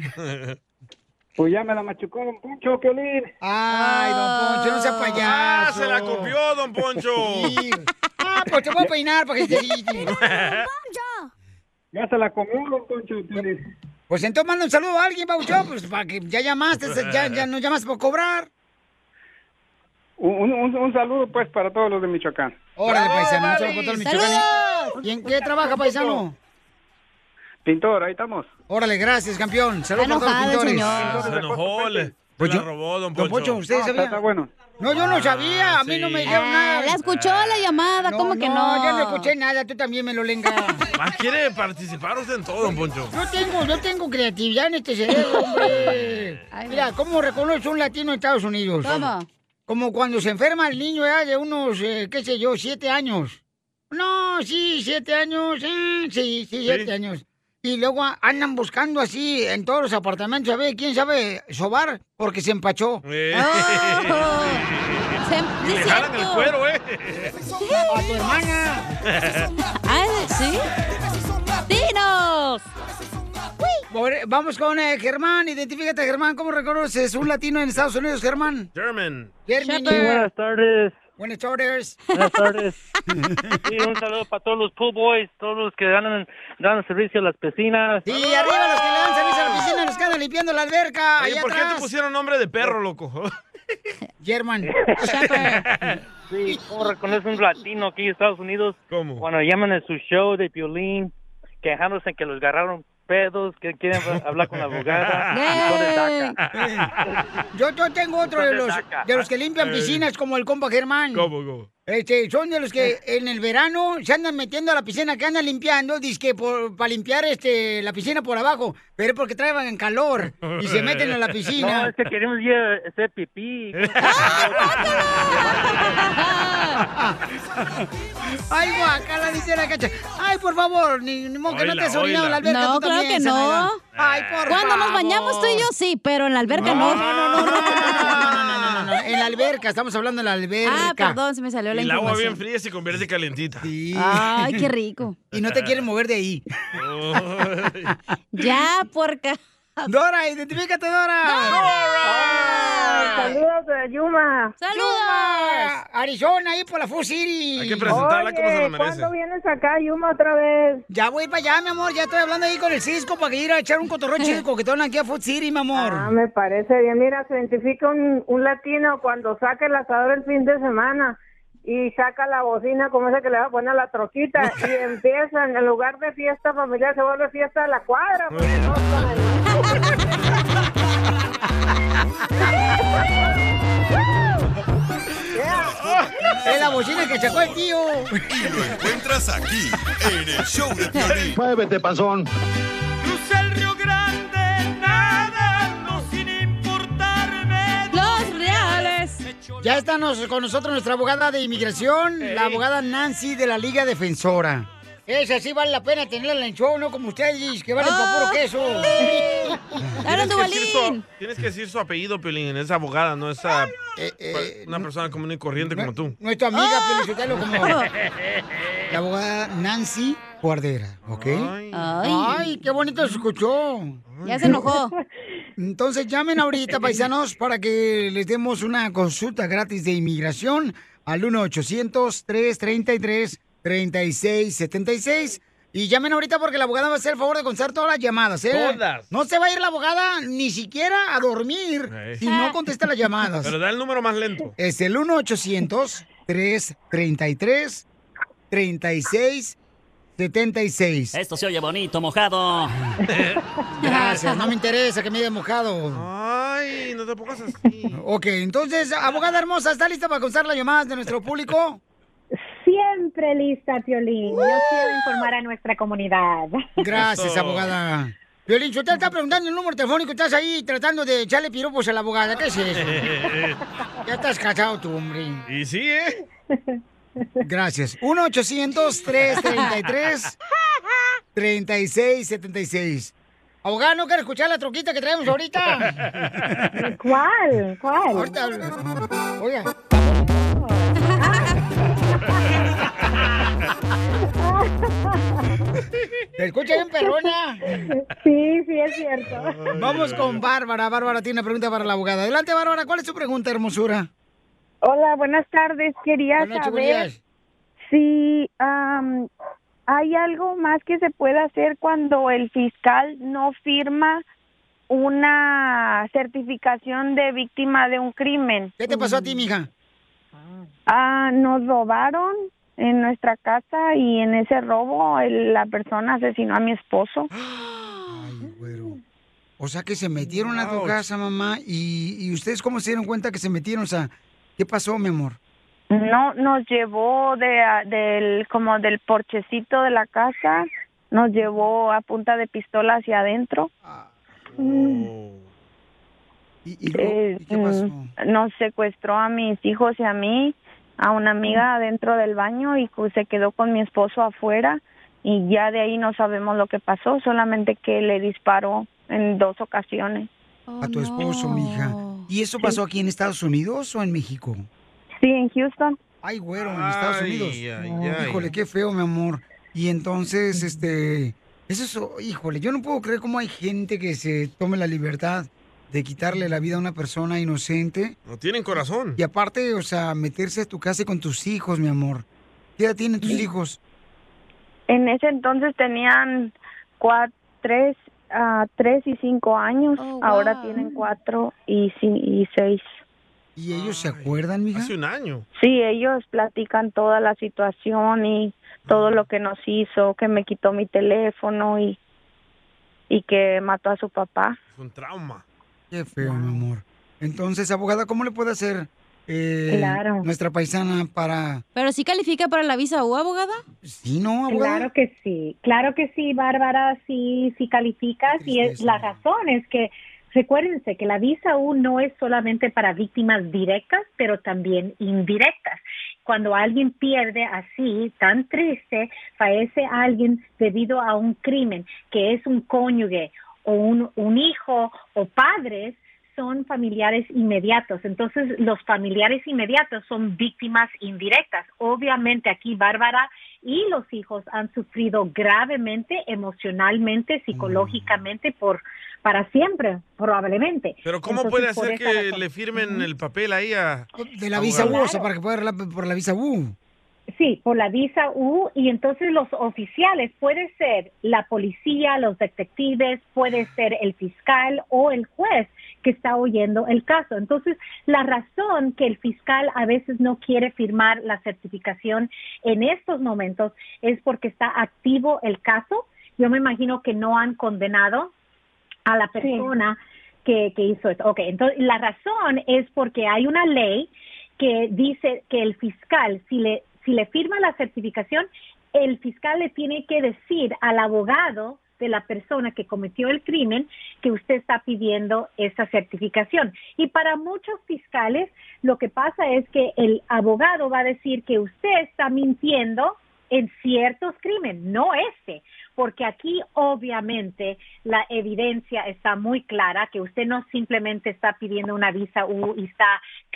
[SPEAKER 5] Pues ya me la machucó Don Poncho, Piolín.
[SPEAKER 1] Ay, don Poncho, no sea payaso.
[SPEAKER 5] Ah, se la copió, don Poncho.
[SPEAKER 1] Sí. Ah, pues te voy a peinar para que te Ya se la comió, don Poncho. Pues entonces manda un saludo a alguien, Bauchón, pues para que ya llamaste, ya, ya no llamas por cobrar.
[SPEAKER 5] Un, un- un saludo, pues, para todos los de Michoacán.
[SPEAKER 1] Órale, paisano, un saludo
[SPEAKER 5] Vali!
[SPEAKER 1] para todo el
[SPEAKER 5] ¡Saludos!
[SPEAKER 1] Michoacán. ¿Y en qué trabaja, paisano?
[SPEAKER 5] Pintor, ahí estamos.
[SPEAKER 1] Órale, gracias, campeón. Saludos para
[SPEAKER 5] Está
[SPEAKER 1] todos los
[SPEAKER 5] enojado el
[SPEAKER 1] pintores.
[SPEAKER 5] señor.
[SPEAKER 2] Ah, Se enojó, le.
[SPEAKER 8] Pues
[SPEAKER 2] se la robó, don
[SPEAKER 1] Don
[SPEAKER 2] Poncho.
[SPEAKER 1] Poncho, ¿ustedes sabían?
[SPEAKER 5] bueno.
[SPEAKER 1] No, yo no sabía, a mí no me dijeron
[SPEAKER 8] Ah,
[SPEAKER 1] nada.
[SPEAKER 8] la escuchó la llamada, ¿cómo que no?
[SPEAKER 1] yo no escuché nada, tú también me lo lengas.
[SPEAKER 2] Más quiere participar usted en todo, don Poncho.
[SPEAKER 1] Yo tengo, yo tengo creatividad en este cerebro, hombre. Mira, ¿cómo reconoce un latino en Estados Unidos?
[SPEAKER 8] ¿Cómo?
[SPEAKER 1] Como cuando se enferma el niño ya de unos, eh, qué sé yo, siete años. No, sí, siete años, eh, sí, sí, siete años. Y luego a- andan buscando así en todos los apartamentos, a ver quién sabe sobar porque se empachó.
[SPEAKER 8] Oh, em,
[SPEAKER 2] Y le jalan el cuero, ¿eh?
[SPEAKER 1] A tu hermana.
[SPEAKER 8] Ah, sí.
[SPEAKER 1] ¡Latinos! Pobre- Vamos con eh, Germán. Identifícate, Germán. ¿Cómo reconoces un latino en Estados Unidos, Germán?
[SPEAKER 2] German.
[SPEAKER 1] Germán.
[SPEAKER 2] Sí, buenas
[SPEAKER 1] tardes. Buenas tardes.
[SPEAKER 24] Buenas tardes. Sí, un saludo para todos los pool boys, todos los que dan, dan servicio a las piscinas.
[SPEAKER 1] Y arriba los que le dan servicio
[SPEAKER 2] Ah.
[SPEAKER 1] a la piscina, los que andan limpiando la alberca.
[SPEAKER 2] Oye,
[SPEAKER 1] allá
[SPEAKER 2] ¿por qué
[SPEAKER 1] atrás.
[SPEAKER 2] te pusieron nombre de perro, loco?
[SPEAKER 1] Germán.
[SPEAKER 24] Sí, ¿cómo reconoce un latino aquí en Estados Unidos?
[SPEAKER 2] ¿Cómo?
[SPEAKER 24] Cuando llaman en su show de violín, quejándose que los agarraron pedos, que quieren hablar con la abogada. y son de DACA.
[SPEAKER 1] ¡Eh! Yo, yo tengo otro de los, de los que limpian
[SPEAKER 24] Eh.
[SPEAKER 1] piscinas, como el compa Germán.
[SPEAKER 2] ¿Cómo, Eh. cómo?
[SPEAKER 1] Este, son de los que en el verano se andan metiendo a la piscina, que andan limpiando, dizque para limpiar este la piscina por abajo, pero es porque traen calor y se meten a la piscina.
[SPEAKER 24] No, es que queremos ir a hacer pipí. ah.
[SPEAKER 1] Ay, guacala, dice la cacha. Ay, por favor, ni, ni modo que no te
[SPEAKER 8] Oíla,
[SPEAKER 1] has orinado en la
[SPEAKER 8] oíla.
[SPEAKER 1] alberca
[SPEAKER 8] No,
[SPEAKER 1] tú
[SPEAKER 8] claro
[SPEAKER 1] también,
[SPEAKER 8] que no.
[SPEAKER 1] Zenaida. Ay, por
[SPEAKER 8] Cuando nos
[SPEAKER 1] favor.
[SPEAKER 8] bañamos tú y yo sí, pero en la alberca no.
[SPEAKER 1] No, no, en la alberca, estamos hablando de la alberca.
[SPEAKER 8] Ah, perdón, se me salió la
[SPEAKER 2] el agua bien
[SPEAKER 8] información.
[SPEAKER 2] fría se convierte calentita.
[SPEAKER 8] Ay, qué rico.
[SPEAKER 1] Y no te quieren mover de ahí.
[SPEAKER 8] Ya, porca.
[SPEAKER 1] Dora, identifícate, Dora.
[SPEAKER 19] Saludos de Yuma.
[SPEAKER 1] ¡Saludos! Arizona, ahí por la Food City.
[SPEAKER 2] Hay que presentarla como se lo merece.
[SPEAKER 1] ¿Cuándo vienes acá, Yuma, otra vez? Ya voy para allá, mi amor. Ya estoy hablando ahí con el Cisco para que ir a echar un cotorreo chido coquetón aquí a Food City, mi amor.
[SPEAKER 19] Ah, me parece bien. Mira, se identifica un, un latino cuando saca el asador el fin de semana y saca la bocina como esa que le va a poner a la troquita y empiezan, en lugar de fiesta familiar, se vuelve fiesta de la cuadra. pues, ¿no?
[SPEAKER 1] Es la bocina que sacó el tío.
[SPEAKER 4] Y lo encuentras aquí, en el show de Piolín.
[SPEAKER 25] Muévete, panzón.
[SPEAKER 3] Cruza el Río Grande nadando sin importarme.
[SPEAKER 1] Los reales. Ya está nos- con nosotros nuestra abogada de inmigración, la abogada Nancy de la Liga Defensora. Esa sí vale la pena tenerla en el show, no como ustedes que valen para puro queso.
[SPEAKER 2] Tienes que, decir su, tienes que decir su apellido, Piolín. Es abogada, no es ah, una persona común y corriente como tú.
[SPEAKER 1] Eh, No es tu amiga, Piolín Sotelo, como la abogada Nancy Guardera, ¿ok? Ay, qué bonito se escuchó.
[SPEAKER 8] Ya se enojó.
[SPEAKER 1] Entonces llamen ahorita, paisanos, para que les demos una consulta gratis de inmigración al 1-800-333-3676. Y llamen ahorita porque la abogada va a hacer el favor de contestar todas las llamadas, ¿eh?
[SPEAKER 2] Todas.
[SPEAKER 1] No se va a ir la abogada ni siquiera a dormir
[SPEAKER 2] Ey.
[SPEAKER 1] si no contesta las llamadas.
[SPEAKER 2] Eh. Pero da el número más lento.
[SPEAKER 1] Es el 1-800-333-3676.
[SPEAKER 9] Esto se oye bonito, mojado.
[SPEAKER 1] Gracias, no me interesa que me haya mojado. Ay, no te pongas así. Ok, entonces, abogada hermosa, ¿está lista para contestar las llamadas de nuestro público?
[SPEAKER 29] Siempre lista, Piolín. Yo quiero informar a nuestra comunidad.
[SPEAKER 1] Gracias, abogada. Violín, usted está preguntando el número telefónico, estás ahí tratando de echarle piropos a la abogada. ¿Qué es eso? ya estás casado tú, hombre.
[SPEAKER 2] Y sí, ¿eh?
[SPEAKER 1] Gracias. 1-800-333-3676. Abogada, ¿no quiere escuchar la troquita que traemos ahorita?
[SPEAKER 29] ¿Cuál? ¿Cuál?
[SPEAKER 1] Ahorita hablo. Oiga. Te escucha bien perrona.
[SPEAKER 29] Sí, sí, es cierto.
[SPEAKER 1] Vamos con Bárbara. Bárbara tiene una pregunta para la abogada. Adelante, Bárbara. ¿Cuál es tu pregunta, hermosura?
[SPEAKER 29] Hola, buenas tardes.
[SPEAKER 26] Quería
[SPEAKER 1] Buenas noches, buenos
[SPEAKER 26] saber si am, hay algo más que se pueda hacer cuando el fiscal no firma una certificación de víctima de un crimen.
[SPEAKER 1] ¿Qué te pasó a ti, mija?
[SPEAKER 26] Ah, nos robaron en nuestra casa y en ese robo el- la persona asesinó a mi esposo.
[SPEAKER 1] O sea, que se metieron a tu casa, mamá. ¿Y, y ustedes cómo se dieron cuenta que se metieron? O sea, ¿qué pasó, mi amor?
[SPEAKER 26] No, nos llevó de, a- del, como del porchecito de la casa, nos llevó a punta de pistola hacia adentro. Eh, mm, Nos secuestró a mis hijos y a mí, a una amiga adentro del baño y cu- se quedó con mi esposo afuera y ya de ahí no sabemos lo que pasó, solamente que le disparó en dos ocasiones.
[SPEAKER 1] a tu esposo, mija. ¿Y eso pasó aquí en Estados Unidos o en México?
[SPEAKER 26] Sí, en Houston.
[SPEAKER 1] Ay, güero, en Estados
[SPEAKER 2] Ay,
[SPEAKER 1] Unidos.
[SPEAKER 2] ay,
[SPEAKER 1] No,
[SPEAKER 2] ay.
[SPEAKER 1] híjole, qué feo, mi amor. Y entonces, este, es eso, híjole, yo no puedo creer cómo hay gente que se tome la libertad de quitarle la vida a una persona inocente.
[SPEAKER 2] No tienen corazón.
[SPEAKER 1] Y aparte, o sea, meterse a tu casa y con tus hijos, mi amor. ¿Qué edad tienen tus hijos?
[SPEAKER 26] En ese entonces tenían cuatro, tres, ah, tres y cinco años, ahora tienen cuatro y, ci- y seis.
[SPEAKER 1] ¿Y ellos se acuerdan, mija? Hace
[SPEAKER 2] un año.
[SPEAKER 26] Sí, ellos platican toda la situación y todo lo que nos hizo, que me quitó mi teléfono y, y que mató a su papá.
[SPEAKER 2] Es un trauma.
[SPEAKER 1] Qué feo, mi amor. Entonces, abogada, ¿cómo le puede hacer eh,
[SPEAKER 8] Claro.
[SPEAKER 1] nuestra paisana para...
[SPEAKER 8] Pero sí califica para la visa U, abogada.
[SPEAKER 1] Sí, no, abogada.
[SPEAKER 29] Claro que sí, claro que sí, Bárbara, sí, sí calificas y es, la razón es que recuérdense que la visa U no es solamente para víctimas directas, pero también indirectas. Cuando alguien pierde así, tan triste, fallece alguien debido a un crimen, que es un cónyuge o un, un hijo o padres, son familiares inmediatos. Entonces, los familiares inmediatos son víctimas indirectas. Obviamente aquí Bárbara y los hijos han sufrido gravemente
[SPEAKER 2] Mm.
[SPEAKER 29] emocionalmente, psicológicamente por para siempre, probablemente.
[SPEAKER 2] Pero ¿cómo puede
[SPEAKER 29] Entonces, por
[SPEAKER 2] hacer
[SPEAKER 29] esa
[SPEAKER 2] que
[SPEAKER 29] razón-
[SPEAKER 2] le firmen el papel ahí a...
[SPEAKER 1] De la visa U, o sea,
[SPEAKER 2] abogada?
[SPEAKER 1] para que pueda arreglar por la visa U.
[SPEAKER 29] Sí, por la visa U y entonces los oficiales puede ser la policía, los detectives, puede ser el fiscal o el juez que está oyendo el caso. Entonces, la razón que el fiscal a veces no quiere firmar la certificación en estos momentos es porque está activo el caso. Yo me imagino que no han condenado a la persona que, que hizo esto. Ok, entonces la razón es porque hay una ley que dice que el fiscal, si le, si le firma la certificación, el fiscal le tiene que decir al abogado de la persona que cometió el crimen que usted está pidiendo esa certificación. Y para muchos fiscales lo que pasa es que el abogado va a decir que usted está mintiendo en ciertos crímenes, no este, porque aquí obviamente la evidencia está muy clara que usted no simplemente está pidiendo una visa U y está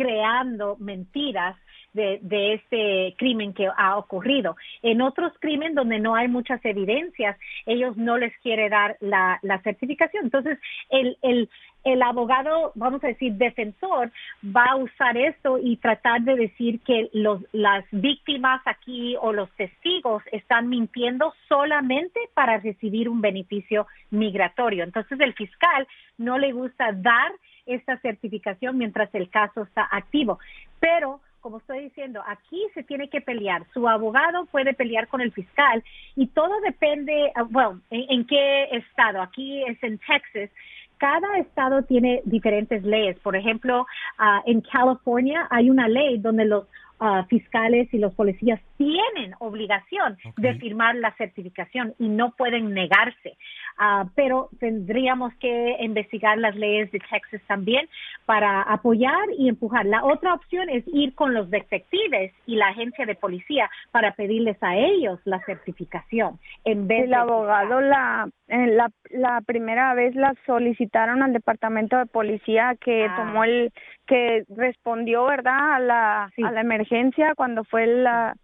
[SPEAKER 29] creando mentiras de, de este crimen que ha ocurrido. En otros crímenes donde no hay muchas evidencias, ellos no les quiere dar la, la certificación. Entonces, el, el, el abogado, vamos a decir, defensor, va a usar esto y tratar de decir que los, las víctimas aquí o los testigos están mintiendo solamente para recibir un beneficio migratorio. Entonces, el fiscal no le gusta dar esta certificación mientras el caso está activo. Pero como estoy diciendo, aquí se tiene que pelear. Su abogado puede pelear con el fiscal y todo depende, ah, bueno, en, en qué estado. Aquí es en Texas. Cada estado tiene diferentes leyes. Por ejemplo, ah, en California hay una ley donde los ah, fiscales y los policías tienen obligación de firmar la certificación y no pueden negarse. Ah, pero tendríamos que investigar las leyes de Texas también para apoyar y empujar. La otra opción es ir con los detectives y la agencia de policía para pedirles a ellos la certificación en vez
[SPEAKER 26] El
[SPEAKER 29] de-
[SPEAKER 26] abogado la, eh, la, la primera vez la solicitaron al departamento de policía que
[SPEAKER 29] Ah.
[SPEAKER 26] tomó el, que respondió, ¿verdad? A la, a la emergencia cuando fue la,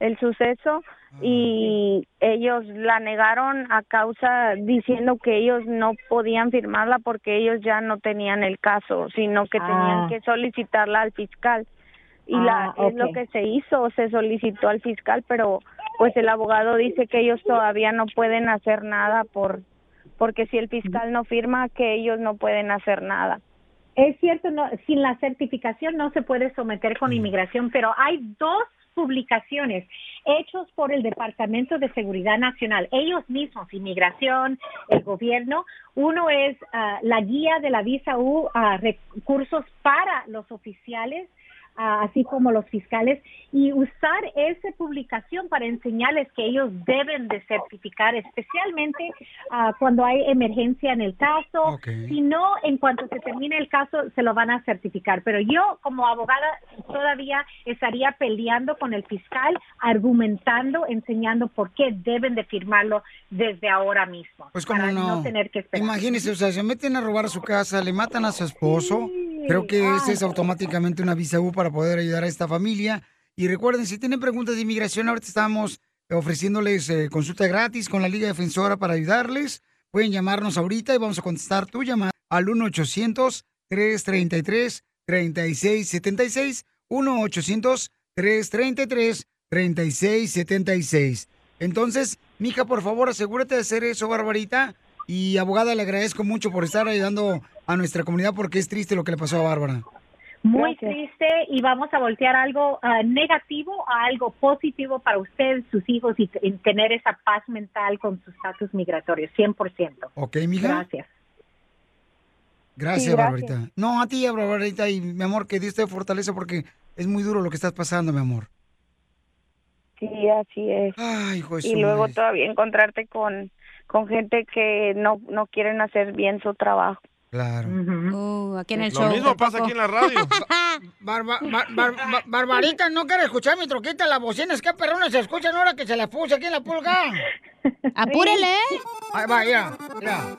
[SPEAKER 26] el suceso
[SPEAKER 29] Ah.
[SPEAKER 26] y ellos la negaron a causa diciendo que ellos no podían firmarla porque ellos ya no tenían el caso, sino que
[SPEAKER 29] Ah.
[SPEAKER 26] tenían que solicitarla al fiscal y la
[SPEAKER 29] Ah,
[SPEAKER 26] es lo
[SPEAKER 29] ok.
[SPEAKER 26] que se hizo, se solicitó al fiscal, pero pues el abogado dice que ellos todavía no pueden hacer nada por porque si el fiscal no firma que ellos no pueden hacer nada.
[SPEAKER 29] Es cierto, no, sin la certificación no se puede someter con inmigración, pero hay dos publicaciones hechos por el Departamento de Seguridad Nacional, ellos mismos, inmigración, el gobierno. Uno es ah, la guía de la visa U a recursos para los oficiales ah, así como los fiscales, y usar esa publicación para enseñarles que ellos deben de certificar, especialmente ah, cuando hay emergencia en el caso.
[SPEAKER 3] Ok.
[SPEAKER 29] Si no, en cuanto se termine el caso, se lo van a certificar. Pero yo, como abogada, todavía estaría peleando con el fiscal, argumentando, enseñando por qué deben de firmarlo desde ahora mismo.
[SPEAKER 1] Pues como
[SPEAKER 29] para
[SPEAKER 1] no.
[SPEAKER 29] tener que esperar.
[SPEAKER 1] Imagínese, o sea, se meten a robar su casa, le matan a su esposo. Creo que ese es automáticamente una visa U para poder ayudar a esta familia. Y recuerden, si tienen preguntas de inmigración, ahorita estamos ofreciéndoles eh, consulta gratis con la Liga Defensora para ayudarles. Pueden llamarnos ahorita y vamos a contestar tu llamada al 1-800-333-3676. 1-800-333-3676. Entonces, mija, por favor, asegúrate de hacer eso, Barbarita. Y abogada, le agradezco mucho por estar ayudando a nuestra comunidad porque es triste lo que le pasó a Bárbara.
[SPEAKER 29] Muy triste y vamos a voltear algo ah, negativo a algo positivo para ustedes, sus hijos y, t- y tener esa paz mental con su estatus migratorio, 100%.
[SPEAKER 1] Ok, mija.
[SPEAKER 29] Gracias.
[SPEAKER 1] Gracias,
[SPEAKER 29] Sí, gracias.
[SPEAKER 1] Barbarita. No, a ti, a Barbarita, y mi amor, que Dios te fortaleza porque es muy duro lo que estás pasando, mi amor.
[SPEAKER 26] Sí, así es.
[SPEAKER 1] hijo de
[SPEAKER 26] y
[SPEAKER 1] su
[SPEAKER 26] luego
[SPEAKER 1] madre.
[SPEAKER 26] todavía encontrarte con, con gente que no, no quieren hacer bien su trabajo.
[SPEAKER 1] Claro.
[SPEAKER 8] Uh, aquí en el
[SPEAKER 26] Lo
[SPEAKER 8] show.
[SPEAKER 26] mismo pasa
[SPEAKER 8] tampoco.
[SPEAKER 26] aquí en la radio.
[SPEAKER 1] Barba- bar- bar- bar- barbarita, no quiere escuchar mi troquita, las bocinas, qué perrones se escuchan ahora que se las puse aquí en la pulga.
[SPEAKER 8] Apúrele.
[SPEAKER 1] Ahí va, mira, mira.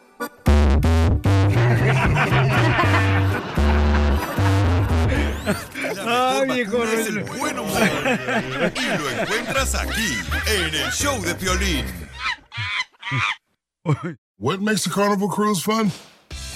[SPEAKER 4] La mejor vacuna es el buen humor. Y lo encuentras aquí, en el show de Piolín.
[SPEAKER 13] What makes a carnival cruise fun?